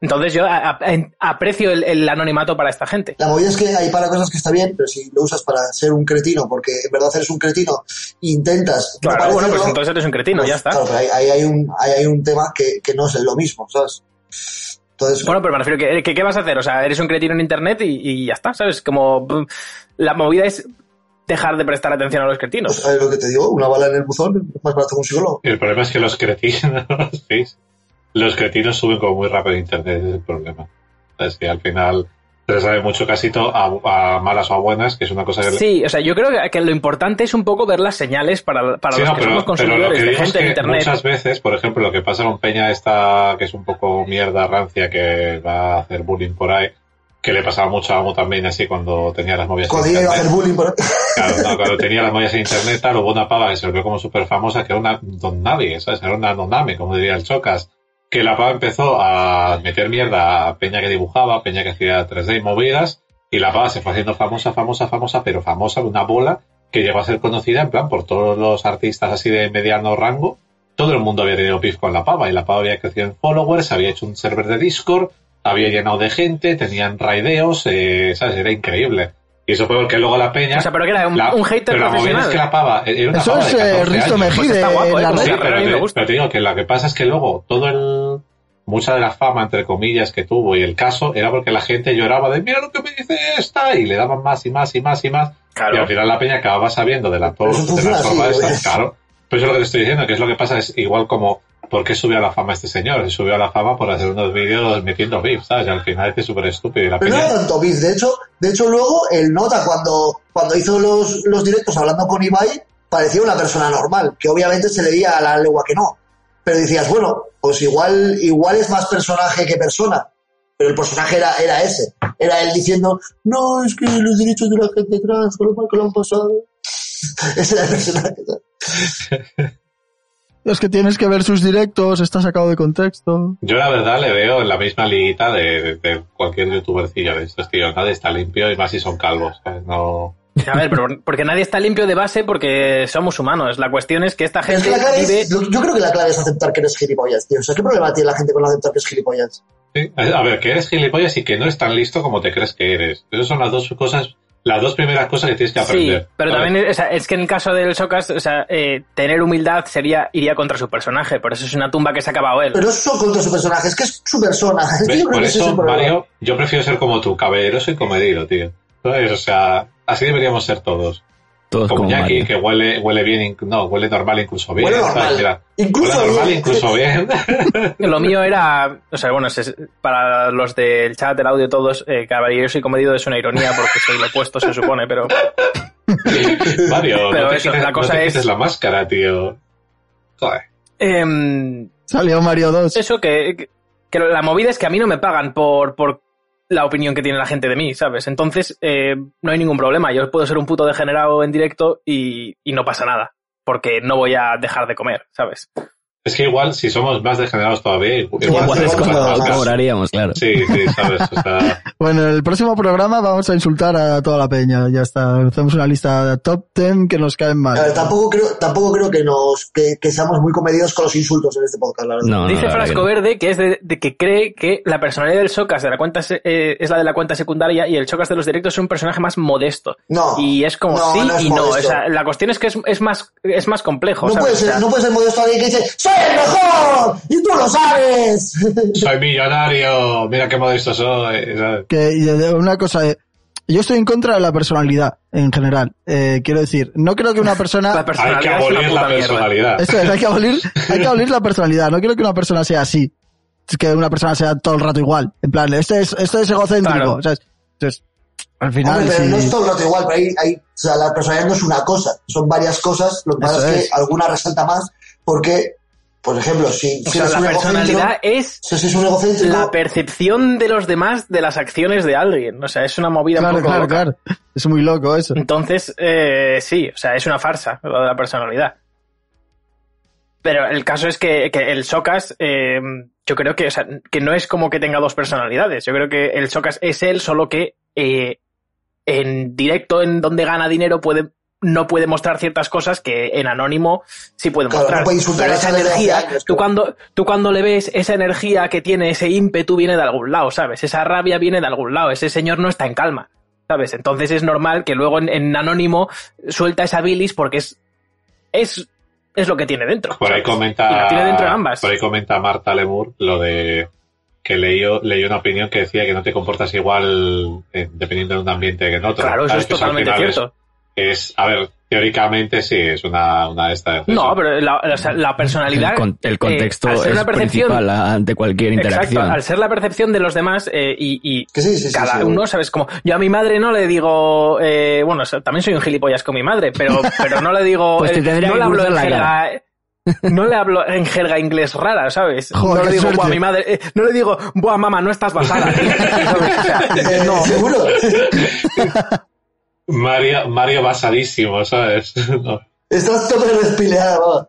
S5: Entonces yo a- a- en- aprecio el, el anonimato para esta gente.
S2: La movida es que hay para cosas que está bien, pero si lo usas para ser un cretino, porque en verdad eres un cretino, e intentas... no
S5: Claro, bueno,
S2: parecerlo,
S5: pues entonces eres un cretino,
S2: pues,
S5: ya está.
S2: Claro, pero ahí, ahí hay un, ahí hay un tema que, que no es lo mismo, ¿sabes? Entonces,
S5: Bueno, pero me refiero que, que- ¿qué vas a hacer? O sea, eres un cretino en internet y, y ya está, ¿sabes? Como mm, la movida es dejar de prestar atención a los cretinos.
S2: ¿sabes lo que te digo? Una bala en el buzón es más barato que un psicólogo.
S4: El problema es que los cretinos, sí, los cretinos suben como muy rápido en internet, ese es el problema. Es que al final se les sabe mucho casito a, a malas o a buenas, que es una cosa que...
S5: Sí, o sea, yo creo que- que lo importante es un poco ver las señales para, para
S4: Sí,
S5: los
S4: no,
S5: que somos
S4: lo que
S5: consumidores de
S4: digo es
S5: gente
S4: que
S5: en internet.
S4: Muchas veces, por ejemplo, lo que pasa con Peña esta, que es un poco mierda rancia, que va a hacer bullying por ahí, que le pasaba mucho a Amo también así cuando tenía las movidas en
S2: Cuando yo iba a
S4: internet.
S2: hacer bullying por...
S4: Claro, no, cuando tenía las movidas en internet, tal, hubo una pava que se volvió como súper famosa, que era una don nadie, ¿sabes? Era una noname, como diría el Chocas. Que la pava empezó a meter mierda a Peña que dibujaba, Peña que hacía 3D y movidas, y la pava se fue haciendo famosa, famosa, famosa, pero famosa de una bola que llegó a ser conocida, en plan, por todos los artistas así de mediano rango. Todo el mundo había tenido pif con la pava, y la pava había crecido en followers, había hecho un server de Discord, había llenado de gente, tenían raideos, eh, ¿sabes? Era increíble. Y eso fue porque luego la peña...
S5: o sea, pero que era un,
S4: La-
S5: un hater
S4: pero la movida
S5: profesional.
S4: es que la pava. Era una
S1: Eso
S4: pava
S1: es
S4: de
S1: eh,
S4: 14
S1: Risto
S4: años.
S1: Mejide
S5: Pues está guapo,
S1: en
S5: ¿eh?
S1: la
S5: Pues
S4: Sí,
S1: red.
S5: Mejide.
S4: pero,
S5: A mí me
S4: te-
S5: gusta.
S4: pero te digo que lo que pasa es que luego todo el. Mucha de la fama, entre comillas, que tuvo y el caso era porque la gente lloraba de mira lo que me dice esta y le daban más y más y más y más. Y al final la peña acababa sabiendo de la,
S2: Pero eso
S4: de
S2: funciona
S4: la forma
S2: así,
S4: esta,
S2: ¿ves?
S4: Claro. Pero eso es lo que te estoy diciendo, que es lo que pasa, es igual como ¿por qué subió a la fama este señor? Subió a la fama por hacer unos vídeos metiendo VIPs, ¿sabes? Y al final es súper estúpido y la
S2: Pero no
S4: peña...
S2: era tanto beef. De hecho, de hecho luego el Nota, cuando, cuando hizo los, los directos hablando con Ibai, parecía una persona normal, que obviamente se le veía a la legua que no. Pero decías, bueno, pues igual, igual es más personaje que persona. Pero el personaje era, era ese. Era él diciendo, no, es que los derechos de la gente trans, con lo mal que lo han pasado. Ese era el personaje.
S1: Es que tienes que ver sus directos, está sacado de contexto.
S4: Yo la verdad le veo en la misma liguita de, de- de cualquier youtubercillo de estos tíos. Nadie está limpio y más si son calvos. ¿sabes? No,
S5: A ver, pero porque nadie está limpio de base porque somos humanos. La cuestión es que esta
S2: Es
S5: gente
S2: que la clave es-
S5: vive...
S2: lo- yo creo que la clave es aceptar que eres gilipollas, tío. O sea, ¿qué problema tiene la gente con aceptar que es gilipollas?
S4: Sí. A ver, que eres gilipollas y que no es tan listo como te crees que eres. Esas son las dos cosas, las dos primeras cosas que tienes que aprender.
S5: Sí, pero
S4: ¿sabes?
S5: también o sea, es que en el caso del Socas, o sea, eh, tener humildad sería iría contra su personaje, por eso es una tumba que se ha acabado él.
S2: Pero no es solo contra su personaje, es que es su persona. Es que
S4: ¿Ves?
S2: yo creo
S4: Por
S2: que ese es
S4: eso,
S2: el problema.
S4: Mario, yo prefiero ser como tú, caballeroso y comedido, tío. ¿Sabes? O sea, así deberíamos ser todos.
S3: Todos
S5: Pues
S4: Como
S3: como
S4: Jackie,
S3: Mario.
S4: que huele, huele bien, inc- no, huele normal incluso bien.
S2: Huele
S4: ¿sabes?
S2: normal.
S4: Mira,
S2: Incluso eh,
S4: huele normal
S2: bien.
S4: incluso ¿eh? bien.
S5: Lo mío era, o sea, bueno, se- para los del chat, del audio, todos, eh, caballeroso y comedido es una ironía porque soy lo opuesto, se supone, pero...
S4: Mario,
S5: Pero
S4: no te
S5: eso,
S4: quites-
S5: la cosa
S4: no te
S5: es-
S4: quites la máscara, tío. Joder.
S5: em,
S1: Salió Mario 2.
S5: eso que, que la movida es que a mí no me pagan por, por la opinión que tiene la gente de mí, ¿sabes? Entonces, eh, no hay ningún problema. Yo puedo ser un puto degenerado en directo y, y no pasa nada, porque no voy a dejar de comer, ¿sabes?
S4: Ah, Es que igual, si somos más degenerados todavía, igual,
S3: Igual es como
S4: más
S2: como-
S4: podcast.
S3: cobraríamos, claro.
S4: Sí, sí, sabes, o sea,
S1: Bueno, en el próximo programa vamos a insultar a toda la peña. Ya está. Hacemos una lista de top 10 que nos caen mal.
S2: A ver, tampoco creo, tampoco creo que nos que, que seamos muy comedidos con los insultos en este podcast, la verdad.
S3: No, no,
S5: Dice
S3: la verdad
S5: Frasco
S3: que
S5: Verde que es de, de que cree que la personalidad del Socas de la cuenta se- eh, es la de la cuenta secundaria y el Socas de los directos es un personaje más modesto.
S2: No.
S5: Y es como
S2: No,
S5: sí
S2: no es
S5: y no.
S2: modesto.
S5: O sea, la cuestión es que es, es más, es más complejo.
S2: No
S5: ¿sabes?
S2: puede
S5: O sea,
S2: ser, no puede ser modesto alguien que dice, ¡Soy el mejor! ¡Y tú lo sabes!
S4: soy millonario, mira qué modesto soy, ¿sabes?
S1: Que y de- una cosa, eh, yo estoy en contra de la personalidad en general. Eh, quiero decir, no creo que una
S5: la
S1: persona.
S4: Hay que
S5: personalidad es una
S4: abolir la
S5: puta mierda.
S4: personalidad.
S1: Esto es, hay que abolir, hay que abolir la personalidad. No quiero que una persona sea así. Es que una persona sea todo el rato igual. En plan, este es, esto es egocéntrico.
S5: Claro.
S1: ¿sabes? Entonces, al final.
S2: Hombre, pero
S1: sí.
S2: no es todo el rato igual, pero hay, hay- o sea, la personalidad no es una cosa, son varias cosas, lo que
S1: Eso
S2: pasa es,
S1: es.
S2: que alguna resalta más porque, por ejemplo, si,
S5: O
S2: si
S5: sea,
S2: eres un
S5: la
S2: egocéntrico,
S5: personalidad es
S2: si eres un egocéntrico,
S5: la percepción de los demás de las acciones de alguien. O sea, es una movida un
S1: Claro,
S5: poco
S1: claro,
S5: loca.
S1: claro. Es muy loco eso.
S5: Entonces, eh, sí, o sea, es una farsa lo de la personalidad. Pero el caso es que, que el Socas, eh, yo creo que, o sea, que no es como que tenga dos personalidades. Yo creo que el Socas es él, solo que eh, en directo, en donde gana dinero, puede no puede mostrar ciertas cosas que en anónimo sí puede
S2: Claro,
S5: mostrar.
S2: no puede insultar
S5: Pero
S2: a
S5: esa
S2: Xavier hace
S5: energía,
S2: años, claro.
S5: tú cuando, tú cuando le ves esa energía que tiene, ese ímpetu viene de algún lado, ¿sabes? Esa rabia viene de algún lado, ese señor no está en calma. ¿Sabes? Entonces es normal que luego en, en anónimo suelta esa bilis porque es, es, es lo que tiene dentro.
S4: Por ahí
S5: ¿sabes?
S4: comenta.
S5: Y la tiene dentro de ambas.
S4: Por ahí comenta Marta Lemur lo de que leyó, leyó una opinión que decía que no te comportas igual eh, dependiendo de un ambiente que en otro.
S5: Claro, eso
S4: ¿Sabes?
S5: es
S4: Que al
S5: totalmente
S4: final es-
S5: cierto.
S4: Es, a ver, teóricamente sí, es una, una de estas.
S5: No,
S4: eso.
S5: pero la, o sea, la personalidad.
S3: El, con- el
S5: eh,
S3: contexto
S5: al ser
S3: es
S5: una percepción-
S3: principal ante cualquier
S5: Exacto,
S3: interacción.
S5: al ser la percepción de los demás eh, y, y
S2: que sí, sí, sí,
S5: cada
S2: sí.
S5: uno, ¿sabes? Como yo a mi madre no le digo, eh, bueno, o sea, también soy un gilipollas con mi madre, pero, pero no le digo,
S3: Pues te
S5: eh,
S3: tendría
S5: no
S3: que
S5: le hablo
S3: cruzar
S5: en
S3: la
S5: jerga, eh, no le hablo en jerga inglés rara, ¿sabes?
S1: Joder,
S5: no le
S1: qué
S5: digo, buah,
S1: suerte.
S5: mi madre, eh, no le digo, buah, mamá, no estás basada. ¿sabes? O sea,
S2: Eh, seguro.
S4: Mario, Mario basadísimo, ¿sabes? No.
S2: Estás todo respileado. va.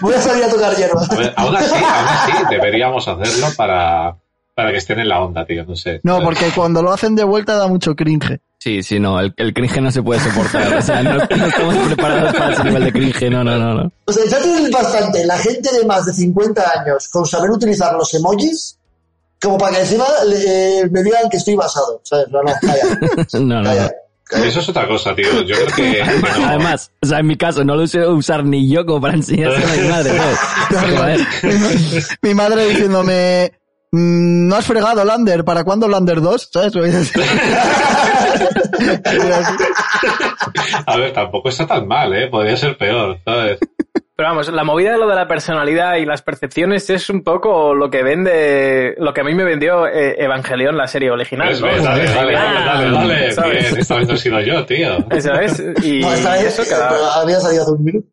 S2: Voy a salir a tocar hierba.
S4: A ver, aún así, aún así, deberíamos hacerlo para, para que estén en la onda, tío, no sé.
S1: No, porque cuando lo hacen de vuelta da mucho cringe.
S3: Sí, sí, no, el, el cringe no se puede soportar. O sea, no, no estamos preparados para ese nivel de cringe, no, no, no. no.
S2: O sea, ya tienen bastante la gente de más de 50 años con saber utilizar los emojis como para que encima le- eh, me digan que estoy basado. ¿Sabes? No, no, calla.
S3: No, no, no.
S2: calla.
S4: Eso es otra cosa, tío. Yo creo que. que no.
S3: Además, o sea, en mi caso, no lo sé usar ni yo como para enseñárselo a mi madre, ¿sabes? Joder.
S1: Mi madre diciéndome, "Mm, no has fregado Lander, ¿para cuándo Lander 2? ¿Sabes?
S4: A ver, tampoco está tan mal, ¿eh? Podría ser peor, ¿sabes?
S5: pero vamos, la movida de lo de la personalidad y las percepciones es un poco lo que vende, lo que a mí me vendió eh, Evangelion, la serie original.
S4: Pues
S5: ¿no?
S4: ve, dale, dale, dale, dale, dale.
S5: ¿Sabes?
S4: Bien, esta vez no he sido yo, tío.
S5: Eso es. Y
S2: No, esta vez
S5: eso
S2: eh,
S5: cada-
S2: pero había salido hace un minuto.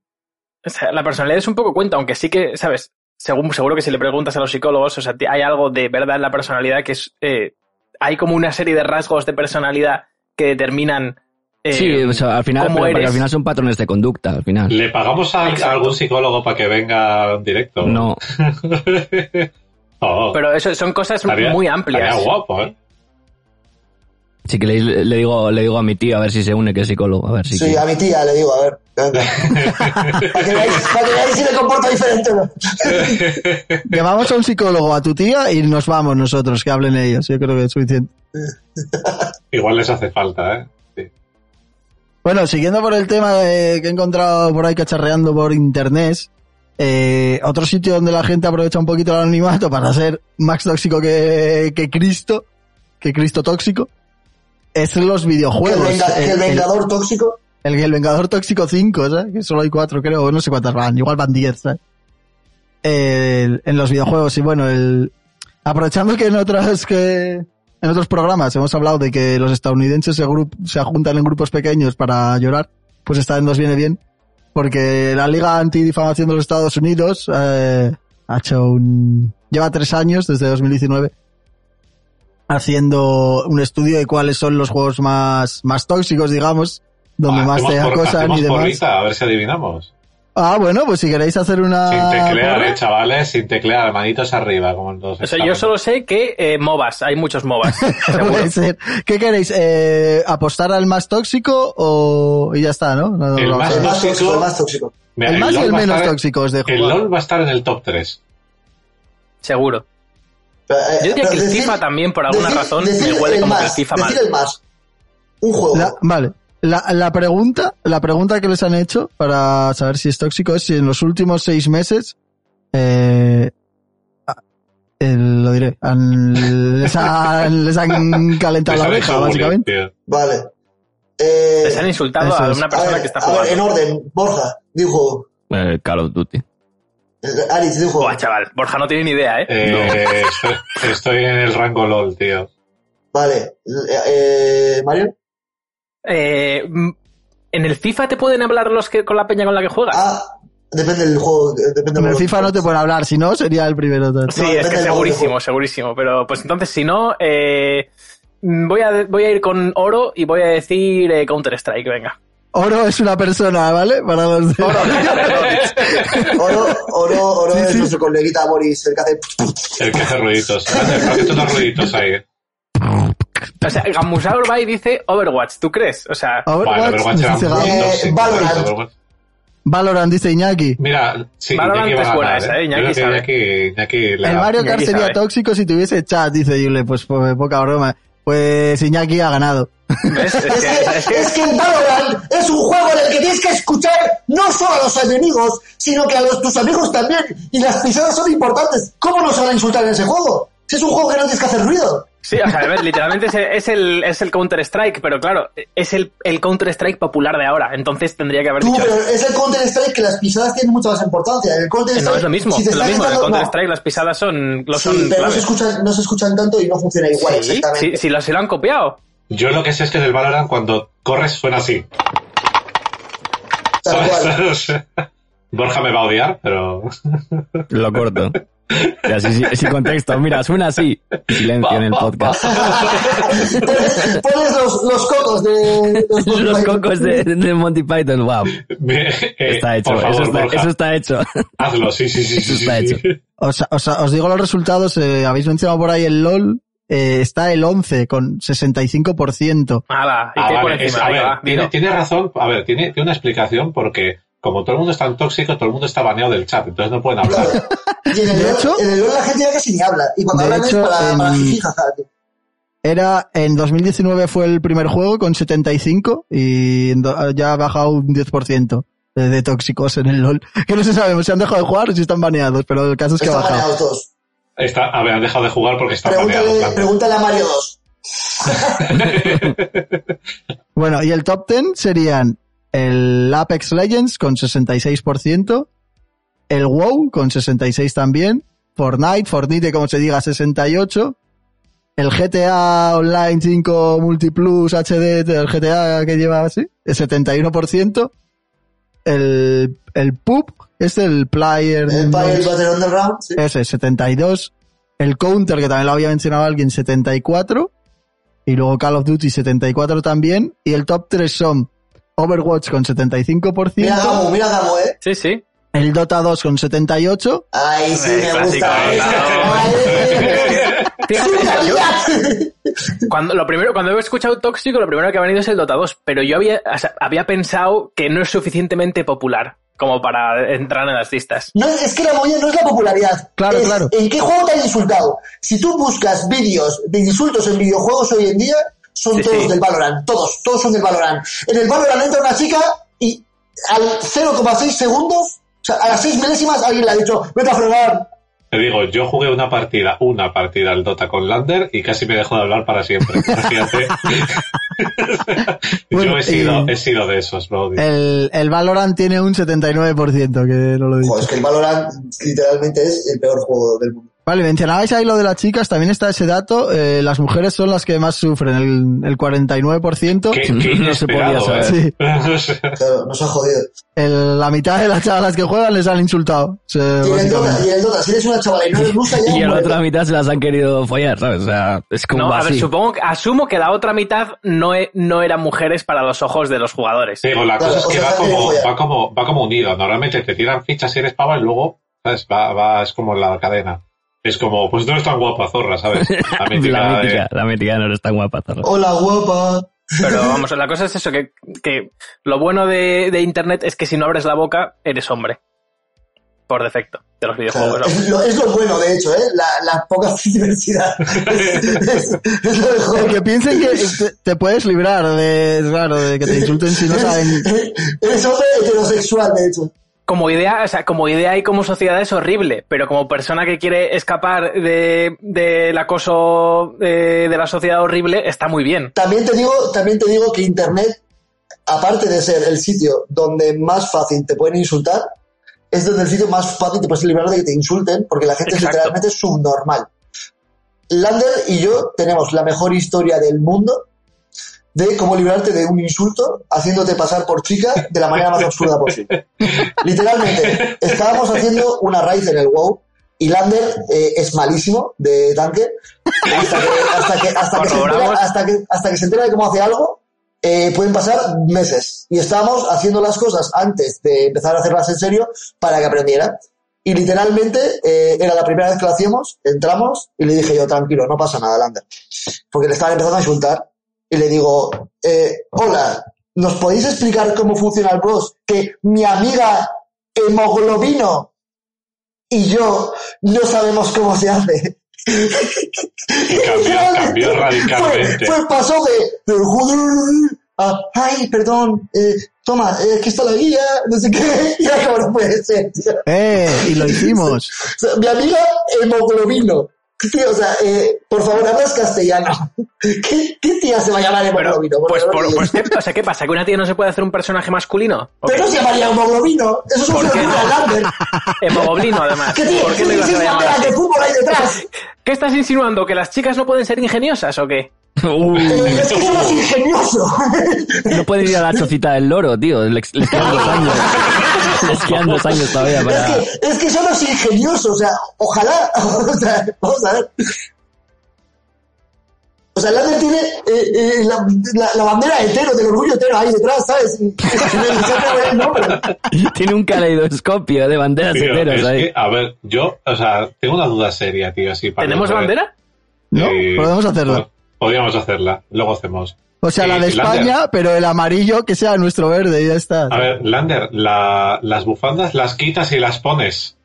S5: O sea, la personalidad es un poco cuenta, aunque sí que, ¿sabes? Según, seguro que si le preguntas a los psicólogos, o sea, ti- hay algo de verdad en la personalidad que es. eh, hay como una serie de rasgos de personalidad que determinan. eh,
S3: Sí, o sea, al final,
S5: ¿cómo
S3: pero- pero
S5: eres?
S3: al final son patrones de conducta, al final.
S4: ¿Le pagamos a, a algún psicólogo para que venga en directo?
S3: No,
S4: Oh,
S5: Pero eso son cosas
S4: estaría-
S5: muy
S4: estaría
S5: amplias.
S4: guapo, ¿eh?
S3: sí que le, le digo, le digo a mi tío a ver si se une que es psicólogo, a ver si.
S2: Sí,
S3: quiere.
S2: a mi tía le digo, a ver. venga. para, que veáis, para que veáis si me comporto diferente o no.
S1: Llevamos a un psicólogo, a tu tía, y nos vamos nosotros, que hablen ellos. Yo creo que es suficiente.
S4: Igual les hace falta, ¿eh? Sí.
S1: Bueno, siguiendo por el tema de- que he encontrado por ahí cacharreando por internet, eh, otro sitio donde la gente aprovecha un poquito el anonimato para ser más tóxico que, que Cristo, que Cristo tóxico, es los
S2: Que el,
S1: videojuegos.
S2: venga- que el
S1: El- el-
S2: vengador tóxico.
S1: El, el Vengador Tóxico 5, ¿sabes? Que solo hay 4, creo, no sé cuántas van, igual van 10, ¿sabes? El- en los videojuegos, y bueno, el, aprovechando que en otras que, en otros programas hemos hablado de que los estadounidenses se, grup- se juntan en grupos pequeños para llorar, pues esta vez nos viene bien, porque la Liga Antidifamación de los Estados Unidos, eh, ha hecho un, lleva tres años, desde 2019, haciendo un estudio de cuáles son los juegos más, más tóxicos, digamos, donde
S4: Ah,
S1: más
S4: hacemos
S1: te
S4: por-
S1: acosan
S4: hacemos
S1: y demás.
S4: porrita, a ver si adivinamos.
S1: Ah, bueno, pues si queréis hacer una...
S4: Sin teclear,
S1: porra.
S4: eh, chavales, sin teclear, manitos arriba, como en los
S5: O sea, yo
S4: exámenes.
S5: solo sé que eh, MOBAs, hay muchos MOBAs. seguro.
S1: Puede ser. ¿Qué queréis? Eh, ¿Apostar al más tóxico o...? Y ya está, ¿no? No, no,
S4: El
S1: vamos a ver.
S4: más
S2: El más
S4: tóxico.
S2: tóxico, el más tóxico.
S4: Mira,
S1: El más y
S4: LOL
S1: el
S4: va a
S1: menos
S4: estar-
S1: tóxicos de
S4: El
S1: jugar.
S4: LOL va a estar en el top 3.
S5: Seguro.
S2: Pero, eh,
S5: Yo diría
S2: pero
S5: que el
S2: decir-
S5: FIFA también, por alguna
S2: decir-
S5: razón,
S2: decir
S5: me huele
S2: el
S5: como que el
S2: más,
S5: FIFA mal.
S2: decir el más. Un juego.
S1: La- vale. La, la pregunta, la pregunta que les han hecho para saber si es tóxico es si en los últimos seis meses, eh, ah, eh, lo diré, han- les, han, les han calentado
S4: Les
S1: la
S4: han
S1: oreja,
S4: hecho bullying,
S1: básicamente.
S4: tío.
S2: Vale. Eh,
S5: Les han insultado
S1: Eso
S5: a
S1: es.
S5: una
S2: a
S5: persona
S2: ver,
S5: que está
S2: a ver, en
S5: jugando.
S2: orden. Borja, dijo.
S3: El Eh, Call of Duty.
S2: Aritz, dijo.
S5: Buah, chaval, Borja no tiene ni idea, ¿eh?
S4: Eh, estoy, estoy en el rango LOL, tío.
S2: Vale. Eh, Mario.
S5: Eh, mm, en el FIFA te pueden hablar los que con la peña con la que juegas.
S2: Ah, depende del juego. eh, Depende
S1: En
S2: del
S1: el
S2: juego.
S1: FIFA no te pueden hablar, si no sería el primero.
S5: sí,
S2: no,
S5: es
S2: depende
S5: que
S2: del modo de
S5: segurísimo,
S2: juego.
S5: segurísimo. Pero pues entonces, si no, eh, mm, voy, a, voy a ir con oro y voy a decir eh, Counter-Strike, venga.
S1: Oro es una persona, ¿vale? Para los de-
S2: Oro, oro, oro
S1: Sí,
S2: es
S1: sí.
S2: nuestro coleguita Boris, el que hace.
S4: El que hace ruiditos. Hace hace todos los ruiditos ahí.
S5: o sea, Gamusaur va y dice Overwatch, ¿tú crees? O sea,
S2: Oh.
S1: Overwatch,
S4: Bueno, Overwatch era
S1: dice
S4: muy
S1: Este Gabo.
S2: Eh,
S4: tóxico,
S2: Valorant.
S4: tío, Overwatch.
S1: Valorant dice Iñaki.
S4: Mira, sí,
S5: Valorant
S4: Iñaki va
S5: es
S4: a
S5: buena
S4: ganar,
S5: esa,
S4: ¿eh?
S5: eh,
S4: Yo
S5: Iñaki
S4: creo que
S5: sabe.
S4: Iñaki- Iñaki le
S1: El
S4: da.
S1: Mario
S5: Iñaki
S1: Kart sería
S5: sabe.
S1: tóxico si tuviese chat, dice Yule. Pues po- poca broma. Pues Iñaki ha ganado.
S5: ¿ves?
S2: Es
S5: Es que- es
S2: que,
S5: que-
S2: es que el Valorant es un juego en el que tienes que escuchar no solo a los enemigos, sino que a los, tus amigos también. Y las pisadas son importantes. ¿Cómo nos van a insultar en ese juego? Si es un juego que no tienes que hacer ruido.
S5: Sí, o sea, a ver, literalmente es, es el, es el Counter-Strike, pero claro, es el, el Counter-Strike popular de ahora, entonces tendría que haber
S2: Tú,
S5: dicho...
S2: pero es el Counter Strike que las pisadas tienen mucha más importancia. El Counter Strike.
S5: Eh, No, es lo mismo,
S2: si te
S5: es lo
S2: estás
S5: mismo, en el
S2: quitando- no.
S5: Counter-Strike las pisadas son... Lo
S2: Sí,
S5: son
S2: pero no
S5: clave.
S2: se, escuchan, no se escuchan tanto y no funciona igual
S5: Sí,
S2: exactamente.
S5: sí, sí, lo, sí lo han copiado.
S4: Yo lo que sé es que en el Valorant cuando corres suena así.
S2: Tal cual.
S4: Borja me va a odiar, pero...
S3: Lo corto. Y así, sí- sin contexto. Mira, suena así. Silencio en el podcast.
S2: pones pones los, los cocos de. Los,
S3: Los cocos de, de Monty Python. Wow.
S4: me- eh,
S3: Está hecho.
S4: Por favor,
S3: eso, está,
S4: Borja,
S3: eso está hecho.
S4: hazlo. Sí, sí, sí.
S3: eso
S4: sí,
S3: está
S4: sí,
S3: hecho.
S4: sí.
S1: Os, os- os digo los resultados. eh, habéis mencionado por ahí el LOL. eh, está el 11 con 65%.
S5: Hala, ¿y
S4: Ah,
S5: qué por
S4: vale, es-
S5: encima?
S4: a
S5: Venga,
S4: ver,
S5: va,
S4: tiene,
S5: dilo.
S4: tiene razón, a ver, tiene, tiene una explicación porque como todo el mundo es tan tóxico, todo el mundo está baneado del chat, entonces no pueden hablar.
S2: Y en el,
S1: De
S2: LoL-
S1: hecho-
S2: en el LoL la gente ya casi ni habla. Y cuando
S1: De
S2: hablan
S1: hecho,
S2: es para, para
S1: en-
S2: jiji, jaja, tío.
S1: Era en 2019 fue el primer juego con 75 y en do- ya ha bajado un 10% de, de tóxicos en el LOL. Que no se sabemos si han dejado de jugar o si están baneados, pero el caso es que ha
S2: Están
S1: bajado.
S2: baneados todos.
S4: Está, a ver, han dejado de jugar porque están baneados.
S2: Pregúntale,
S4: claro.
S2: pregúntale a Mario 2.
S1: Bueno, y el top 10 serían el Apex Legends con 66%, el WoW con 66 también, Fortnite, Fortnite como se diga 68, el GTA Online 5 Multiplus HD, el GTA que lleva así, el 71%, el, el PUB, es este, el Player,
S2: El Pirate
S1: Unknown's-
S2: Battle Underground. sí.
S1: ese 72, el Counter que también lo había mencionado alguien 74 y luego Call of Duty 74 también y el top 3 son Overwatch con
S2: Mira a
S1: 75%,
S2: Gamu, mira a Gamu, eh.
S5: Sí, sí.
S1: el Dota 2 con 78,
S2: Ay, sí,
S5: Eh,
S2: me
S5: clásico,
S2: gusta.
S5: eh, claro.
S2: Ay, eh,
S5: Fíjate,
S2: sí, la
S5: yo-
S2: vida.
S5: Cuando, lo primero, cuando he escuchado Tóxico, lo primero que ha venido es el Dota 2, pero yo había, o sea, había pensado que no es suficientemente popular como para entrar en las listas.
S2: No, es que la movida no es la popularidad.
S1: Claro,
S2: es
S1: claro.
S2: ¿En qué juego te han insultado? Si tú buscas vídeos de insultos en videojuegos hoy en día, son
S5: Sí,
S2: todos
S5: sí.
S2: del Valorant. Todos, todos son del Valorant. En el Valorant entra una chica y al 0,6 segundos, o sea, a las 6 milésimas, alguien le ha dicho, vete a fregar.
S4: Te digo, yo jugué una partida, una partida al Dota con Lander y casi me dejó de hablar para siempre. Fíjate.
S1: Bueno,
S4: yo he sido,
S1: eh,
S4: he sido de esos, lo
S3: eh,
S4: odio.
S1: el, el Valorant tiene un 79% que no lo he dicho.
S2: Joder, es que el Valorant literalmente es el peor juego del mundo.
S1: Vale, mencionabais ahí lo de las chicas, también está ese dato, eh, las mujeres son las que más sufren, el, el 49%.
S4: Qué, qué
S3: No se podía
S4: inesperado,
S3: saber.
S1: Sí,
S4: ¿eh?
S2: Claro, nos ha jodido.
S1: el- la mitad de las chavalas que juegan les han insultado. o sea,
S2: Y en el Dota,
S1: básicamente.
S2: y en el Dota, si eres una chavala y no eres rusa, ya.
S3: Y a la
S2: hombre,
S3: otra mitad se las han querido follar, ¿sabes? O sea, es como
S5: No, a ver,
S3: así.
S5: supongo, que- asumo que la otra mitad no, e- no eran mujeres para los ojos de los jugadores.
S4: Pero pues la
S2: Claro,
S4: cosa es
S2: o
S4: que
S2: sea,
S4: va
S2: está bien
S4: como,
S2: follado.
S4: va, como, va como unido. Normalmente te tiran fichas si eres pava y luego ¿sabes? Va, va, es como la cadena. Es como, pues no eres tan guapa, zorra, ¿sabes? La
S3: La
S4: mítica de-
S3: mítica, la mítica no eres tan guapa, Tarra.
S2: Hola, guapa.
S5: Pero vamos, la cosa es eso, que, que lo bueno de, de Internet es que si no abres la boca, eres hombre. Por defecto, de los videojuegos.
S2: Claro,
S5: vamos.
S2: es, lo, es lo bueno, de hecho, ¿eh? La, la poca diversidad. Es, es- es lo
S1: El que
S2: mejor.
S1: piensen que te, te puedes librar de, claro, de que te insulten si no saben.
S2: Eres hombre heterosexual, de hecho.
S5: Como idea, o sea, como idea y como sociedad es horrible, pero como persona que quiere escapar de- del acoso eh, de la sociedad horrible, está muy bien.
S2: También te digo, también te digo que internet, aparte de ser el sitio donde más fácil te pueden insultar, es donde el sitio más fácil te puedes librar de que te insulten, porque la gente es
S5: Exacto.
S2: literalmente subnormal. Lander y yo tenemos la mejor historia del mundo de cómo librarte de un insulto haciéndote pasar por chica de la manera más absurda posible. Literalmente, estábamos haciendo una raíz en el WoW y Lander eh, es malísimo de tanque hasta que, hasta que, hasta que se entera,
S5: Corroboramos.
S2: hasta que, hasta que se entera de cómo hace algo, eh, pueden pasar meses. Y estábamos haciendo las cosas antes de empezar a hacerlas en serio para que aprendiera. Y literalmente eh, era la primera vez que lo hacíamos, entramos y le dije yo, tranquilo, no pasa nada, Lander. Porque le estaban empezando a insultar y le digo, eh, hola, ¿nos podéis explicar cómo funciona el boss? Que mi amiga hemoglobino y yo no sabemos cómo se hace.
S4: Y cambió, cambió radicalmente.
S2: Fue, fue- pasó de, de joder, a, ay, perdón, eh, toma, eh, aquí está la guía, no sé qué, y ahora no puede ser, tío.
S1: ¡Eh! Y lo hicimos.
S2: O sea, mi amiga hemoglobino. Tío, o sea, eh, por favor, hablas castellano. ¿Qué, qué tía se va a llamar
S5: Pero,
S2: hemoglobino? Por
S5: pues,
S2: favor,
S5: por-
S2: tío.
S5: pues, ¿qué, o sea, ¿qué pasa? ¿Que una tía no se puede hacer un personaje masculino? ¿O qué?
S2: Pero se llamaría hemoglobino. Eso es un
S5: ¿Por qué
S2: fenómeno de
S5: no?
S2: Lander.
S5: Hemoglobino, además.
S2: ¿Qué tío?
S5: ¿Por qué
S2: ¿Qué
S5: le ibas a
S2: dices
S5: llamar
S2: banderas
S5: así?
S2: de fútbol ahí detrás?
S5: ¿Qué estás insinuando? ¿Que las chicas no pueden ser ingeniosas o qué?
S3: Uh,
S2: Pero es que eso no es ingenioso.
S3: no pueden ir a la chocita del loro, tío. Les, les quedan dos años. Les quedan dos años todavía
S2: Es
S3: para...
S2: que, es que eso no es ingenioso, o sea, ojalá, o sea, vamos a ver. O sea, Lander tiene eh, eh, la, la, la bandera hetero, del orgullo hetero ahí detrás, ¿sabes? Ah, Y- y siempre ve el nombre.
S3: Tiene un caleidoscopio de banderas
S4: Tío,
S3: enteros
S4: es
S3: ahí.
S4: que, a ver, yo, o sea, tengo una duda seria, tío, así para...
S5: ¿Tenemos
S4: para-
S5: bandera?
S1: ¿No?
S4: Eh,
S1: Podemos hacerlo.
S4: Podríamos hacerla, luego hacemos.
S1: O sea, la de
S4: Sí, Lander.
S1: España, pero el amarillo que sea nuestro verde, y ya está.
S4: A ver, Lander, la- las bufandas las quitas y las pones.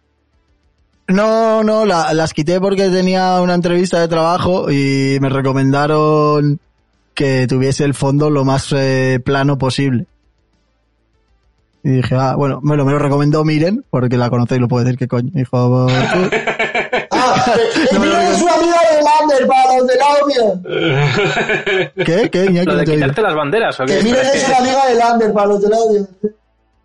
S1: No, no, la- las quité porque tenía una entrevista de trabajo y me recomendaron que tuviese el fondo lo más eh, plano posible. Y dije, ah, bueno, me lo, me lo recomendó Miren, porque la conocéis, lo puedo decir, que coño. Dijo, tú.
S2: Ah, el
S1: No me lo
S2: video
S1: digas.
S2: es una amiga de Lander, para los del audio.
S1: ¿qué? ¿Qué? Iñaki?
S5: ¿Lo
S1: No
S5: de
S1: te he oído.
S5: quitarte las banderas o qué?
S2: Que miren,
S5: Pero es
S2: es
S5: que-
S2: una amiga de Lander, para los del audio.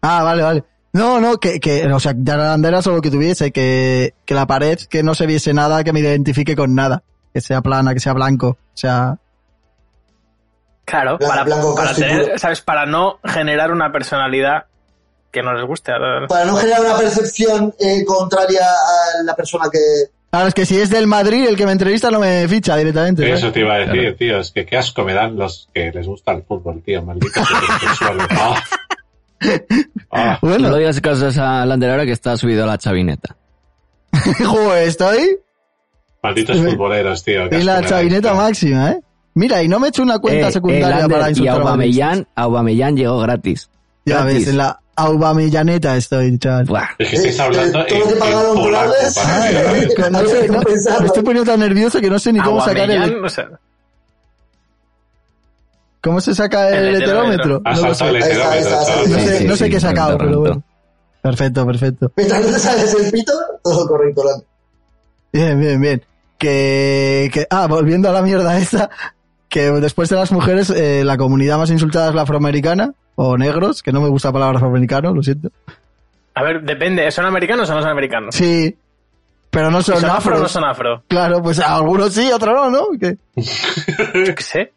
S1: Ah, vale, vale. No, no, que, que o sea, ya la bandera solo que tuviese, que, que la pared, que no se viese nada, que me identifique con nada. Que sea plana, que sea blanco, o sea...
S5: Claro,
S2: Blanco,
S5: para,
S2: blanco,
S5: para
S2: casi puro.
S5: tener, ¿sabes? Para no generar una personalidad que no les guste.
S2: Para no generar una percepción eh, contraria a la persona que...
S1: Claro, es que si es del Madrid, el que me entrevista no me ficha directamente. ¿sabes?
S4: Eso te iba a decir,
S3: Claro.
S4: tío. Es que qué asco me dan los que les gusta el fútbol, tío. Malditos heterosexuales. Ah. Ah.
S3: No
S1: Bueno,
S3: le digas cosas a Lander ahora que está subido a la chavineta.
S1: joder, estoy
S4: Malditos futboleros, tío.
S1: en
S4: qué asco me
S1: la
S4: dan,
S1: chavineta
S4: tío.
S1: máxima, ¿eh? Mira, y no me he hecho una cuenta
S3: Eh, eh,
S1: secundaria
S3: Lander
S1: para
S3: y
S1: insultar a madridistas.
S3: Aubameyang, Aubameyang llegó gratis.
S1: Ya
S3: gratis.
S1: ves, en la Aubameyaneta estoy, chaval.
S3: Buah.
S4: Es que estáis
S2: eh,
S4: hablando
S2: eh, todo lo
S4: en-
S2: que
S4: en
S2: pagaron por
S4: polaco,
S2: Alves.
S4: para mí,
S2: Ay,
S4: ¿vale?
S1: Con- no sé, no- me estoy poniendo tan nervioso que no sé ni cómo sacar el...
S5: Aguamellán, o sea,
S1: ¿Cómo se saca el,
S5: El
S1: heterómetro?
S5: heterómetro.
S4: Ha
S1: No lo
S4: saltado
S1: sé.
S4: el
S2: Ahí está, ahí
S4: heterómetro,
S2: está,
S4: chaval.
S1: No
S2: Sí,
S1: sé,
S3: sí,
S1: no sé
S3: sí,
S1: qué he sacado,
S3: pronto,
S1: pero
S3: pronto.
S1: bueno. Perfecto, perfecto.
S2: Mientras no te sales el pito, todo correcto, Lander.
S1: Bien, bien, bien. Que, que- ah, volviendo a la mierda esta, que después de las mujeres, eh, la comunidad más insultada es la afroamericana, o negros, que no me gusta la palabra afroamericano, lo siento.
S5: a ver, depende. ¿Son americanos o no son americanos?
S1: Sí, Pero no son,
S5: ¿Son afro o
S1: afros.
S5: no son afro?
S1: Claro, pues algunos sí, otros no, ¿no? Que-
S5: Yo qué sé.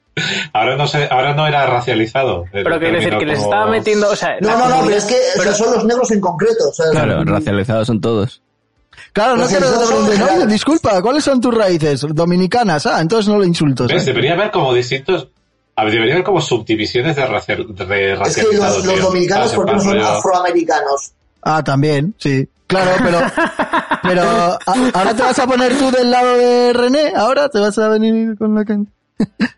S4: Ahora no, sé, ahora no era racializado. el
S5: Pero quiero decir
S4: término
S5: que le
S4: como-
S5: estaba metiendo. O sea,
S2: No,
S5: la
S2: no, no,
S5: comunidad-
S2: pero es que
S5: pero-
S2: esos son los negros en concreto. o sea,
S3: Claro, racializados son todos.
S1: Claro, no
S2: Pues
S1: quiero
S2: eso
S1: que te
S2: son
S1: pregunten,
S2: generales.
S1: oye, disculpa, ¿cuáles son tus raíces? Dominicanas, ah, entonces no lo insulto.
S4: ¿Ves?
S1: ¿sabes?
S4: Debería haber como distintos. A ver, debería haber como subdivisiones de, racia- de
S2: Es que los,
S4: racializados.
S2: los
S4: tío.
S2: dominicanos,
S4: Estás
S2: ¿por qué
S4: en
S2: no
S4: plan
S2: son
S4: rollo-
S2: afroamericanos?
S1: Ah, también, sí. Claro, pero. pero a- ahora te vas a poner tú del lado de René, ahora te vas a venir con la gente.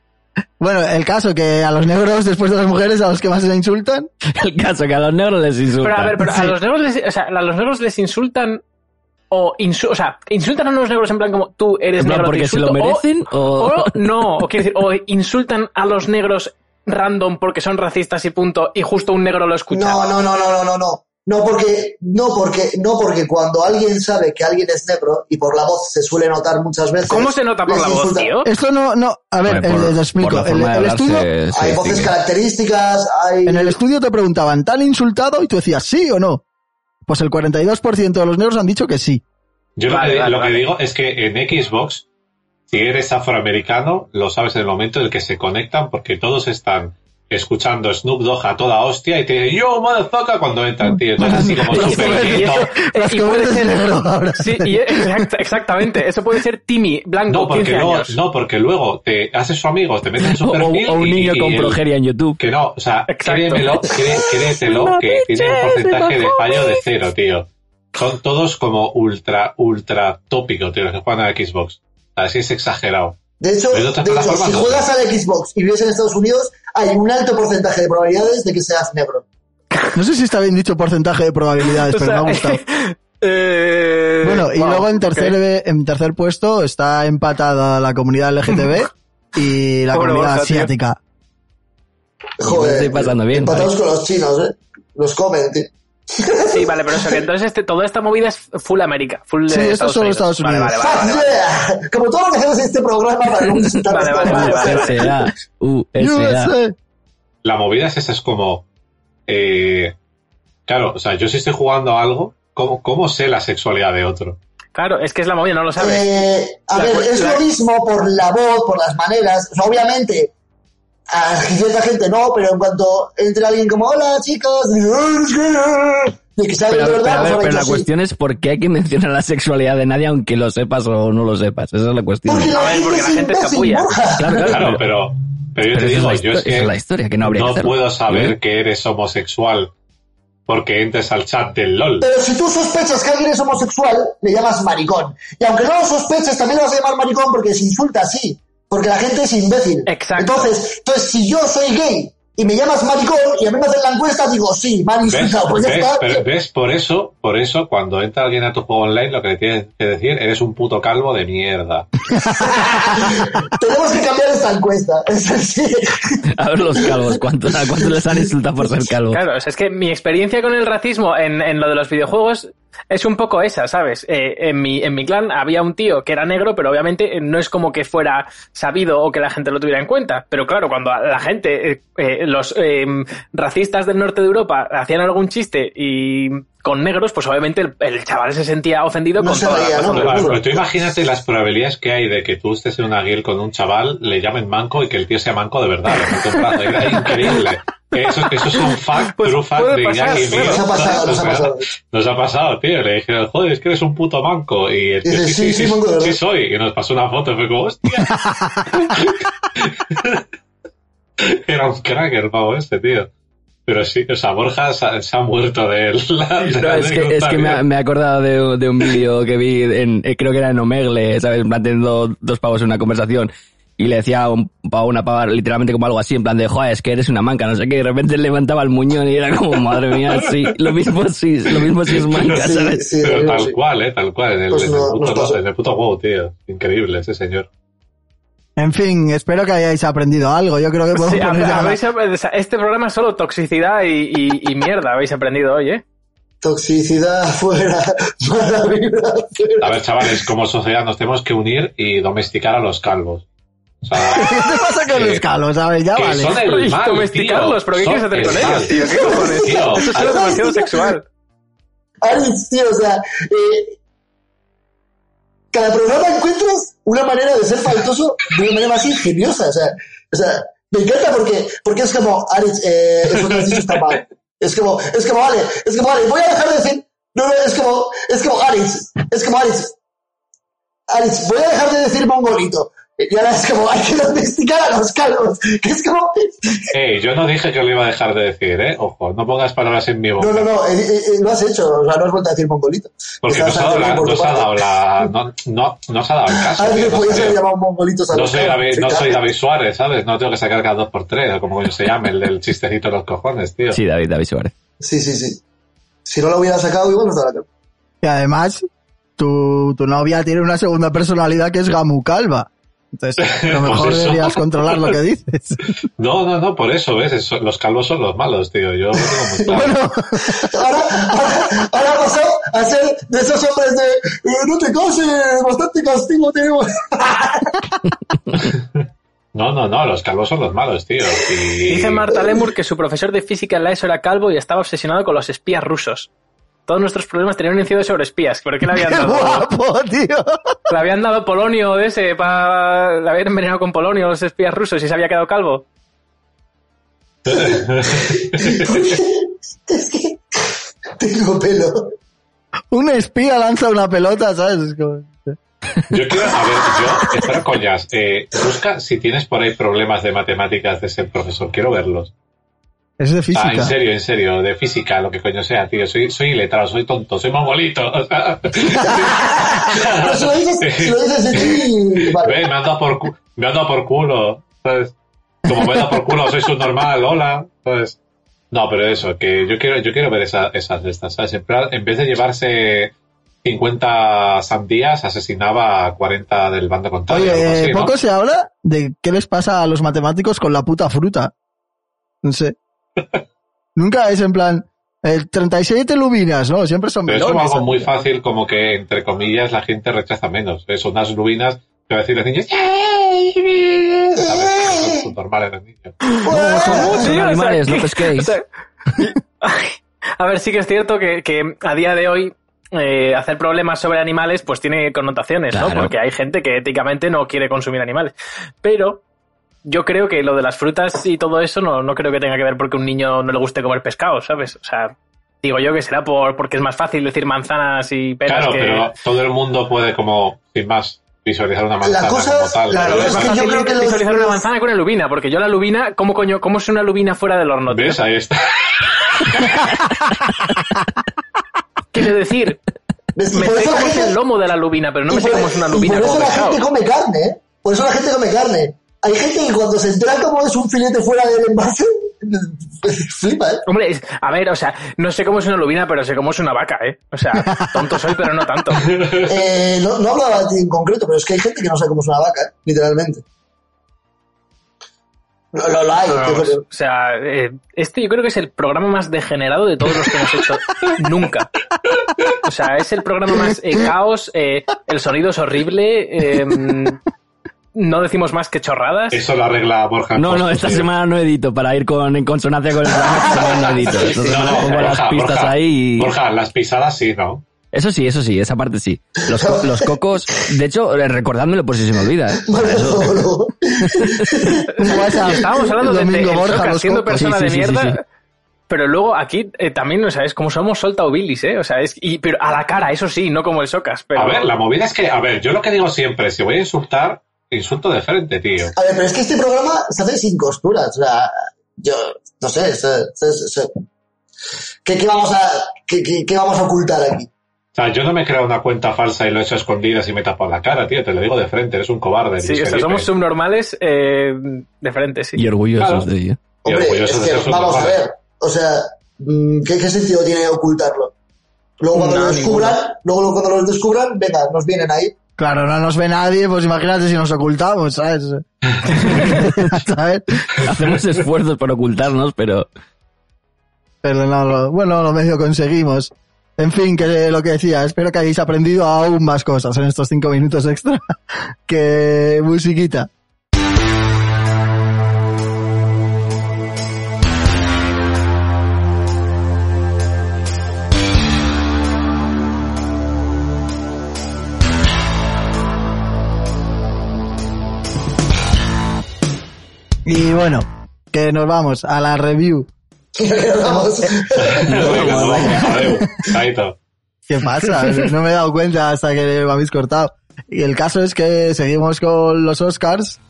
S1: bueno, el caso que a los negros, después de las mujeres, a los que más se insultan.
S3: El caso que a los negros les insultan.
S5: Pero a ver, pero a
S1: Sí.
S5: los negros les, o sea, a los negros les insultan o insu- o sea, insultan a los negros en plan como tú eres
S3: En plan,
S5: negro te
S3: porque se
S5: insulto,
S3: lo
S5: o-
S3: merecen o,
S5: o, no, o quiero decir, o insultan a los negros random porque son racistas y punto y justo un negro lo escucha.
S2: No, no, no, no, no, no, no. No porque, no porque, no porque cuando alguien sabe que alguien es negro y por la voz se suele notar muchas veces.
S5: ¿Cómo se nota por
S2: les
S5: la voz,
S2: insulta.
S5: tío?
S1: Esto no, no, a ver,
S3: Bueno,
S1: el-
S3: Pues por-
S1: te explico.
S3: por la
S1: El,
S3: forma de
S1: el
S3: hablarse,
S1: estudio,
S3: se
S2: Hay voces
S3: distingue.
S2: características, hay.
S1: en el estudio te preguntaban, ¿tan insultado? Y tú decías, ¿sí o no? Pues el 42% de los negros han dicho que sí.
S4: Yo
S5: Vale,
S4: lo, que,
S5: vale,
S4: lo que
S5: vale.
S4: digo es que en Xbox, si eres afroamericano, lo sabes en el momento en el que se conectan, porque todos están escuchando Snoop Dogg a toda hostia y te dicen, yo, motherfucker, cuando entran, tío. Entonces, así como
S5: Y
S4: súper
S5: eso- y
S4: quieto.
S5: eso-
S1: Los
S5: Eh, y
S1: que
S5: puede
S1: huelen de
S5: ser-
S1: negro ahora.
S5: Sí, y- exact- exactamente. Eso puede ser Timmy, blanco,
S4: No,
S5: 15
S4: porque no,
S5: años.
S4: no, porque luego te haces su amigo, te metes en su
S3: o-
S4: perfil
S3: o un
S4: y-
S3: niño
S4: y
S3: con
S4: el-
S3: progeria en YouTube.
S4: Que no, o sea,
S5: Exacto.
S4: créemelo, cré- créetelo, que tiene un porcentaje de fallo de cero, tío. Son todos como ultra, ultra tópico, tío, los que juegan a la Xbox. Así es exagerado.
S2: De hecho,
S4: Pero en otras
S2: de hecho,
S4: plataformas
S2: si
S4: no.
S2: juegas al Xbox y vives en Estados Unidos, hay un alto porcentaje de probabilidades de que seas negro.
S1: No sé si está bien dicho porcentaje de probabilidades,
S5: O
S1: pero
S5: sea,
S1: me ha gustado.
S5: eh,
S1: Bueno, y
S5: wow,
S1: luego en
S5: ok.
S1: tercer, en tercer puesto está empatada la comunidad LGTB y la
S5: Pobre
S1: comunidad
S5: Borja, tío.
S1: asiática.
S2: Joder.
S3: estoy pasando bien,
S2: Empatados con los chinos, ¿eh? Los comen, tío.
S5: Sí, vale, pero eso que entonces este, toda esta movida es full América, full de
S1: Sí, eso
S5: Estados
S1: solo
S5: Unidos.
S1: Estados
S5: Vale,
S1: Unidos.
S5: vale, vale,
S2: Fuck
S5: vale.
S2: yeah. Como todo lo que hacemos en este programa para no insultar
S5: Vale,
S2: a los
S5: vale, vale,
S2: demás.
S5: vale.
S3: USA, USA.
S1: USA.
S4: la movida es esa, es como, eh, claro, o sea, yo si estoy jugando a algo, ¿cómo, cómo sé la sexualidad de otro?
S5: Claro, es que es la movida, no lo sabes.
S2: Eh, a
S5: La
S2: ver,
S5: cu-
S2: es
S5: la-
S2: lo mismo por la voz, por las maneras. O sea, obviamente, a cierta gente no, pero en cuanto entre alguien como, hola chicos, y, "Ah, eres gay", y que sabe
S3: Pero, pero
S2: de
S3: a
S2: verdad,
S3: ver,
S2: pues,
S3: pero
S2: ahora
S3: la
S2: yo sí.
S3: cuestión es por qué hay que mencionar la sexualidad de nadie aunque lo sepas o no lo sepas. Esa es la cuestión.
S2: Porque la
S5: A ver,
S2: gente
S5: porque la
S2: es
S5: gente se
S2: imbécil,
S5: apoya.
S2: Borja.
S3: Claro, claro,
S4: Claro,
S3: pero,
S4: pero, pero yo te
S3: pero esa es
S4: digo,
S3: la
S4: yo
S3: historia,
S4: es
S3: esa es la
S4: que
S3: historia, que no habría que
S4: no
S3: hacerlo.
S4: puedo
S3: ¿Eh?
S4: saber que eres homosexual porque entres al chat del LOL.
S2: Pero si tú sospechas que alguien es homosexual, le llamas maricón. Y aunque no lo sospeches, también lo vas a llamar maricón porque se insulta así. Porque la gente es imbécil.
S5: Exacto.
S2: Entonces, entonces, si yo soy gay y me llamas maricón y a mí me hacen la encuesta, digo, sí, me han
S4: ¿Ves?
S2: insultado. Pues ya
S4: ¿Ves?
S2: está.
S4: Pero- ¿Ves? Por eso, por eso, cuando entra alguien a tu juego online, lo que le tienes que decir, eres un puto calvo de mierda.
S2: Tenemos que cambiar esta encuesta. Es así.
S3: A ver los calvos, ¿cuántos, ¿a cuántos les han insultado por ser calvo?
S5: Claro, o sea, es que mi experiencia con el racismo en, en lo de los videojuegos es un poco esa, ¿sabes? Eh, en, mi, en mi clan había un tío que era negro, pero obviamente eh, no es como que fuera sabido o que la gente lo tuviera en cuenta. Pero claro, cuando a la gente, eh, eh, los eh, racistas del norte de Europa hacían algún chiste y con negros, pues obviamente el, el chaval se sentía ofendido
S2: No
S5: con
S2: se
S5: toda la
S2: reía,
S5: razón
S2: ¿no?
S5: del
S4: Claro,
S2: seguro.
S4: pero tú imagínate las probabilidades que hay de que tú estés en una guild con un chaval, le llamen manco y que el tío sea manco de verdad. le corte un brazo. Era increíble. Eso, eso es un fact,
S5: Pues
S4: true fact
S5: puede
S4: de
S5: pasar,
S4: Iñaki y mío.
S2: Nos
S5: claro.
S2: ha pasado, nos ha pasado.
S4: Nos ha pasado, tío. Le dije, joder, es que eres un puto manco. Y el tío,
S2: Dice,
S4: sí, sí,
S2: sí,
S4: sí,
S2: sí, manco de
S4: sí
S2: verdad.
S4: soy. Y nos pasó una foto y fue como, hostia. Era un crack el pavo este, tío. Pero sí, o sea, Borja se ha, se ha muerto de él. La, de
S3: No,
S4: la
S3: es que, es que me,
S4: anécdota,
S3: ha- me he acordado de, de un vídeo que vi, en, eh, creo que era en Omegle, ¿sabes? Manteniendo dos pavos en una conversación. Y le decía a un pavo, una pava, literalmente como algo así, en plan de, joder, es que eres una manca, no sé qué. Y de repente levantaba el muñón y era como, madre mía, sí, lo mismo sí, lo mismo sí es manca,
S2: Sí,
S3: ¿sabes?
S2: sí,
S4: Pero
S2: sí,
S4: tal
S2: sí.
S4: cual, eh, tal cual. En el,
S2: Pues
S4: en
S2: no,
S4: el puto,
S2: nos pasó.
S4: en el puto WoW, tío. Increíble ese señor.
S1: En fin, espero que hayáis aprendido algo. Yo creo que podemos
S5: Sí,
S1: poner ya la-
S5: habéis- habéis- este programa es solo toxicidad y, y- y mierda, habéis aprendido hoy, ¿eh?
S2: Toxicidad afuera, mala vibra afuera.
S4: A ver, chavales, como sociedad nos tenemos que unir y domesticar a los calvos. O sea,
S1: ¿Qué te pasa con
S4: Sí.
S1: los calos? A ver, ya
S4: que
S1: vale.
S4: son el
S5: Y
S4: mal, tío.
S5: domesticarlos, pero ¿qué
S4: Son
S5: quieres hacer
S4: el
S5: con
S4: mal.
S5: ellos, tío? ¿Qué cojones?
S4: Tío,
S5: Eso es solo demasiado sexual.
S2: Aris, tío, o sea, eh, cada programa encuentras una manera de ser faltoso de una manera más ingeniosa. O sea, o sea me encanta porque, porque es como, Aritz, eh, eso que has dicho está mal. Es como, es como, vale, es como, vale, voy a dejar de decir, no, no, es como, es como, Aritz, es como, Aritz, Aritz, voy a dejar de decir mongolito. Y ahora es como, hay que domesticar a los calvos. Que es como,
S4: Ey, yo no dije que lo iba a dejar de decir, ¿eh? Ojo, no pongas palabras en mi boca.
S2: no, no, no, eh, eh, eh, lo has hecho, o sea, no has vuelto a decir mongolito.
S4: Porque
S2: Estás
S4: nos ha dado la,
S2: haciendo por tu
S4: nos ha
S2: parte.
S4: dado la, no, no, no os ha dado el caso.
S2: Alguien
S4: tío, no
S2: podía
S4: sé.
S2: ser llamado mongolitos a
S4: No
S2: los
S4: soy,
S2: cabros,
S4: David,
S2: sí,
S4: no
S2: claro.
S4: soy David Suárez, ¿sabes? No tengo que sacar cada dos por tres, o como coño se llame, el del chistecito de los cojones, tío.
S3: Sí, David, David Suárez.
S2: Sí, sí, sí. Si no lo hubiera sacado, igual nos daba la cara.
S1: Y además, tu, tu novia tiene una segunda personalidad que es Gamu Calva. Entonces, a lo
S4: Pues
S1: mejor
S4: eso.
S1: deberías controlar lo que dices.
S4: No, no, no, por eso, ¿ves? Eso- los calvos son los malos, tío. Yo lo tengo muy claro.
S1: Bueno,
S2: Ahora, ahora, ahora ha pasado a ser de esos hombres de eh, no te cases, bastante castigo tenemos.
S4: No, no, no, los calvos son los malos, tío. Y...
S5: Dice Marta Lemur que su profesor de física en la ESO era calvo y estaba obsesionado con los espías rusos. Todos nuestros problemas tenían un incidio sobre espías. ¿Por qué le habían
S1: qué
S5: dado?
S1: guapo, tío.
S5: Le habían dado polonio de ese para... Le habían envenenado con polonio los espías rusos y se había quedado calvo.
S2: Es que tengo pelo.
S1: Un espía lanza una pelota, ¿sabes? Es como-
S4: Yo quiero, a ver, yo, espera, coñas, eh, busca si tienes por ahí problemas de matemáticas de ese profesor, quiero verlos.
S1: Es de
S4: Ah, en
S1: física.
S4: serio, en serio, de física, lo que coño sea, tío, soy, soy iletrado, soy tonto, soy mongolito. o sea,
S2: Pero si lo dices, si lo dices de ti, vale.
S4: ve, me han dado por, cu- me han dado por culo, ¿sabes? Como me han dado por culo, soy subnormal, hola, ¿sabes? No, pero eso, que yo quiero, yo quiero ver esa- esas listas, ¿sabes? En, plan, en vez de llevarse 50 sandías, asesinaba a 40 del bando contrario.
S1: Oye,
S4: algo así,
S1: eh,
S4: ¿no?
S1: poco se habla de qué les pasa a los matemáticos con la puta fruta. No sé. Nunca es en plan, el 37 lubinas, ¿no? Siempre son
S4: Pero es como
S1: melones.
S4: algo muy
S1: tío.
S4: fácil, como que, entre comillas, la gente rechaza menos. Eh, Son unas lubinas que va a decir los niños, "Ay, ¿sabes? Son normales los niños.
S3: Son
S5: Sí, o sea,
S3: animales,
S5: que-
S3: no pesquéis.
S5: o sea, a ver, sí que es cierto que, que a día de hoy eh, hacer problemas sobre animales pues tiene connotaciones, ¿no?
S3: Claro.
S5: Porque hay gente que éticamente no quiere consumir animales. Pero yo creo que lo de las frutas y todo eso no, no creo que tenga que ver porque un niño no le guste comer pescado, ¿sabes? O sea, digo yo que será por porque es más fácil decir manzanas y peras
S4: Claro,
S5: que...
S4: pero todo el mundo puede, como, sin más, visualizar una manzana
S2: La cosa
S4: como
S2: es-
S4: tal.
S2: claro,
S4: Pero
S5: Es
S2: es
S5: más
S2: que yo
S5: fácil
S2: creo que los-
S5: visualizar una
S2: los-
S5: manzana con una lubina, porque yo la lubina, ¿cómo coño? ¿Cómo es una lubina fuera del horno? tío?
S4: ¿Ves? Ahí está.
S5: Quiero decir,
S2: ¿Ves? Y
S5: me
S2: por
S5: sé
S2: eso la
S5: cómo es
S2: gente-
S5: el lomo de la lubina, pero no
S2: y
S5: me sé
S2: por-
S5: cómo es una
S2: y
S5: lubina
S2: Por
S5: como
S2: eso la
S5: pescado.
S2: gente come carne, ¿eh? Por eso la gente come carne. Hay gente que cuando se entera cómo es un filete fuera del envase, flipa, ¿eh?
S5: Hombre, es- a ver, o sea, no sé cómo es una lubina, pero sé cómo es una vaca, ¿eh? O sea, tonto soy, pero no tanto.
S2: Eh, no, no hablaba de ti en concreto, pero es que hay gente que no sabe cómo es una vaca, ¿eh? literalmente. Lo, lo, lo hay.
S5: Pero
S2: que-
S5: vamos, o sea, eh, este yo creo que es el programa más degenerado de todos los que hemos hecho nunca. O sea, es el programa más eh, caos, eh, el sonido es horrible, eh, no decimos más que chorradas.
S4: Eso lo arregla Borja.
S3: No, no,
S4: Costa,
S3: esta
S4: tío.
S3: semana no edito para ir con, en consonancia con el programa. Esta semana no edito. Entonces
S4: No, no,
S3: pongo
S4: Borja,
S3: las pistas
S4: Borja,
S3: ahí y...
S4: Borja, las pisadas sí, ¿no?
S3: Eso sí, eso sí, esa parte sí. Los, co- los cocos, de hecho, eh, recordádmelo por si se me olvida. ¿eh?
S2: Vale, no, no.
S1: WhatsApp,
S5: Ah, Estábamos hablando de, de
S1: Domingo
S5: el
S1: Borja,
S5: Socas
S1: los
S5: siendo
S1: cocos.
S5: persona
S3: Sí,
S5: de
S3: sí, sí,
S5: mierda.
S3: sí, sí.
S5: Pero luego aquí eh, también, o sea, es como somos solta o bilis, ¿eh? O sea, es, y, pero a la cara, eso sí, no como el Socas. Pero
S4: A ver, la movida es que, a ver, yo lo que digo siempre, si voy a insultar, insulto de frente, tío.
S2: A ver, pero es que este programa se hace sin costuras. O sea, yo no sé. se- se- se- ¿Qué, qué vamos a, qué, qué- qué vamos a ocultar aquí?
S4: O sea, yo no me he creado una cuenta falsa y lo he hecho a escondidas y me he tapado la cara, tío. Te lo digo de frente, eres un cobarde.
S5: sí,
S4: Luis
S5: o sea,
S4: Felipe.
S5: somos subnormales eh, de frente, sí.
S3: Y orgullosos
S4: Claro.
S3: de ello.
S4: Y
S2: Hombre, es
S4: orgulloso de ser
S2: que
S4: su
S2: vamos a
S4: cobarde.
S2: ver. O sea, mm, ¿qué, qué sentido tiene ocultarlo? Luego cuando
S5: No,
S2: lo descubran, luego cuando los descubran, venga, nos vienen ahí.
S1: Claro, no nos ve nadie, pues imagínate si nos ocultamos, ¿sabes? ¿Sabes?
S3: Hacemos esfuerzos por ocultarnos, pero...
S1: Pero no lo- bueno, lo medio conseguimos. En fin, que lo que decía, espero que hayáis aprendido aún más cosas en estos cinco minutos extra que musiquita. Y bueno, que nos vamos a la review.
S2: Vamos.
S4: Venga, vamos, adeu. Chaito.
S1: ¿Qué pasa? No me he dado cuenta hasta que me habéis cortado. Y el caso es que seguimos con los Oscars.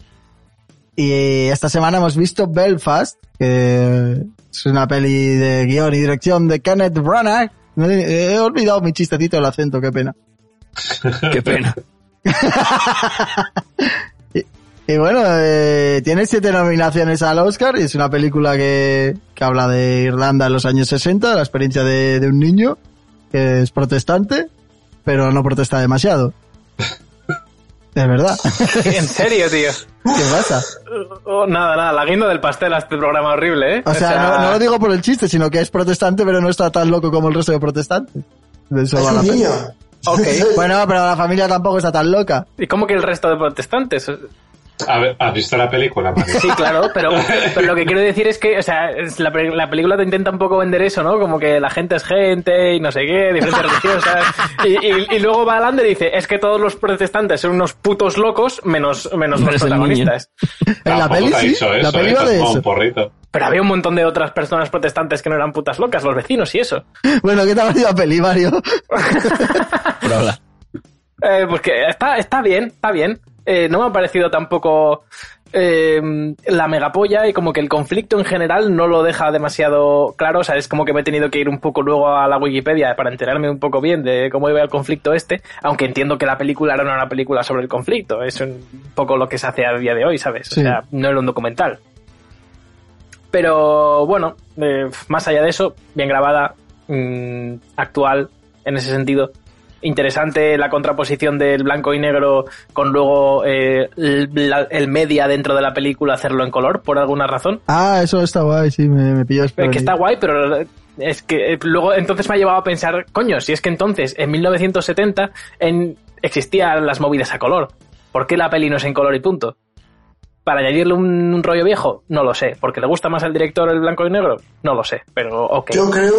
S1: Y esta semana hemos visto Belfast, que es una peli de guión y dirección de Kenneth Branagh. Me- He olvidado mi chistecito del acento, qué pena.
S3: Qué pena.
S1: Y bueno, eh, tiene siete nominaciones al Oscar y es una película que, que habla de Irlanda en los años 60, la experiencia de, de un niño que es protestante, pero no protesta demasiado. De verdad.
S5: En serio, tío.
S1: ¿Qué pasa?
S5: Oh, nada, nada, la guinda del pastel a este programa horrible, ¿eh?
S1: O sea, no, no lo digo por el chiste, sino que es protestante, pero no está tan loco como el resto de protestantes. De eso
S2: Es
S1: va la
S2: un
S1: peli.
S2: niño.
S5: Ok.
S1: Bueno, pero la familia tampoco está tan loca.
S5: ¿Y cómo que el resto de protestantes?
S4: A ver, ¿Has visto la película, Mario?
S5: Sí, claro, pero, pero lo que quiero decir es que, o sea, es la, pe- la película te intenta un poco vender eso, ¿no? Como que la gente es gente y no sé qué, diferentes religiosas. Y, y- y luego va Alander y dice, es que todos los protestantes son unos putos locos menos, menos los
S3: Menos el niño.
S5: protagonistas.
S1: En la
S4: Tampoco
S1: peli
S4: te ha
S1: sí,
S4: dicho
S1: la
S4: eso,
S1: peli
S4: ¿eh?
S1: va de
S4: Tampoco,
S1: eso.
S4: Un porrito.
S5: Pero había un montón de otras personas protestantes que no eran putas locas, los vecinos y eso.
S1: Bueno, ¿qué te ha parecido la peli, Mario?
S3: Por hablar.
S5: Eh, pues que está, está bien, está bien. Eh, no me ha parecido tampoco eh, la megapolla y como que el conflicto en general no lo deja demasiado claro. O sea, es como que me he tenido que ir un poco luego a la Wikipedia para enterarme un poco bien de cómo iba el conflicto este. Aunque entiendo que la película era una película sobre el conflicto. Es un poco lo que se hace a día de hoy, ¿sabes?
S1: Sí.
S5: O sea, no era un documental. Pero bueno, eh, más allá de eso, bien grabada, mm, actual en ese sentido. Interesante la contraposición del blanco y negro con luego eh, el, la- el media dentro de la película hacerlo en color por alguna razón.
S1: Ah, eso está guay, sí, me, me pilló
S5: Eh,
S1: desprevenido.
S5: que está guay, pero es que eh, luego entonces me ha llevado a pensar, coño, si es que entonces en 1970 en, existían las movidas a color. ¿Por qué la peli no es en color y punto? ¿Para añadirle un, un rollo viejo? No lo sé. ¿Porque le gusta más al director el blanco y negro? No lo sé, pero ok.
S2: Yo creo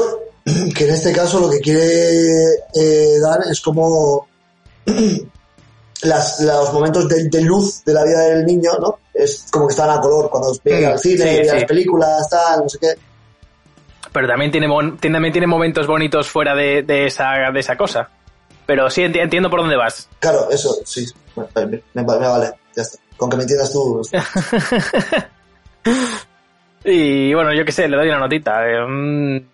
S2: que en este caso lo que quiere eh, dar es como las, los momentos de, de luz de la vida del niño, ¿no? Es como que están a color cuando ve al cine,
S5: sí,
S2: ve
S5: sí.
S2: las películas, tal, no sé qué.
S5: Pero también tiene, mon- tiene- también tiene momentos bonitos fuera de, de esa, de esa cosa. Pero sí, enti- entiendo por dónde vas.
S2: Claro, eso, sí. Bueno, me, me- me vale, ya está. Con que me entiendas tú.
S5: Y bueno, yo qué sé, le doy una notita. eh, un-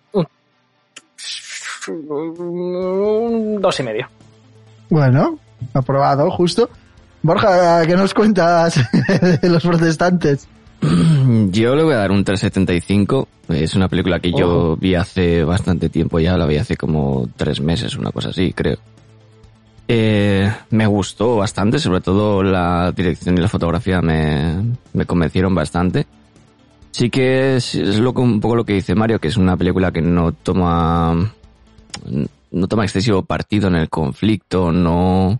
S5: un- un dos y medio.
S1: Bueno, aprobado, justo. Borja, ¿qué nos cuentas de los protestantes?
S3: Mm, Yo le voy a dar un 375. Es una película que yo vi hace bastante tiempo ya, la vi hace como tres meses, una cosa así, creo. Eh, me gustó bastante, sobre todo la dirección y la fotografía me, me convencieron bastante. Sí que es, es lo, que- un poco lo que dice Mario, que es una película que no toma, no toma excesivo partido en el conflicto, no,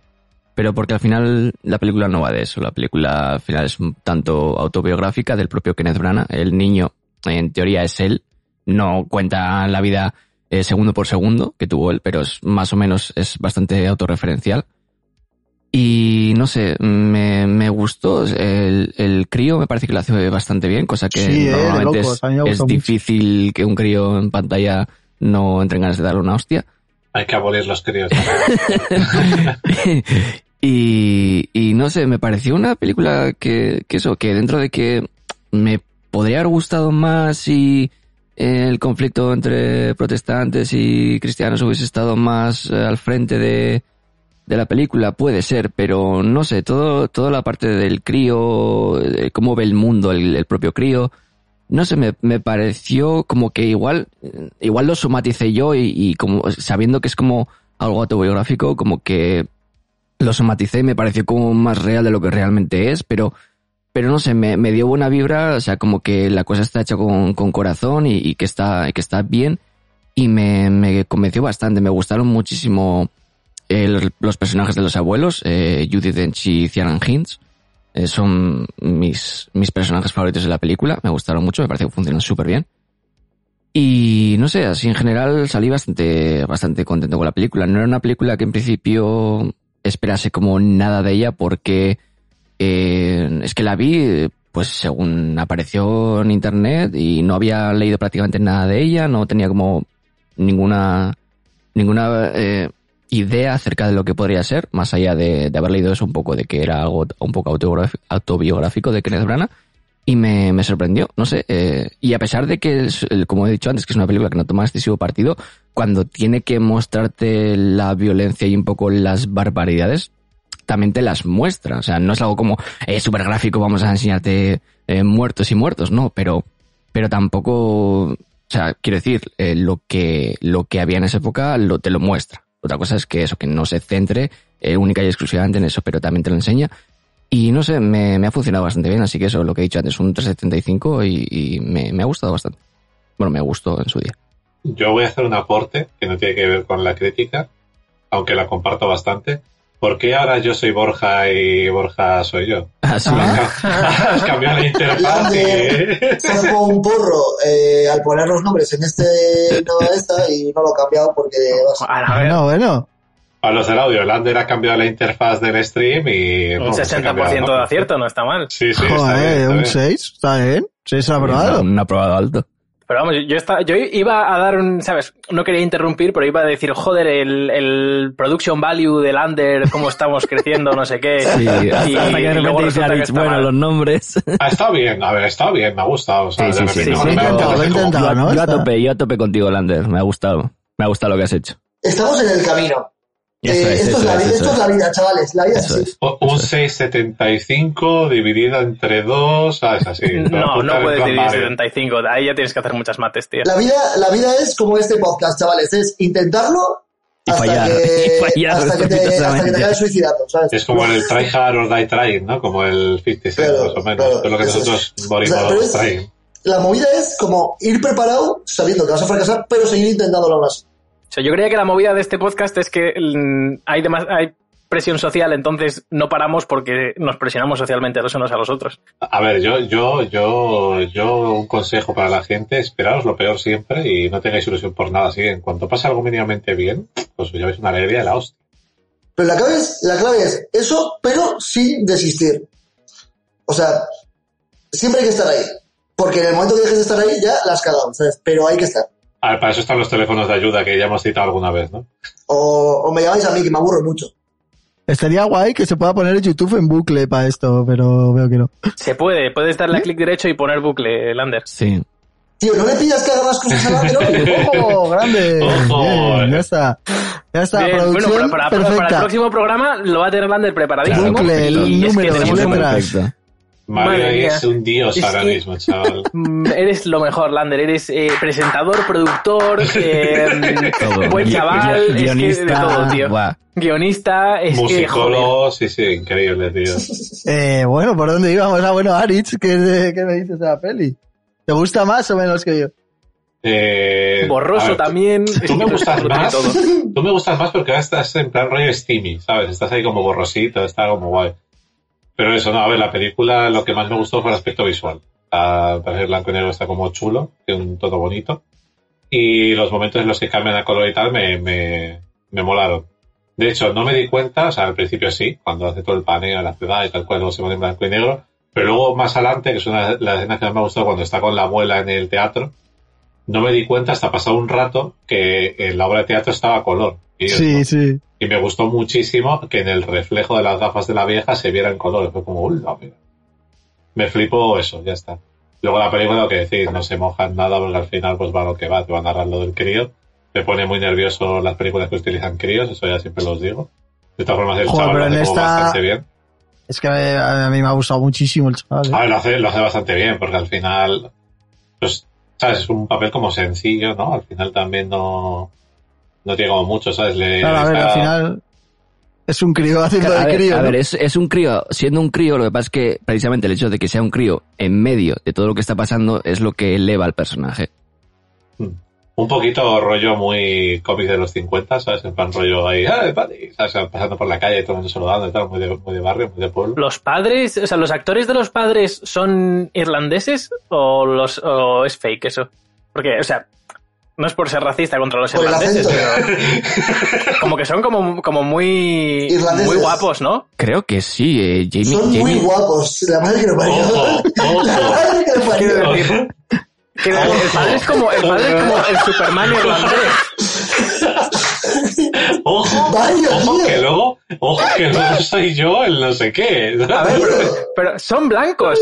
S3: pero porque al final la película no va de eso. La película al final es un tanto autobiográfica del propio Kenneth Branagh. El niño, en teoría, es él. No cuenta la vida eh, segundo por segundo que tuvo él, pero es más o menos es bastante autorreferencial. Y no sé, me, me gustó. El, el crío me parece que lo hace bastante bien, cosa que
S1: Sí, eh, de
S3: normalmente
S1: locos,
S3: es-
S1: a mí me
S3: es,
S1: gustó mucho.
S3: difícil que un crío en pantalla no entre en ganas de darle una hostia.
S4: Hay que abolir los críos.
S3: y, y no sé, me pareció una película que, que eso, que dentro de que me podría haber gustado más si el conflicto entre protestantes y cristianos hubiese estado más eh, al frente de, de la película, puede ser, pero no sé, todo, toda la parte del crío, de cómo ve el mundo el, el propio crío, no sé, me, me pareció como que igual, eh, igual lo somaticé yo y, y como sabiendo que es como algo autobiográfico, como que lo somaticé y me pareció como más real de lo que realmente es, pero, pero no sé, me, me dio buena vibra, o sea, como que la cosa está hecha con, con corazón y, y que está, que está bien y me, me convenció bastante, me gustaron muchísimo eh, los, los personajes de los abuelos, eh, Judith Dench y Ciaran Hinds. Eh, son mis, mis personajes favoritos de la película, me gustaron mucho, me parece que funcionan súper bien. Y no sé, así en general salí bastante, bastante contento con la película. No era una película que en principio esperase como nada de ella porque eh, es que la vi eh, pues según apareció en internet y no había leído prácticamente nada de ella, no tenía como ninguna, ninguna eh, idea acerca de lo que podría ser, más allá de, de haber leído eso un poco, de que era algo un poco autobiográfico, autobiográfico de Kenneth Branagh, y me, me sorprendió, no sé, eh, y a pesar de que, es, el- como he dicho antes, que es una película que no toma excesivo partido, cuando tiene que mostrarte la violencia y un poco las barbaridades, también te las muestra, o sea, no es algo como, eh, super gráfico, vamos a enseñarte eh, muertos y muertos, no, pero, pero tampoco, o sea, quiero decir, eh, lo que, lo que había en esa época lo, te lo muestra. Otra cosa es que eso, que no se centre eh, única y exclusivamente en eso, pero también te lo enseña. Y no sé, me, me ha funcionado bastante bien, así que eso, lo que he dicho antes, un 375 y, y me, me ha gustado bastante. Bueno, me gustó en su día.
S4: Yo voy a hacer un aporte que no tiene que ver con la crítica, aunque la comparto bastante. ¿Por qué ahora yo soy Borja y Borja soy yo?
S3: Así
S4: Has cambiado la interfaz. y-
S2: Grande. Fue como un burro eh, al poner los nombres en este nueva esta y no lo he cambiado porque vas-
S5: A
S3: Ah,
S5: la
S1: Bueno,
S5: ver,
S1: bueno.
S4: A los del audio, Lander ha cambiado la interfaz del stream y...
S5: un
S4: bueno, se ha cambiado,
S5: 60% de
S4: ¿no?
S5: acierto, no está mal.
S4: Sí, sí, está bien,
S1: Joder,
S4: está
S1: un
S4: bien.
S1: 6, está bien. 6 aprobado.
S3: Un aprobado alto.
S5: Pero vamos, yo, esta- yo iba a dar un, ¿sabes? No quería interrumpir, pero iba a decir, joder, el, el production value del under, cómo estamos creciendo, no sé qué.
S3: Sí, hasta,
S5: Y-
S3: hasta que
S5: y
S3: de
S5: luego
S3: repente dice
S5: resulta que
S3: Aritz,
S5: está
S3: bueno,
S5: mal.
S3: los nombres.
S4: Ah, está bien, a ver, está bien, me ha gustado. O sea,
S3: Sí,
S4: de
S3: sí, sí,
S4: repente
S3: sí,
S4: no
S3: sí,
S4: me ha
S3: he
S4: dado
S1: intentado,
S4: así
S1: he
S4: como-
S1: intentado.
S3: Yo, a-
S1: ¿no?
S3: yo a
S1: Está-
S3: tope, yo a tope contigo, Lander. Me ha gustado. Me ha gustado lo que has hecho.
S2: Estamos en el camino.
S3: Eso
S2: Eh,
S3: es,
S2: esto
S3: eso
S2: es, la,
S3: es,
S2: vida-
S3: eso
S2: esto es la vida, chavales. La vida
S3: es.
S2: es
S3: Eso
S2: así.
S3: es.
S4: O- Un 6,75 dividido entre 2, ¿sabes? Así.
S5: No, no puedes dividir
S4: dividir
S5: 75. Ahí ya tienes que hacer muchas mates, tío.
S2: La vida, la vida es como este podcast, chavales. Es intentarlo
S3: Y
S2: hasta,
S3: fallar,
S2: que,
S3: y fallar
S2: hasta, que te, hasta que te
S3: estrepitosamente.
S2: acaben suicidando, ¿sabes?
S4: Es como el try hard or die trying, ¿no? Como el 50 Cent,
S2: Claro,
S4: más o menos.
S2: claro,
S4: es lo que
S2: eso
S4: nosotros morimos
S2: O sea, pero es-
S4: trying.
S2: La movida es como ir preparado, sabiendo que vas a fracasar, pero seguir intentándolo aún así.
S5: O sea, yo creía que la movida de este podcast es que mm, hay, demas- hay presión social, entonces no paramos porque nos presionamos socialmente los unos a los otros.
S4: A ver, yo, yo, yo, yo, un consejo para la gente, esperaos lo peor siempre y no tengáis ilusión por nada. Así que en cuanto pase algo mínimamente bien, pues ya veis una alegría de la hostia.
S2: Pero la clave es, la clave es eso, pero sin desistir. O sea, siempre hay que estar ahí. Porque en el momento que dejes de estar ahí, ya la has cagado, ¿sabes? Pero hay que estar.
S4: A ver, para eso están los teléfonos de ayuda que ya hemos citado alguna vez, ¿no?
S2: O, o me llamáis a mí, que me aburro mucho.
S1: Estaría guay que se pueda poner YouTube en bucle para esto, pero veo que no.
S5: Se puede, puedes darle a clic derecho y poner bucle, Lander.
S3: Sí.
S2: Tío, no le pidas que haga más cosas a la
S1: ¡Ojo, grande!
S4: Ojo,
S1: Bien,
S4: eh.
S1: ya está. Ya está,
S5: Bien,
S1: producción
S5: bueno, para, para- para el
S1: perfecta.
S5: próximo programa lo va a tener Lander preparadísimo.
S1: Bucle,
S5: y es que
S1: números,
S5: tenemos un-
S1: letras.
S3: Perfecto.
S4: Mario
S5: Madre mía.
S4: es un dios
S5: Es
S4: ahora
S5: que-
S4: mismo, chaval.
S5: Mm, Eres lo mejor, Lander. Eres eh, presentador, productor, eh,
S3: Todo.
S5: buen
S3: Gui-
S5: chaval,
S3: guio-
S5: es que de todo, tío.
S3: guau.
S5: guionista, es que, joder,
S4: Musicólogo, sí, sí, increíble, tío.
S1: Eh, bueno, ¿por dónde íbamos? Ah, bueno, Aritz, ¿qué, qué me dices de la peli? ¿Te gusta más o menos que yo?
S4: Eh, a
S5: borroso
S4: ver,
S5: también. es que
S4: Tú me
S5: lo
S4: gustas
S5: tiene
S4: más.
S5: todo.
S4: Tú me gustas más porque ahora estás en plan rollo steamy, ¿sabes? Estás ahí como borrosito, está como guay. Pero eso, no, a ver, la película lo que más me gustó fue el aspecto visual. Ah, Para el blanco y negro está como chulo, tiene un todo bonito. Y los momentos en los que cambian a color y tal me, me, me molaron. De hecho, no me di cuenta, o sea, al principio sí, cuando hace todo el paneo a la ciudad y tal cual, luego se pone en blanco y negro. Pero luego, más adelante, que es una de las escenas que más me ha gustado cuando está con la abuela en el teatro, no me di cuenta hasta pasado un rato que en la obra de teatro estaba a color. Y, yo,
S1: Sí, sí.
S4: y me gustó muchísimo que en el reflejo de las gafas de la vieja se viera en color. Fue como, "Uy, no, mira". Me flipó eso, ya está. Luego la película, lo que decís, no se mojan nada porque al final pues va lo que va, te va a narrar lo del crío. Me pone muy nervioso las películas que utilizan críos, eso ya siempre los digo. De todas formas, el
S1: Joder,
S4: chaval lo
S1: pero en
S4: hace como
S1: esta-
S4: bastante bien.
S1: Es que eh, a mí me ha gustado muchísimo el chaval.
S4: A
S1: ¿eh?
S4: ver, Ah, lo hace, lo hace bastante bien, porque al final, pues, ¿sabes? Es un papel como sencillo, ¿no? Al final también no, no tiene como mucho, ¿sabes? Le,
S1: Claro, a ver,
S4: Eh, está-
S1: al final es un crío haciendo
S3: a
S1: de
S3: ver,
S1: crío.
S3: a
S1: ¿no?
S3: ver, es, es un crío, siendo un crío, lo que pasa es que precisamente el hecho de que sea un crío en medio de todo lo que está pasando es lo que eleva al personaje.
S4: Un poquito rollo muy cómic de los 50, ¿sabes? En plan rollo ahí, ¡ah, Patty! ¿Sabes? Pasando por la calle, todo el mundo saludando y tal, muy de, muy de barrio, muy de pueblo.
S5: Los padres, o sea, los actores de los padres son irlandeses o los o es fake eso, porque, o sea, No es por ser racista contra los
S2: Por el
S5: irlandeses,
S2: acento.
S5: pero como que son como, como muy,
S2: Irlandeses.
S5: muy guapos, ¿no?
S3: Creo que sí, eh, Jamie.
S2: Son
S3: Jamie-
S2: muy guapos. La madre que lo parió.
S4: Ojo,
S2: La
S4: ojo.
S2: madre que lo parió.
S4: Ojo.
S5: Que el, el padre es como el, padre es como el Superman irlandés.
S4: Ojo,
S2: Vaya,
S4: ojo
S2: tío.
S4: que luego, ojo que luego soy yo el no sé qué.
S5: A ver, pero, pero son blancos.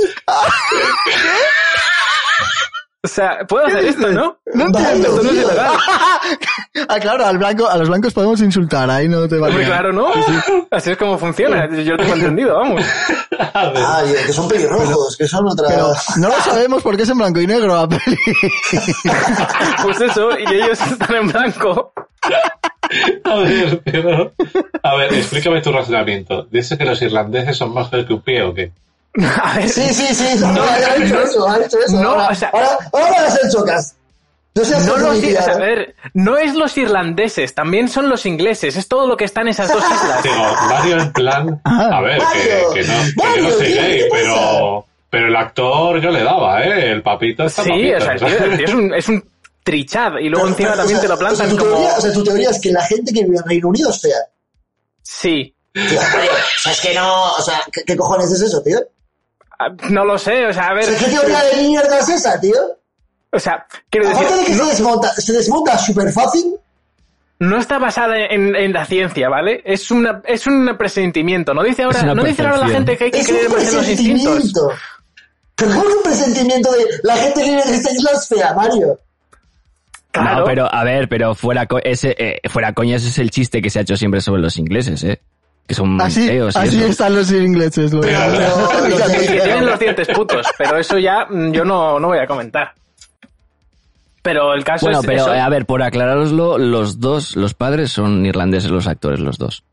S5: O sea, puedo hacer esto, ¿no?
S1: No
S2: Vaya,
S1: entiendo.
S5: Esto no es
S2: tío.
S5: ilegal.
S1: Ah, claro, al blanco, a los blancos podemos insultar, ahí no te va
S5: Hombre, claro, ¿no? Así es como funciona. Yo lo tengo entendido, vamos.
S4: A ver.
S2: Ah, bien, que son pelirrojos, que son otra.
S1: Pero no lo sabemos porque es en blanco y negro la peli.
S5: Pues eso, y ellos están en blanco.
S4: A ver, pero. A ver, explícame tu razonamiento. ¿Dices que los irlandeses son más feos que un pie o qué?
S5: A ver,
S2: Sí, sí, sí. No, ha hecho eso, ha hecho eso.
S5: no,
S2: ahora,
S5: o sea-
S2: ahora, ahora van a ser chocas. No seas
S5: no los,
S2: gilipollas.
S5: o sea, eh, a ver, no es los irlandeses, también son los ingleses. Es todo lo que está en esas dos islas.
S4: Digo, Mario en plan.
S1: Ah.
S4: A ver,
S2: Mario,
S4: que, que no, que yo
S2: Mario,
S4: no soy
S2: tío,
S4: gay,
S2: ¿qué pasa?
S4: pero. Pero el actor yo le daba, ¿eh? El papito está
S5: Sí,
S4: papito,
S5: o sea, el
S4: ¿sabes?
S5: tío, el tío es, un, es un trichad y luego
S2: Pero,
S5: encima
S2: pero,
S5: también
S2: o sea,
S5: te lo plantan
S2: o sea, tu
S5: como...
S2: Teoría, o sea, tu teoría es que la gente que vive en Reino Unido es fea.
S5: Sí,
S2: Tío, hombre, o sea, es que no, o sea, ¿qué, qué cojones es eso, tío? O
S5: Ah, no lo sé, o sea, a ver...
S2: sea, ¿qué teoría de mierda es esa, tío?
S5: O sea, quiero decir...
S2: Aparte de que se desmonta, se desmonta súper fácil.
S5: no está basada en, en la ciencia, ¿vale? Es una es un presentimiento. No dice ahora,
S3: Es una
S5: no dice ahora la
S3: percepción.
S5: gente que hay que
S2: Es un
S5: creer más en los instintos.
S2: presentimiento. Pero ¿cómo es un presentimiento de la gente que vive en esta isla es fea, Mario?
S5: Claro.
S3: No, pero a ver, pero fuera, co- ese, eh, fuera coña, ese es el chiste que se ha hecho siempre sobre los ingleses, ¿eh? Que son
S5: Ah,
S1: Así,
S3: feos y
S1: así
S3: eh, eso.
S1: están los ingleses. Lo
S2: Pero, pero, pero,
S5: Que tienen los dientes putos, pero eso ya mm, yo no, no voy a comentar. Pero el caso
S3: Bueno,
S5: es
S3: pero
S5: eso.
S3: eh, a ver, por aclararoslo, los dos, los padres son irlandeses, los actores, los dos.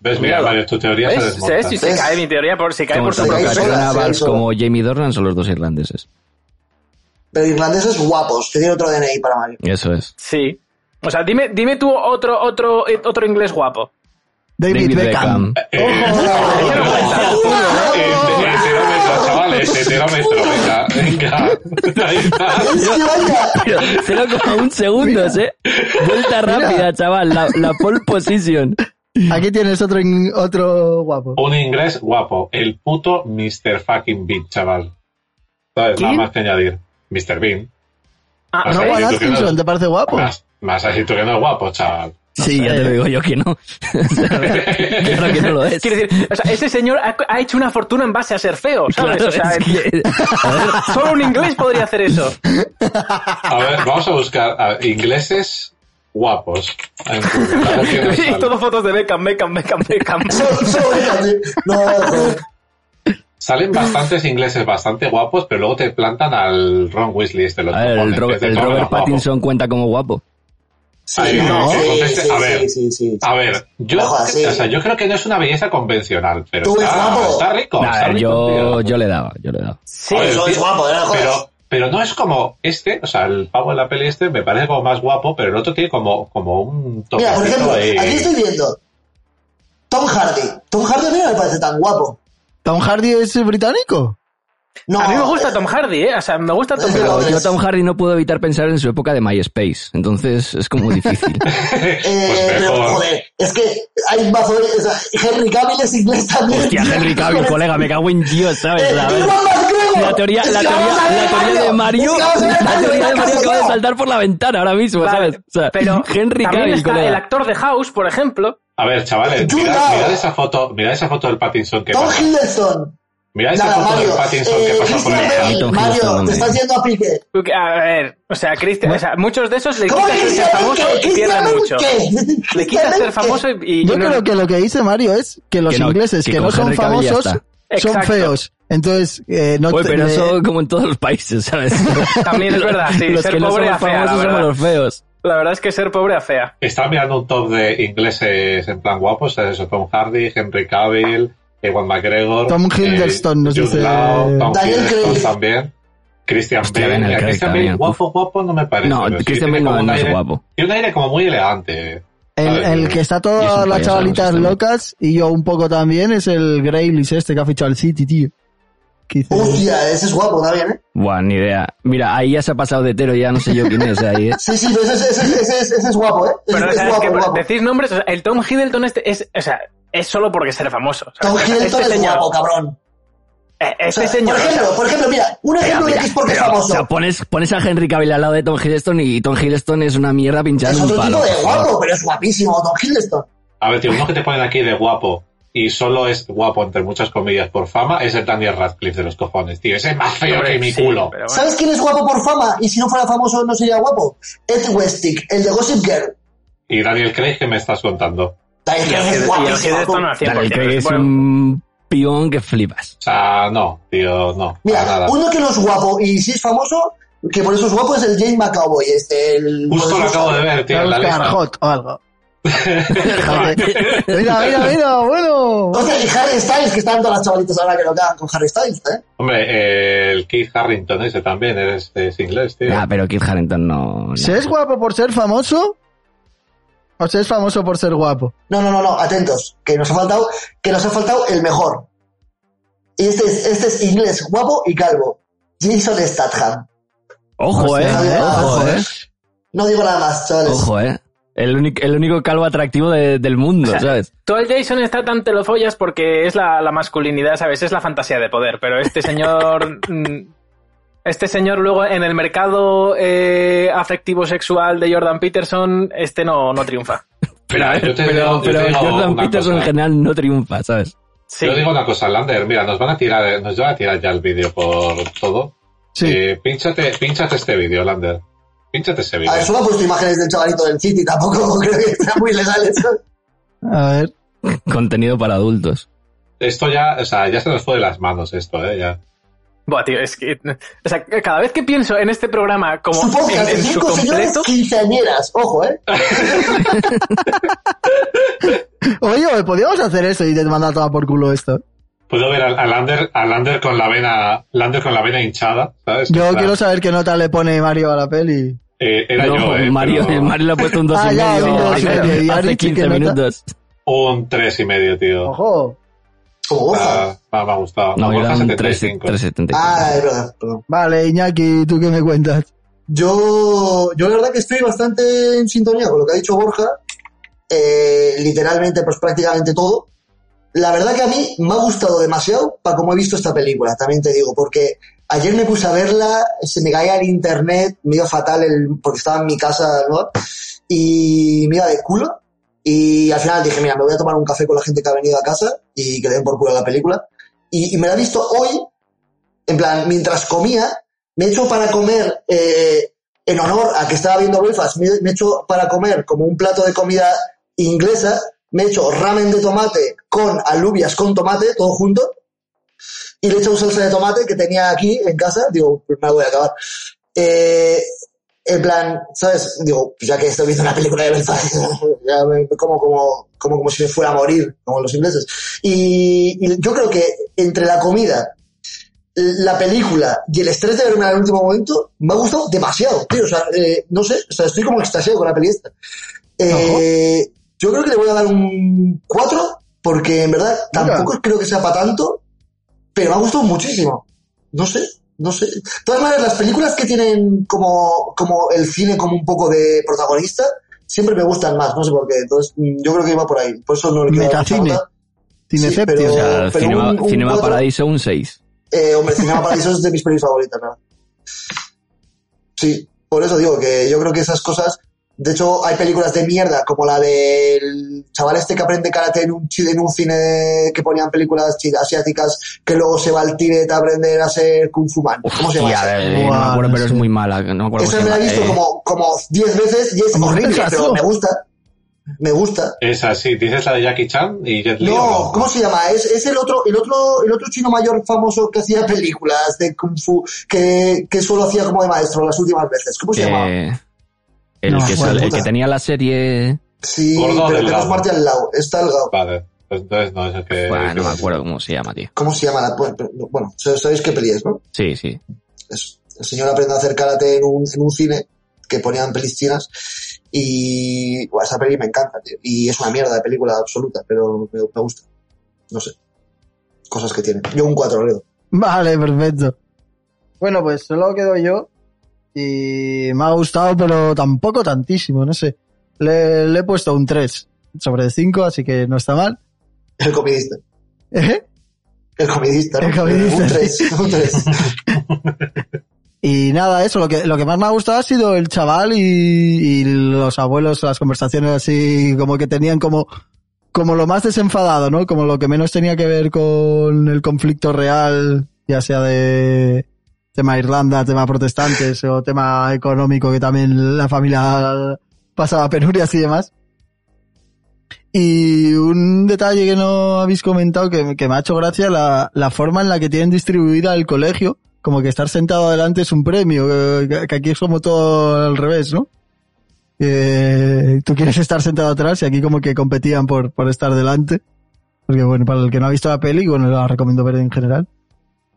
S4: ¿Ves? Mira, Mario, tu teoría se
S5: ¿Ves?
S4: desmonta.
S5: ¿Ves? Si se
S2: ¿Ves?
S5: cae mi teoría, por si cae por su
S2: se
S3: tanto
S5: propia
S2: cae
S5: peso.
S2: sola.
S3: Catriona
S2: sí,
S3: Valls
S2: eso.
S3: como Jamie Dornan son los dos irlandeses.
S2: pero irlandeses guapos, que tiene otro DNI para Mario.
S3: Eso es.
S5: Sí. O sea, dime, dime tú otro, otro, eh, otro inglés guapo.
S1: David, Beckham.
S4: Eh, Heterómetro, chavales, heterómetro, venga, venga. Ahí está.
S2: Es que vaya,
S3: Pero 0,1 segundos, ¿eh? Vuelta rápida, chaval. La, la pole position.
S1: Aquí tienes otro, in- otro guapo.
S4: Un inglés guapo, el puto Mr. fucking Bean, chaval. ¿Sabes? Nada
S5: ¿Quién?
S4: más que añadir. Mr. Bean.
S5: Ah,
S4: O
S5: no,
S4: sea,
S1: Juan
S4: yo creo que
S1: Atkinson,
S4: no.
S1: ¿te parece guapo? Eh,
S4: Más, más así tú que no es guapo, chaval.
S3: Sí, ya te lo digo yo que no. claro que no lo es.
S5: quiero decir, o sea, ese señor ha, ha hecho una fortuna en base a ser feo, ¿sabes?
S3: Claro,
S5: o sea,
S3: es que-
S5: solo un inglés podría hacer eso.
S4: A ver, vamos a buscar a ingleses guapos. En Google, a ver qué nos
S5: Y
S4: sale.
S5: todo fotos de Beckham, Beckham, Beckham, Beckham.
S2: solo, solo déjate. No, joder.
S4: Salen bastantes ingleses bastante guapos, pero luego te plantan al Ron Weasley este
S3: A
S4: loco.
S3: ver, el, Robert- el Robert Pattinson cuenta como guapo.
S2: Sí,
S4: Ahí,
S2: no,
S4: no,
S2: sí,
S4: conteste-
S2: sí,
S4: a ver. Ah,
S2: sí, sí, sí.
S4: A ver, yo,
S2: Ojo, así.
S4: o sea, yo creo que no es una belleza convencional, pero
S2: Tú eres
S4: está,
S2: guapo.
S4: está rico.
S3: Nah,
S4: está rico,
S3: yo,
S4: tío.
S3: yo le daba, yo le daba.
S5: Sí,
S4: Joder,
S2: sois
S4: tío,
S2: guapo, ¿eh? No jodas.
S4: Pero, pero no es como este, o sea, el pavo de la peli este me parece como más guapo, pero el otro tiene como, como un
S2: Mira, por
S4: toquecito
S2: ejemplo,
S4: ahí.
S2: aquí estoy viendo Tom Hardy. Tom Hardy a mí no me parece tan guapo.
S1: ¿Tom Hardy es británico?
S2: No,
S5: a mí me gusta Tom Hardy, ¿eh? O sea, me gusta Tom
S2: Es
S5: Hardy.
S2: verdad.
S3: Pero yo,
S2: Entonces-
S3: Tom Hardy, no puedo evitar pensar en su época de MySpace. Entonces es como difícil.
S2: eh,
S4: Pues
S2: pero,
S4: mejor.
S2: joder, es que hay un mazo de... O sea, Henry Cavill es inglés también.
S3: Hostia, Henry Cavill, colega, me cago en Dios, ¿sabes?
S2: Eh,
S3: A ver.
S2: Iron Man más griego.
S3: La teoría,
S2: Es
S3: la
S2: que
S3: teoría,
S2: vamos a ver
S3: la teoría de Mario,
S2: Es que
S3: la
S2: vamos a ver Mario,
S3: teoría de
S2: ya
S3: Mario
S2: casi
S3: acaba de
S2: no.
S3: saltar por la ventana ahora mismo,
S5: Vale,
S3: Pues, ¿sabes? O sea,
S5: pero
S3: Henry
S5: también
S3: Cavill,
S5: está
S3: colega.
S5: el actor de House, por ejemplo.
S4: A ver, chavales,
S2: Yo
S4: mirad,
S2: nada.
S4: mirad esa foto, mirad esa foto del Pattinson que
S2: Tom
S4: pasa.
S2: Hiddleston.
S4: Mirad esa
S2: Nada,
S4: foto
S2: Mario.
S4: del Pattinson que
S2: Eh,
S4: pasa por
S2: Christian
S4: el
S2: Bale,
S3: Tom
S2: Mario,
S3: Hiddleston,
S2: te estás yendo a pique.
S5: A ver, o sea, Christian, o sea, muchos de esos le
S2: ¿Cómo
S5: quitan
S2: que
S5: el ser
S2: Christian Bale
S5: famoso
S2: qué?
S5: y pierden
S2: Christian Bale
S5: mucho.
S2: qué?
S5: Le quitan ser famoso y, y
S1: Yo
S5: no-
S1: creo que lo que dice Mario es que los
S3: Que no,
S1: ingleses
S3: que
S1: que no
S3: con
S1: son
S3: Henry Cavill ya
S1: famosos
S3: está.
S1: son
S5: Exacto.
S1: feos. Entonces, eh, no
S3: Oye,
S1: te-
S3: pero
S1: le-
S3: eso como en todos los países, ¿sabes?
S5: También es verdad, sí,
S3: los
S5: ser
S3: que no
S5: pobre
S3: somos
S5: afea, la
S3: famosos somos
S5: verdad.
S3: los feos.
S5: La verdad es que ser pobre afea.
S4: Estaba mirando un top de ingleses en plan guapos, es eso, Tom Hardy, Henry Cavill, Ewan McGregor, eh,
S1: Tom Hiddleston, nos
S4: Jude
S1: dice-
S4: Law, Tom
S2: Daniel
S4: Hiddleston
S2: Craig.
S4: también, Christian
S3: Hostia,
S4: Bale,
S3: Daniel
S4: Mira,
S3: Craig
S4: Christian
S3: también,
S4: Bale,
S3: uf.
S4: guapo, guapo no me parece.
S3: No,
S4: pero sí
S3: Christian
S4: tiene
S3: Bale no-
S4: como un
S3: no es
S4: aire-
S3: guapo.
S4: Tiene un aire como muy elegante.
S1: el, el que está
S3: Y es un
S1: todas las
S3: payaso,
S1: chavalitas
S3: justamente.
S1: locas y yo un poco también es el Greylis este que ha fichado al City, tío. quizás.
S2: Hostia, ese es guapo, está bien, ¿eh?
S3: Buah, ni idea. Mira, ahí ya se ha pasado de hetero, ya no sé yo quién es ahí, ¿eh?
S2: Sí, sí, pero ese, es- ese, es- ese, es- ese es guapo, ¿eh? Ese
S5: Pero o
S2: es
S5: sea, es
S2: guapo,
S5: que
S2: es
S5: por
S2: guapo.
S5: decir nombres, o sea, el Tom Hiddleston este es, o sea, es solo porque ser famoso. o sea,
S2: Tom
S5: este
S2: Hiddleston es
S5: señor-
S2: guapo, cabrón.
S5: eh,
S2: O sea,
S5: Este señor.
S2: por ejemplo, por ejemplo, mira, un ejemplo de que es porque es
S3: pero,
S2: famoso.
S3: O sea, pones, pones a Henry Cavill al lado de Tom Hiddleston y Tom Hiddleston es una mierda pinchando
S2: es
S3: un
S2: otro
S3: palo.
S2: tipo de
S3: por favor.
S2: guapo, pero es guapísimo Tom Hiddleston.
S4: A ver, tío, uno que te ponen aquí de guapo y solo es guapo, entre muchas comillas, por fama, es el Daniel Radcliffe de los cojones, tío. Ese es más feo
S5: Hombre,
S4: que mi
S5: sí,
S4: culo.
S5: pero bueno.
S2: ¿Sabes quién es guapo por fama? Y si no fuera famoso no sería guapo. Ed Westick, el de Gossip Girl.
S4: Y Daniel Craig, ¿qué me estás contando?
S2: Daniel
S5: Y el
S2: Craig es
S5: Hiddleston- y el
S2: guapísimo.
S5: Hiddleston al 100%,
S3: Dale, que es
S5: bueno,
S3: un pion que flipas.
S4: O sea, no, tío, no. para
S2: Mira,
S4: nada.
S2: uno que no es guapo y sí es famoso, que por eso es guapo, es el James McAvoy. Este, el,
S4: Justo lo acabo de ver, tío, en la
S1: Oscar
S4: lista.
S1: Hot o algo. Fíjate. mira, mira, mira, bueno.
S2: Hostia, y Harry Styles, que están todas las chavalitas ahora que lo cagan con Harry Styles, ¿eh?
S4: Hombre, eh, el Keith Harrington ese también es, es inglés, tío.
S3: Ah, pero Kit Harington no. no.
S1: ¿Se es guapo por ser famoso? ¿O se es famoso por ser guapo?
S2: No, no, no, no, atentos, que nos ha faltado, que nos ha faltado el mejor. Y este es, este es inglés, guapo y calvo. Jason Statham.
S3: Ojo, eh.
S2: Hostia,
S3: Ojo, eh.
S2: No digo nada más, chavales.
S3: Ojo, eh. El único, el único calvo atractivo de- del mundo,
S5: sea,
S3: ¿sabes?
S5: Tú al Jason está tan te lo follas porque es la, la masculinidad, ¿sabes? Es la fantasía de poder, pero este señor... mm, este señor luego en el mercado eh, afectivo sexual de Jordan Peterson, este no, no triunfa.
S4: Mira, yo te digo-
S3: pero,
S4: yo te
S3: pero
S4: digo
S3: Jordan
S4: una
S3: Peterson en
S4: cosa.
S3: general no triunfa, ¿sabes?
S5: Sí.
S4: Yo digo una cosa, Lander, mira, nos van a tirar, nos van a tirar ya el vídeo por todo.
S1: Sí.
S4: Eh, pínchate, pínchate este vídeo, Lander. Pínchate ese vídeo.
S2: A ver, solo ha puesto imágenes del chavalito del City, tampoco creo que sea muy legal eso.
S1: A ver.
S3: Contenido para adultos.
S4: Esto ya, o sea, ya se nos fue de las manos esto, eh, ya.
S5: Buah, tío, es que... O sea, cada vez que pienso en este programa como
S2: Su
S5: en,
S2: podcast de
S5: en su
S2: cinco señores
S5: completo...
S2: quinceañeras, ojo, ¿eh?
S4: Ah.
S1: Oye, podríamos hacer eso y te mandar toda por culo esto.
S4: Puedo ver a, a Lander, a Lander con la vena, Lander con la vena hinchada, ¿sabes?
S1: Yo
S4: O sea,
S1: quiero saber qué nota le pone Mario a la peli.
S4: eh, era yo,
S3: No,
S4: eh,
S3: Mario,
S4: pero
S3: Mario le ha puesto un 2
S1: Ah,
S3: y
S1: ya,
S3: medio.
S1: un dos y
S3: hace-
S1: medio. Y ha
S3: Hace
S1: dicho que
S3: 15
S1: nota.
S3: minutos.
S4: un tres y medio, tío.
S1: Ojo.
S2: Como Borja.
S4: Ah, ah, me ha gustado.
S3: No,
S4: No,
S3: era
S4: Borja
S3: un
S4: 75.
S3: 375.
S2: Ah, es verdad, perdón.
S1: Vale, Iñaki, ¿tú qué me cuentas?
S2: Yo, yo la verdad que estoy bastante en sintonía con lo que ha dicho Borja. Eh, literalmente, pues prácticamente todo. La verdad que a mí me ha gustado demasiado para como he visto esta película, también te digo, porque ayer me puse a verla, se me caía el internet, me iba fatal el, porque estaba en mi casa, ¿no? Y me iba de culo. Y al final dije, mira, me voy a tomar un café con la gente que ha venido a casa y que le den por culo a la película. Y, y me la he visto hoy, en plan, mientras comía, me he hecho para comer, eh, en honor a que estaba viendo Belfast, me, me he hecho para comer como un plato de comida inglesa, me he hecho ramen de tomate con alubias con tomate, todo junto, y le he hecho un salsa de tomate que tenía aquí en casa, digo, pues me la voy a acabar. Eh, en plan, ¿sabes? Digo, pues ya que estoy viendo una película de Belfast, ya me- como, como, como, como si me fuera a morir, como los ingleses. Y, y yo creo que entre la comida, la película y el estrés de verme al último momento, me ha gustado demasiado, tío. O sea, eh, no sé, o sea, estoy como extasiado con la peli esta. Eh, yo creo que le voy a dar un 4, porque en verdad
S1: Mira.
S2: tampoco creo que sea para tanto, pero me ha gustado muchísimo. No sé, no sé. De todas maneras, las películas que tienen como, como el cine como un poco de protagonista, siempre me gustan más, no sé por qué. Entonces, mm, yo creo que iba por ahí. Por eso no le quiero dar mucha
S1: Metacine.
S2: nota.
S1: Cineceptio.
S2: Sí,
S3: O
S2: pero-
S3: sea, Cinema,
S2: un- un
S3: Cinema
S2: cuatro-
S3: Paradiso un 6.
S2: Eh, hombre, Cinema Paradiso es de mis pelis favoritas, ¿no? Sí, por eso digo que yo creo que esas cosas. De hecho, hay películas de mierda, como la del chaval este que aprende karate en un, chi- en un cine que ponían películas chi- asiáticas, que luego se va al Tíbet a aprender a ser Kung Fu Man. ¿Cómo se llama? esa?
S3: Hostia, eh, no me
S1: Buah,
S3: acuerdo,
S1: no
S3: pero es
S1: sé.
S3: muy mala. No me acuerdo
S2: Esa
S3: cómo
S2: me la
S3: se
S2: he
S3: llama,
S2: visto
S3: eh.
S2: como, como 10 veces y es
S1: Como
S2: horrible,
S1: ricas,
S2: pero
S1: ¿no?
S2: me gusta. Me gusta.
S4: Es así, dices la de Jackie Chan y Jet Li.
S2: No,
S4: ¿o
S2: ¿cómo se llama? Es, es el otro, el otro, el otro chino mayor famoso que hacía películas de Kung Fu, que, que solo hacía como de maestro las últimas veces. ¿Cómo se llama?
S3: Eh, el,
S1: No,
S3: que
S1: joder,
S3: sale- el
S2: puta.
S3: que tenía la serie.
S2: Sí,
S4: Gordo
S2: pero que no
S4: Delgado.
S2: es Marty al lado, está al lado.
S4: Vale, pues entonces no es el que.
S3: Buah, no me acuerdo cómo se llama, tío.
S2: ¿Cómo se llama? la- Bueno, pero- bueno, sabéis qué peli es, ¿no?
S3: Sí, sí.
S2: Eso. El señor aprende a hacer karate en un, en un cine que ponían pelis chinas y buah, esa peli me encanta, tío. Y es una mierda de película absoluta, pero me, me gusta. No sé. Cosas que tiene. Yo un 4 le doy.
S1: Vale, perfecto. Bueno, pues solo quedo yo. Y me ha gustado, pero tampoco tantísimo, no sé. Le, le he puesto un 3 sobre 5, así que no está mal.
S2: El comidista.
S1: ¿Eh?
S2: El comidista, ¿no?
S1: El comidista,
S2: Un 3, un 3.
S1: Y nada, eso, lo que, lo que más me ha gustado ha sido el chaval y, y los abuelos, las conversaciones así como que tenían como, como lo más desenfadado, ¿no? Como lo que menos tenía que ver con el conflicto real, ya sea de tema Irlanda, tema protestantes o tema económico que también la familia pasaba penurias y demás. Y un detalle que no habéis comentado que, que me ha hecho gracia, la, la forma en la que tienen distribuida el colegio, como que estar sentado adelante es un premio, que, que aquí es como todo al revés, ¿no? Eh, tú quieres estar sentado atrás y aquí como que competían por, por estar delante. Porque bueno, para el que no ha visto la peli, bueno, la recomiendo ver en general.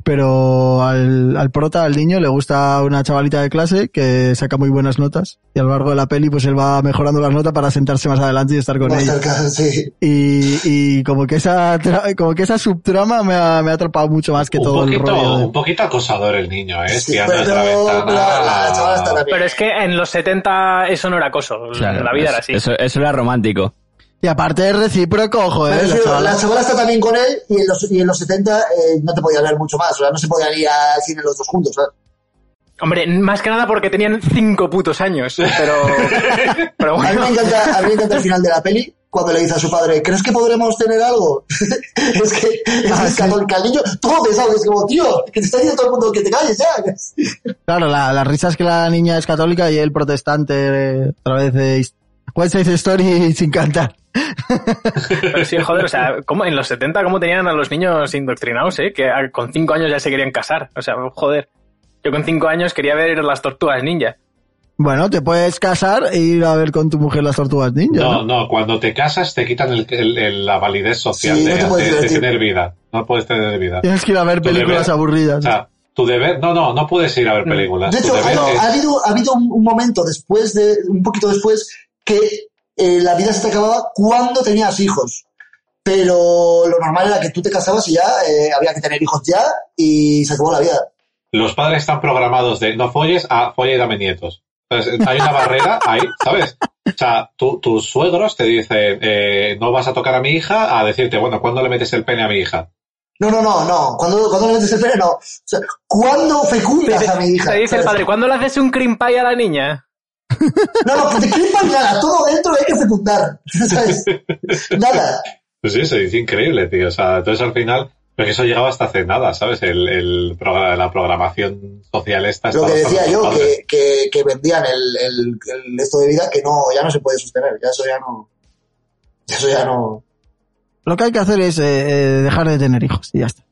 S1: Pero al, al prota, al niño, le gusta una chavalita de clase que saca muy buenas notas. Y a lo largo de la peli, pues él va mejorando las notas para sentarse más adelante y estar con
S2: Más
S1: ella.
S2: cerca, sí.
S1: Y, y como que esa tra- como que esa subtrama me ha, me ha atrapado mucho más que
S4: un,
S1: todo el rollo.
S4: poquito,
S1: de-
S4: un poquito acosador el niño, ¿eh?
S2: Sí,
S4: Tirando
S2: pero,
S4: desde la ventana.
S2: pero la, la chavala está también.
S5: Pero es que en los 70 eso no era acoso.
S3: Claro,
S5: la vida
S3: es-
S5: era así.
S3: Eso, eso era romántico.
S1: Y aparte es recíproco, joder.
S2: Pero
S1: la
S2: sí,
S1: chavala.
S2: la chavala está también con él y en los, y en los 70 eh, no te podía hablar mucho más, o sea, no se podían ir al cine los dos juntos. ¿sabes?
S5: Hombre, más que nada porque tenían cinco putos años. Pero, pero
S2: A mí,
S5: bueno.
S2: me encanta, a mí me encanta el final de la peli cuando le dice a su padre, ¿crees que podremos tener algo? es que es
S1: Ah, sí.
S2: que escapó el calillo, todo pesado, es como, tío, que te está diciendo todo el mundo que te calles ya.
S1: Claro, la, la risa es que la niña es católica y él protestante eh, a través de his- West Side Story sin cantar.
S5: Pero sí, joder, o sea, ¿cómo, en los 70 cómo tenían a los niños indoctrinados, ¿eh? Que a- con 5 años ya se querían casar. O sea, joder. Yo con 5 años quería ver las tortugas ninja.
S1: Bueno, te puedes casar e ir a ver con tu mujer las tortugas ninja.
S4: No,
S1: No,
S4: no, cuando te casas te quitan el- el- el- la validez social
S2: Sí,
S4: de,
S2: no te puedes
S4: de- de
S2: divertir.
S4: tener vida. No puedes tener vida.
S1: Tienes que ir a ver
S4: Tú de
S1: películas
S4: ver- O
S1: aburridas.
S4: sea, tu deber, no, no, no puedes ir Ah, pues a ver películas.
S2: De
S4: Tu
S2: hecho, ha,
S4: deber
S2: no,
S4: es-
S2: ha habido, ha habido un, un momento después de, un poquito después, que eh, la vida se te acababa cuando tenías hijos. Pero lo normal era que tú te casabas y ya eh, había que tener hijos ya y se acabó la vida.
S4: los padres están programados de no folles a folla y dame nietos. Entonces, hay una barrera ahí, ¿sabes? O sea, tu- tus suegros te dicen, eh, no vas a tocar a mi hija, a decirte, bueno, ¿cuándo le metes el pene a mi hija?
S2: No, no, no, no. Cuando, cuando le metes el pene, no. O sea, ¿cuándo fecundas a mi hija?
S5: Te dice el
S2: ¿Sabes?
S5: padre, ¿cuándo le haces un cream pie a la niña?
S2: No, pues, no, porque qué pañada, todo dentro hay que fecundar. ¿Sabes? Nada.
S4: Pues sí, se dice increíble, tío. O sea, entonces al final, pero que eso llegaba hasta hace nada, ¿sabes? El, el progra- la programación social esta.
S2: Lo
S4: está
S2: que
S4: bastante
S2: decía yo,
S4: padre.
S2: que, que, que vendían el, el, el esto de vida que no, ya no se puede sostener. Ya eso ya no. ya Eso ya no.
S1: Lo que hay que hacer es eh, eh, dejar de tener hijos y ya está.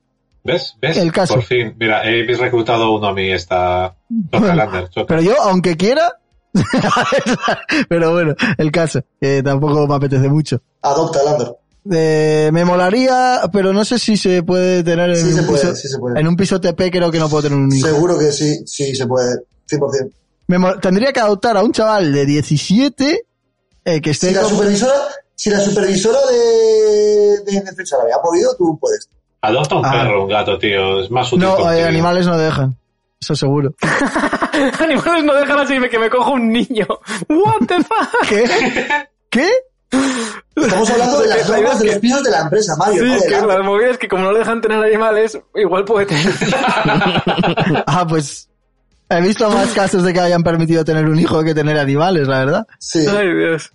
S4: ¿Ves? ¿Ves?
S1: El caso.
S4: Por fin. Mira, he reclutado uno a mí esta... Choca, Lander, choca.
S1: Pero yo, aunque quiera... pero bueno, el caso, que tampoco me apetece mucho.
S2: Adopta, Lando.
S1: Eh, me molaría, pero no sé si se puede tener en, un,
S2: Sí se
S1: piso,
S2: puede, sí se puede.
S1: en un piso TP, creo que no puedo tener un hijo.
S2: Seguro que sí, sí se puede. 100%.
S1: Me mol- tendría que adoptar a un chaval de 17 eh, que esté
S2: Si la
S1: como-
S2: supervisora, si la supervisora de, de Netflix árabe ha podido, tú puedes.
S4: Adopta un
S1: Ah.
S4: perro, un gato, tío. Es más útil.
S1: No,
S4: que un
S1: eh,
S4: tío.
S1: animales no dejan. Eso seguro.
S5: Animales no dejan así que me cojo un niño. What the fuck?
S1: ¿Qué? ¿Qué?
S2: Estamos hablando de las
S5: La verdad
S2: normas de
S5: es
S2: los
S5: que-
S2: pisos de la empresa, Mario.
S5: Sí,
S2: no de
S5: que
S2: la-
S5: las movidas es que como no le dejan tener animales, igual puede tener.
S1: Ah, pues he visto más casos de que hayan permitido tener un hijo que tener animales, la verdad.
S2: Sí.
S5: Ay, Dios.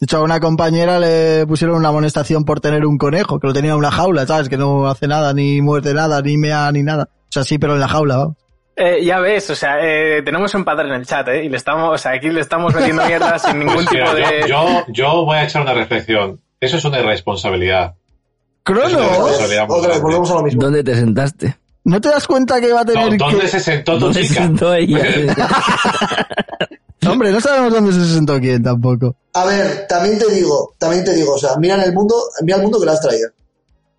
S1: De hecho, a una compañera le pusieron una amonestación por tener un conejo, que lo tenía en una jaula, ¿sabes? Que no hace nada, ni muerde nada, ni mea, ni nada. O sea, sí, pero en la jaula, vamos.
S5: Eh, ya ves, o sea, eh, tenemos un padre en el chat, ¿eh? Y le estamos, o sea, aquí le estamos metiendo mierda sin ningún
S4: Pues
S5: tipo
S4: mira,
S5: de...
S4: yo, yo, yo voy a echar una reflexión. Eso es una irresponsabilidad.
S1: ¡Crono!
S4: Eso es-
S2: Otra vez, volvemos a lo mismo.
S3: ¿Dónde te sentaste?
S1: ¿No te das cuenta que iba a
S4: No,
S1: tener
S4: ¿Dónde
S1: que...
S4: se sentó tu
S3: ¿Dónde se
S4: chica?
S3: sentó ella?
S1: Hombre, no sabemos dónde se sentó quién tampoco.
S2: A ver, también te digo, también te digo, o sea, mira en el mundo, mira el mundo que lo has traído.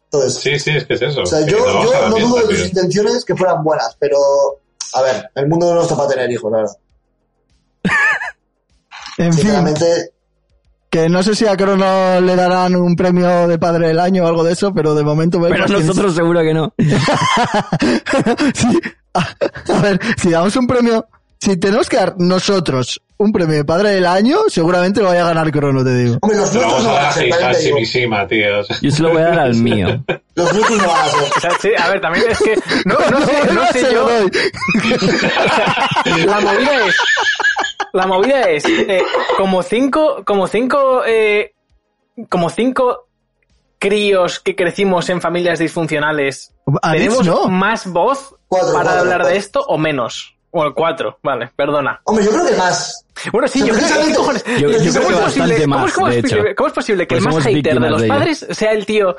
S2: Entonces,
S4: Sí, sí, es que es eso.
S2: o sea,
S4: Que
S2: yo,
S4: te baja
S2: yo
S4: la
S2: no dudo de
S4: mierda,
S2: tus
S4: tío.
S2: intenciones que fueran buenas, pero a ver, el mundo no está para tener hijos, la verdad.
S1: En fin.
S2: Sinceramente,
S1: Que no sé si a Crono le darán un premio de padre del año o algo de eso, pero de momento
S3: Pero
S1: vemos que-
S3: nosotros seguro que no.
S1: Sí. a, a ver, si damos un premio, si tenemos que dar nosotros un premio de padre del año, seguramente lo vaya a ganar Crono, te digo.
S2: Hombre, los
S4: Lo
S2: nuestros
S4: vamos
S2: no
S4: a
S2: van
S4: dar
S2: a
S4: así,
S2: ser, también te
S4: así,
S2: digo.
S4: misima, tío. O sea,
S3: Yo se lo voy a dar al mío.
S2: Los nuestros no van a ser.
S5: O sea, sí, a ver, también es que. No, no sé, no sé
S1: se
S5: yo.
S1: lo doy.
S5: La movida es. La movida es. eh, como cinco. Como cinco. eh, como cinco críos que crecimos en familias disfuncionales.
S1: A Alex
S5: ¿Tenemos
S1: no.
S5: más voz
S2: Cuatro,
S5: para
S2: cuatro,
S5: hablar de
S2: cuatro.
S5: esto o menos? O el cuatro, vale, perdona.
S2: Hombre, yo creo que más.
S5: Bueno, sí, yo creo que. ¿qué cojones?
S3: Yo- yo creo
S5: ¿Cómo
S3: que
S5: es
S3: bastante
S5: posible-
S3: más,
S5: ¿Cómo es- cómo es
S3: de hecho.
S5: posible- cómo es posible que
S3: Pues
S5: el más
S3: somos
S5: hater de
S3: víctimas
S5: los
S3: de ello.
S5: padres sea el tío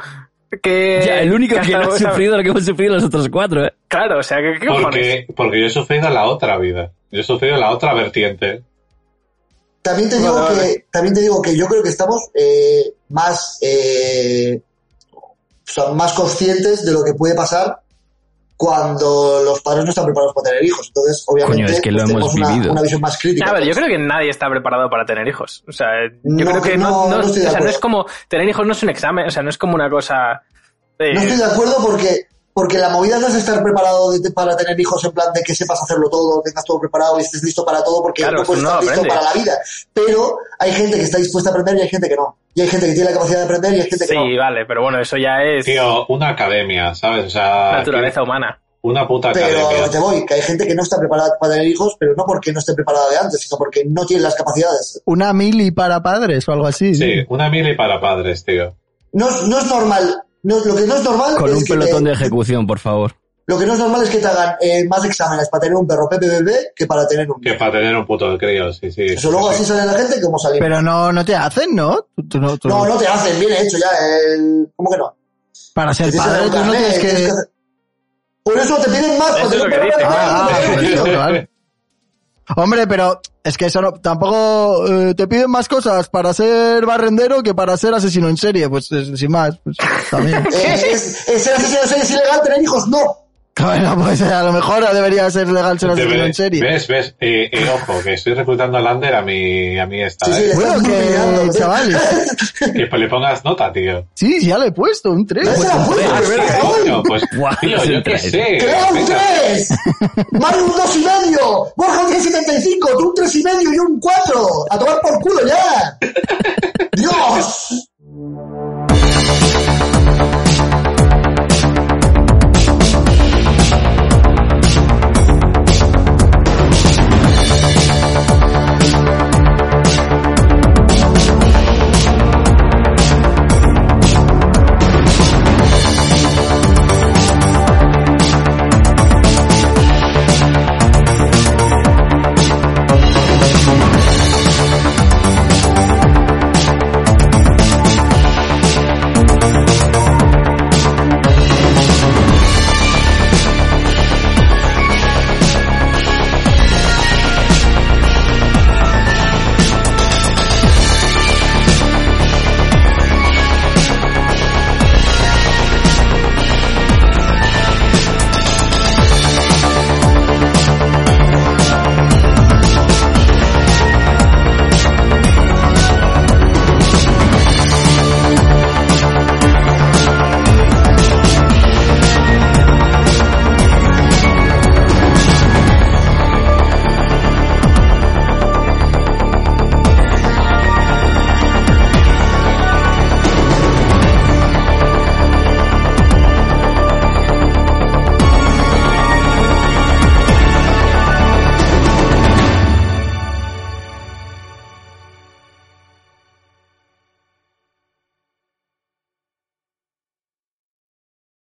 S5: que.
S3: Ya, el único que
S5: hasta-
S3: no ha sufrido lo que hemos sufrido los otros cuatro, ¿eh?
S5: Claro, o sea, ¿qué, qué cojones?
S4: porque, porque yo he sufrido la otra vida. Yo he sufrido la otra vertiente.
S2: También te digo
S5: Vale,
S2: que,
S5: vale.
S2: también te digo que yo creo que estamos eh, más, eh, son más conscientes de lo que puede pasar cuando los padres no están preparados para tener hijos. Entonces, obviamente,
S3: Coño, es que lo
S2: pues,
S3: hemos
S2: tenemos una-
S3: vivido.
S2: Una, visión más crítica.
S5: A ver, yo creo que nadie está preparado para tener hijos. O sea, yo
S2: No,
S5: creo que no,
S2: no,
S5: no-
S2: no estoy de
S5: o sea, no
S2: acuerdo.
S5: es como tener hijos no es un examen, o sea, no es como una cosa. eh,
S2: No estoy de acuerdo porque, porque la movida no es estar preparado de- para tener hijos en plan de que sepas hacerlo todo, tengas todo preparado y estés listo para todo porque
S5: Claro,
S2: no puedes
S5: no
S2: estar listo
S5: aprendes.
S2: para la vida. Pero hay gente que está dispuesta a aprender y hay gente que no. Y hay gente que tiene la capacidad de aprender y hay gente que no.
S5: sí, vale, pero bueno, eso ya es
S4: Tío, una academia, ¿sabes? O sea,
S5: naturaleza humana.
S4: una puta
S2: Pero a lo que te
S4: academia.
S2: voy, que hay gente que no está preparada para tener hijos, pero no porque no esté preparada de antes, sino porque no tiene las capacidades.
S1: Una mili para padres o algo así.
S4: Sí, una mili para padres, tío.
S2: No, es- no es normal. No, lo que no es normal
S3: Con
S2: es
S3: un
S2: que
S3: pelotón
S2: te,
S3: de ejecución, por favor.
S2: lo que no es normal es que te hagan eh, más exámenes para tener un perro PPBB que para tener un
S4: Que para tener un puto crío, sí, sí.
S2: Eso luego
S4: Sí.
S2: así sale la gente como salimos.
S1: Pero no, no te hacen, ¿no? Tú- tú no- tú-
S2: no, no te hacen, bien hecho ya. El... ¿Cómo que no?
S1: Para ser
S2: Te tienes que
S1: padre
S2: dar un
S1: tú no
S2: carnet,
S1: tienes
S2: tienes
S1: que...
S2: que hacer- Por eso te piden más.
S5: Eso
S2: para
S5: es
S2: tener
S5: lo
S2: un
S5: que
S2: perro
S5: dicen.
S2: PPBB.
S1: Ah, ah,
S2: Pero-
S1: por eso, claro. Hombre, pero es que eso no- tampoco eh, te piden más cosas para ser barrendero que para ser asesino en serie, pues eh, sin más, pues también.
S2: Es, Eh, es, es ser asesino en serie es ilegal tener hijos, no.
S1: Bueno, pues eh, a lo mejor debería ser legal ser
S4: Te
S1: asesino
S4: ve-
S1: en serie.
S4: ¿Ves? ¿Ves? Eh, eh, ojo, que estoy reclutando a Lander a mi, a mi esta.
S2: Sí, sí,
S4: ¿eh?
S2: le
S1: Bueno,
S2: estás
S1: que
S2: humillando,
S1: chavales,
S4: Que pues le pongas nota, tío.
S1: sí, ya le he puesto un 3.
S2: Esa la puta,
S4: Coño, pues,
S3: Guau,
S4: tío,
S3: es
S4: yo
S3: un
S4: qué
S3: tres.
S4: sé.
S2: ¡Crea un
S4: Venga.
S2: 3! ¡Mario un 2 y medio! ¡Borja un 3,75! ¡Tú un 3 y medio y un 4! ¡A tomar por culo ya! ¡Dios!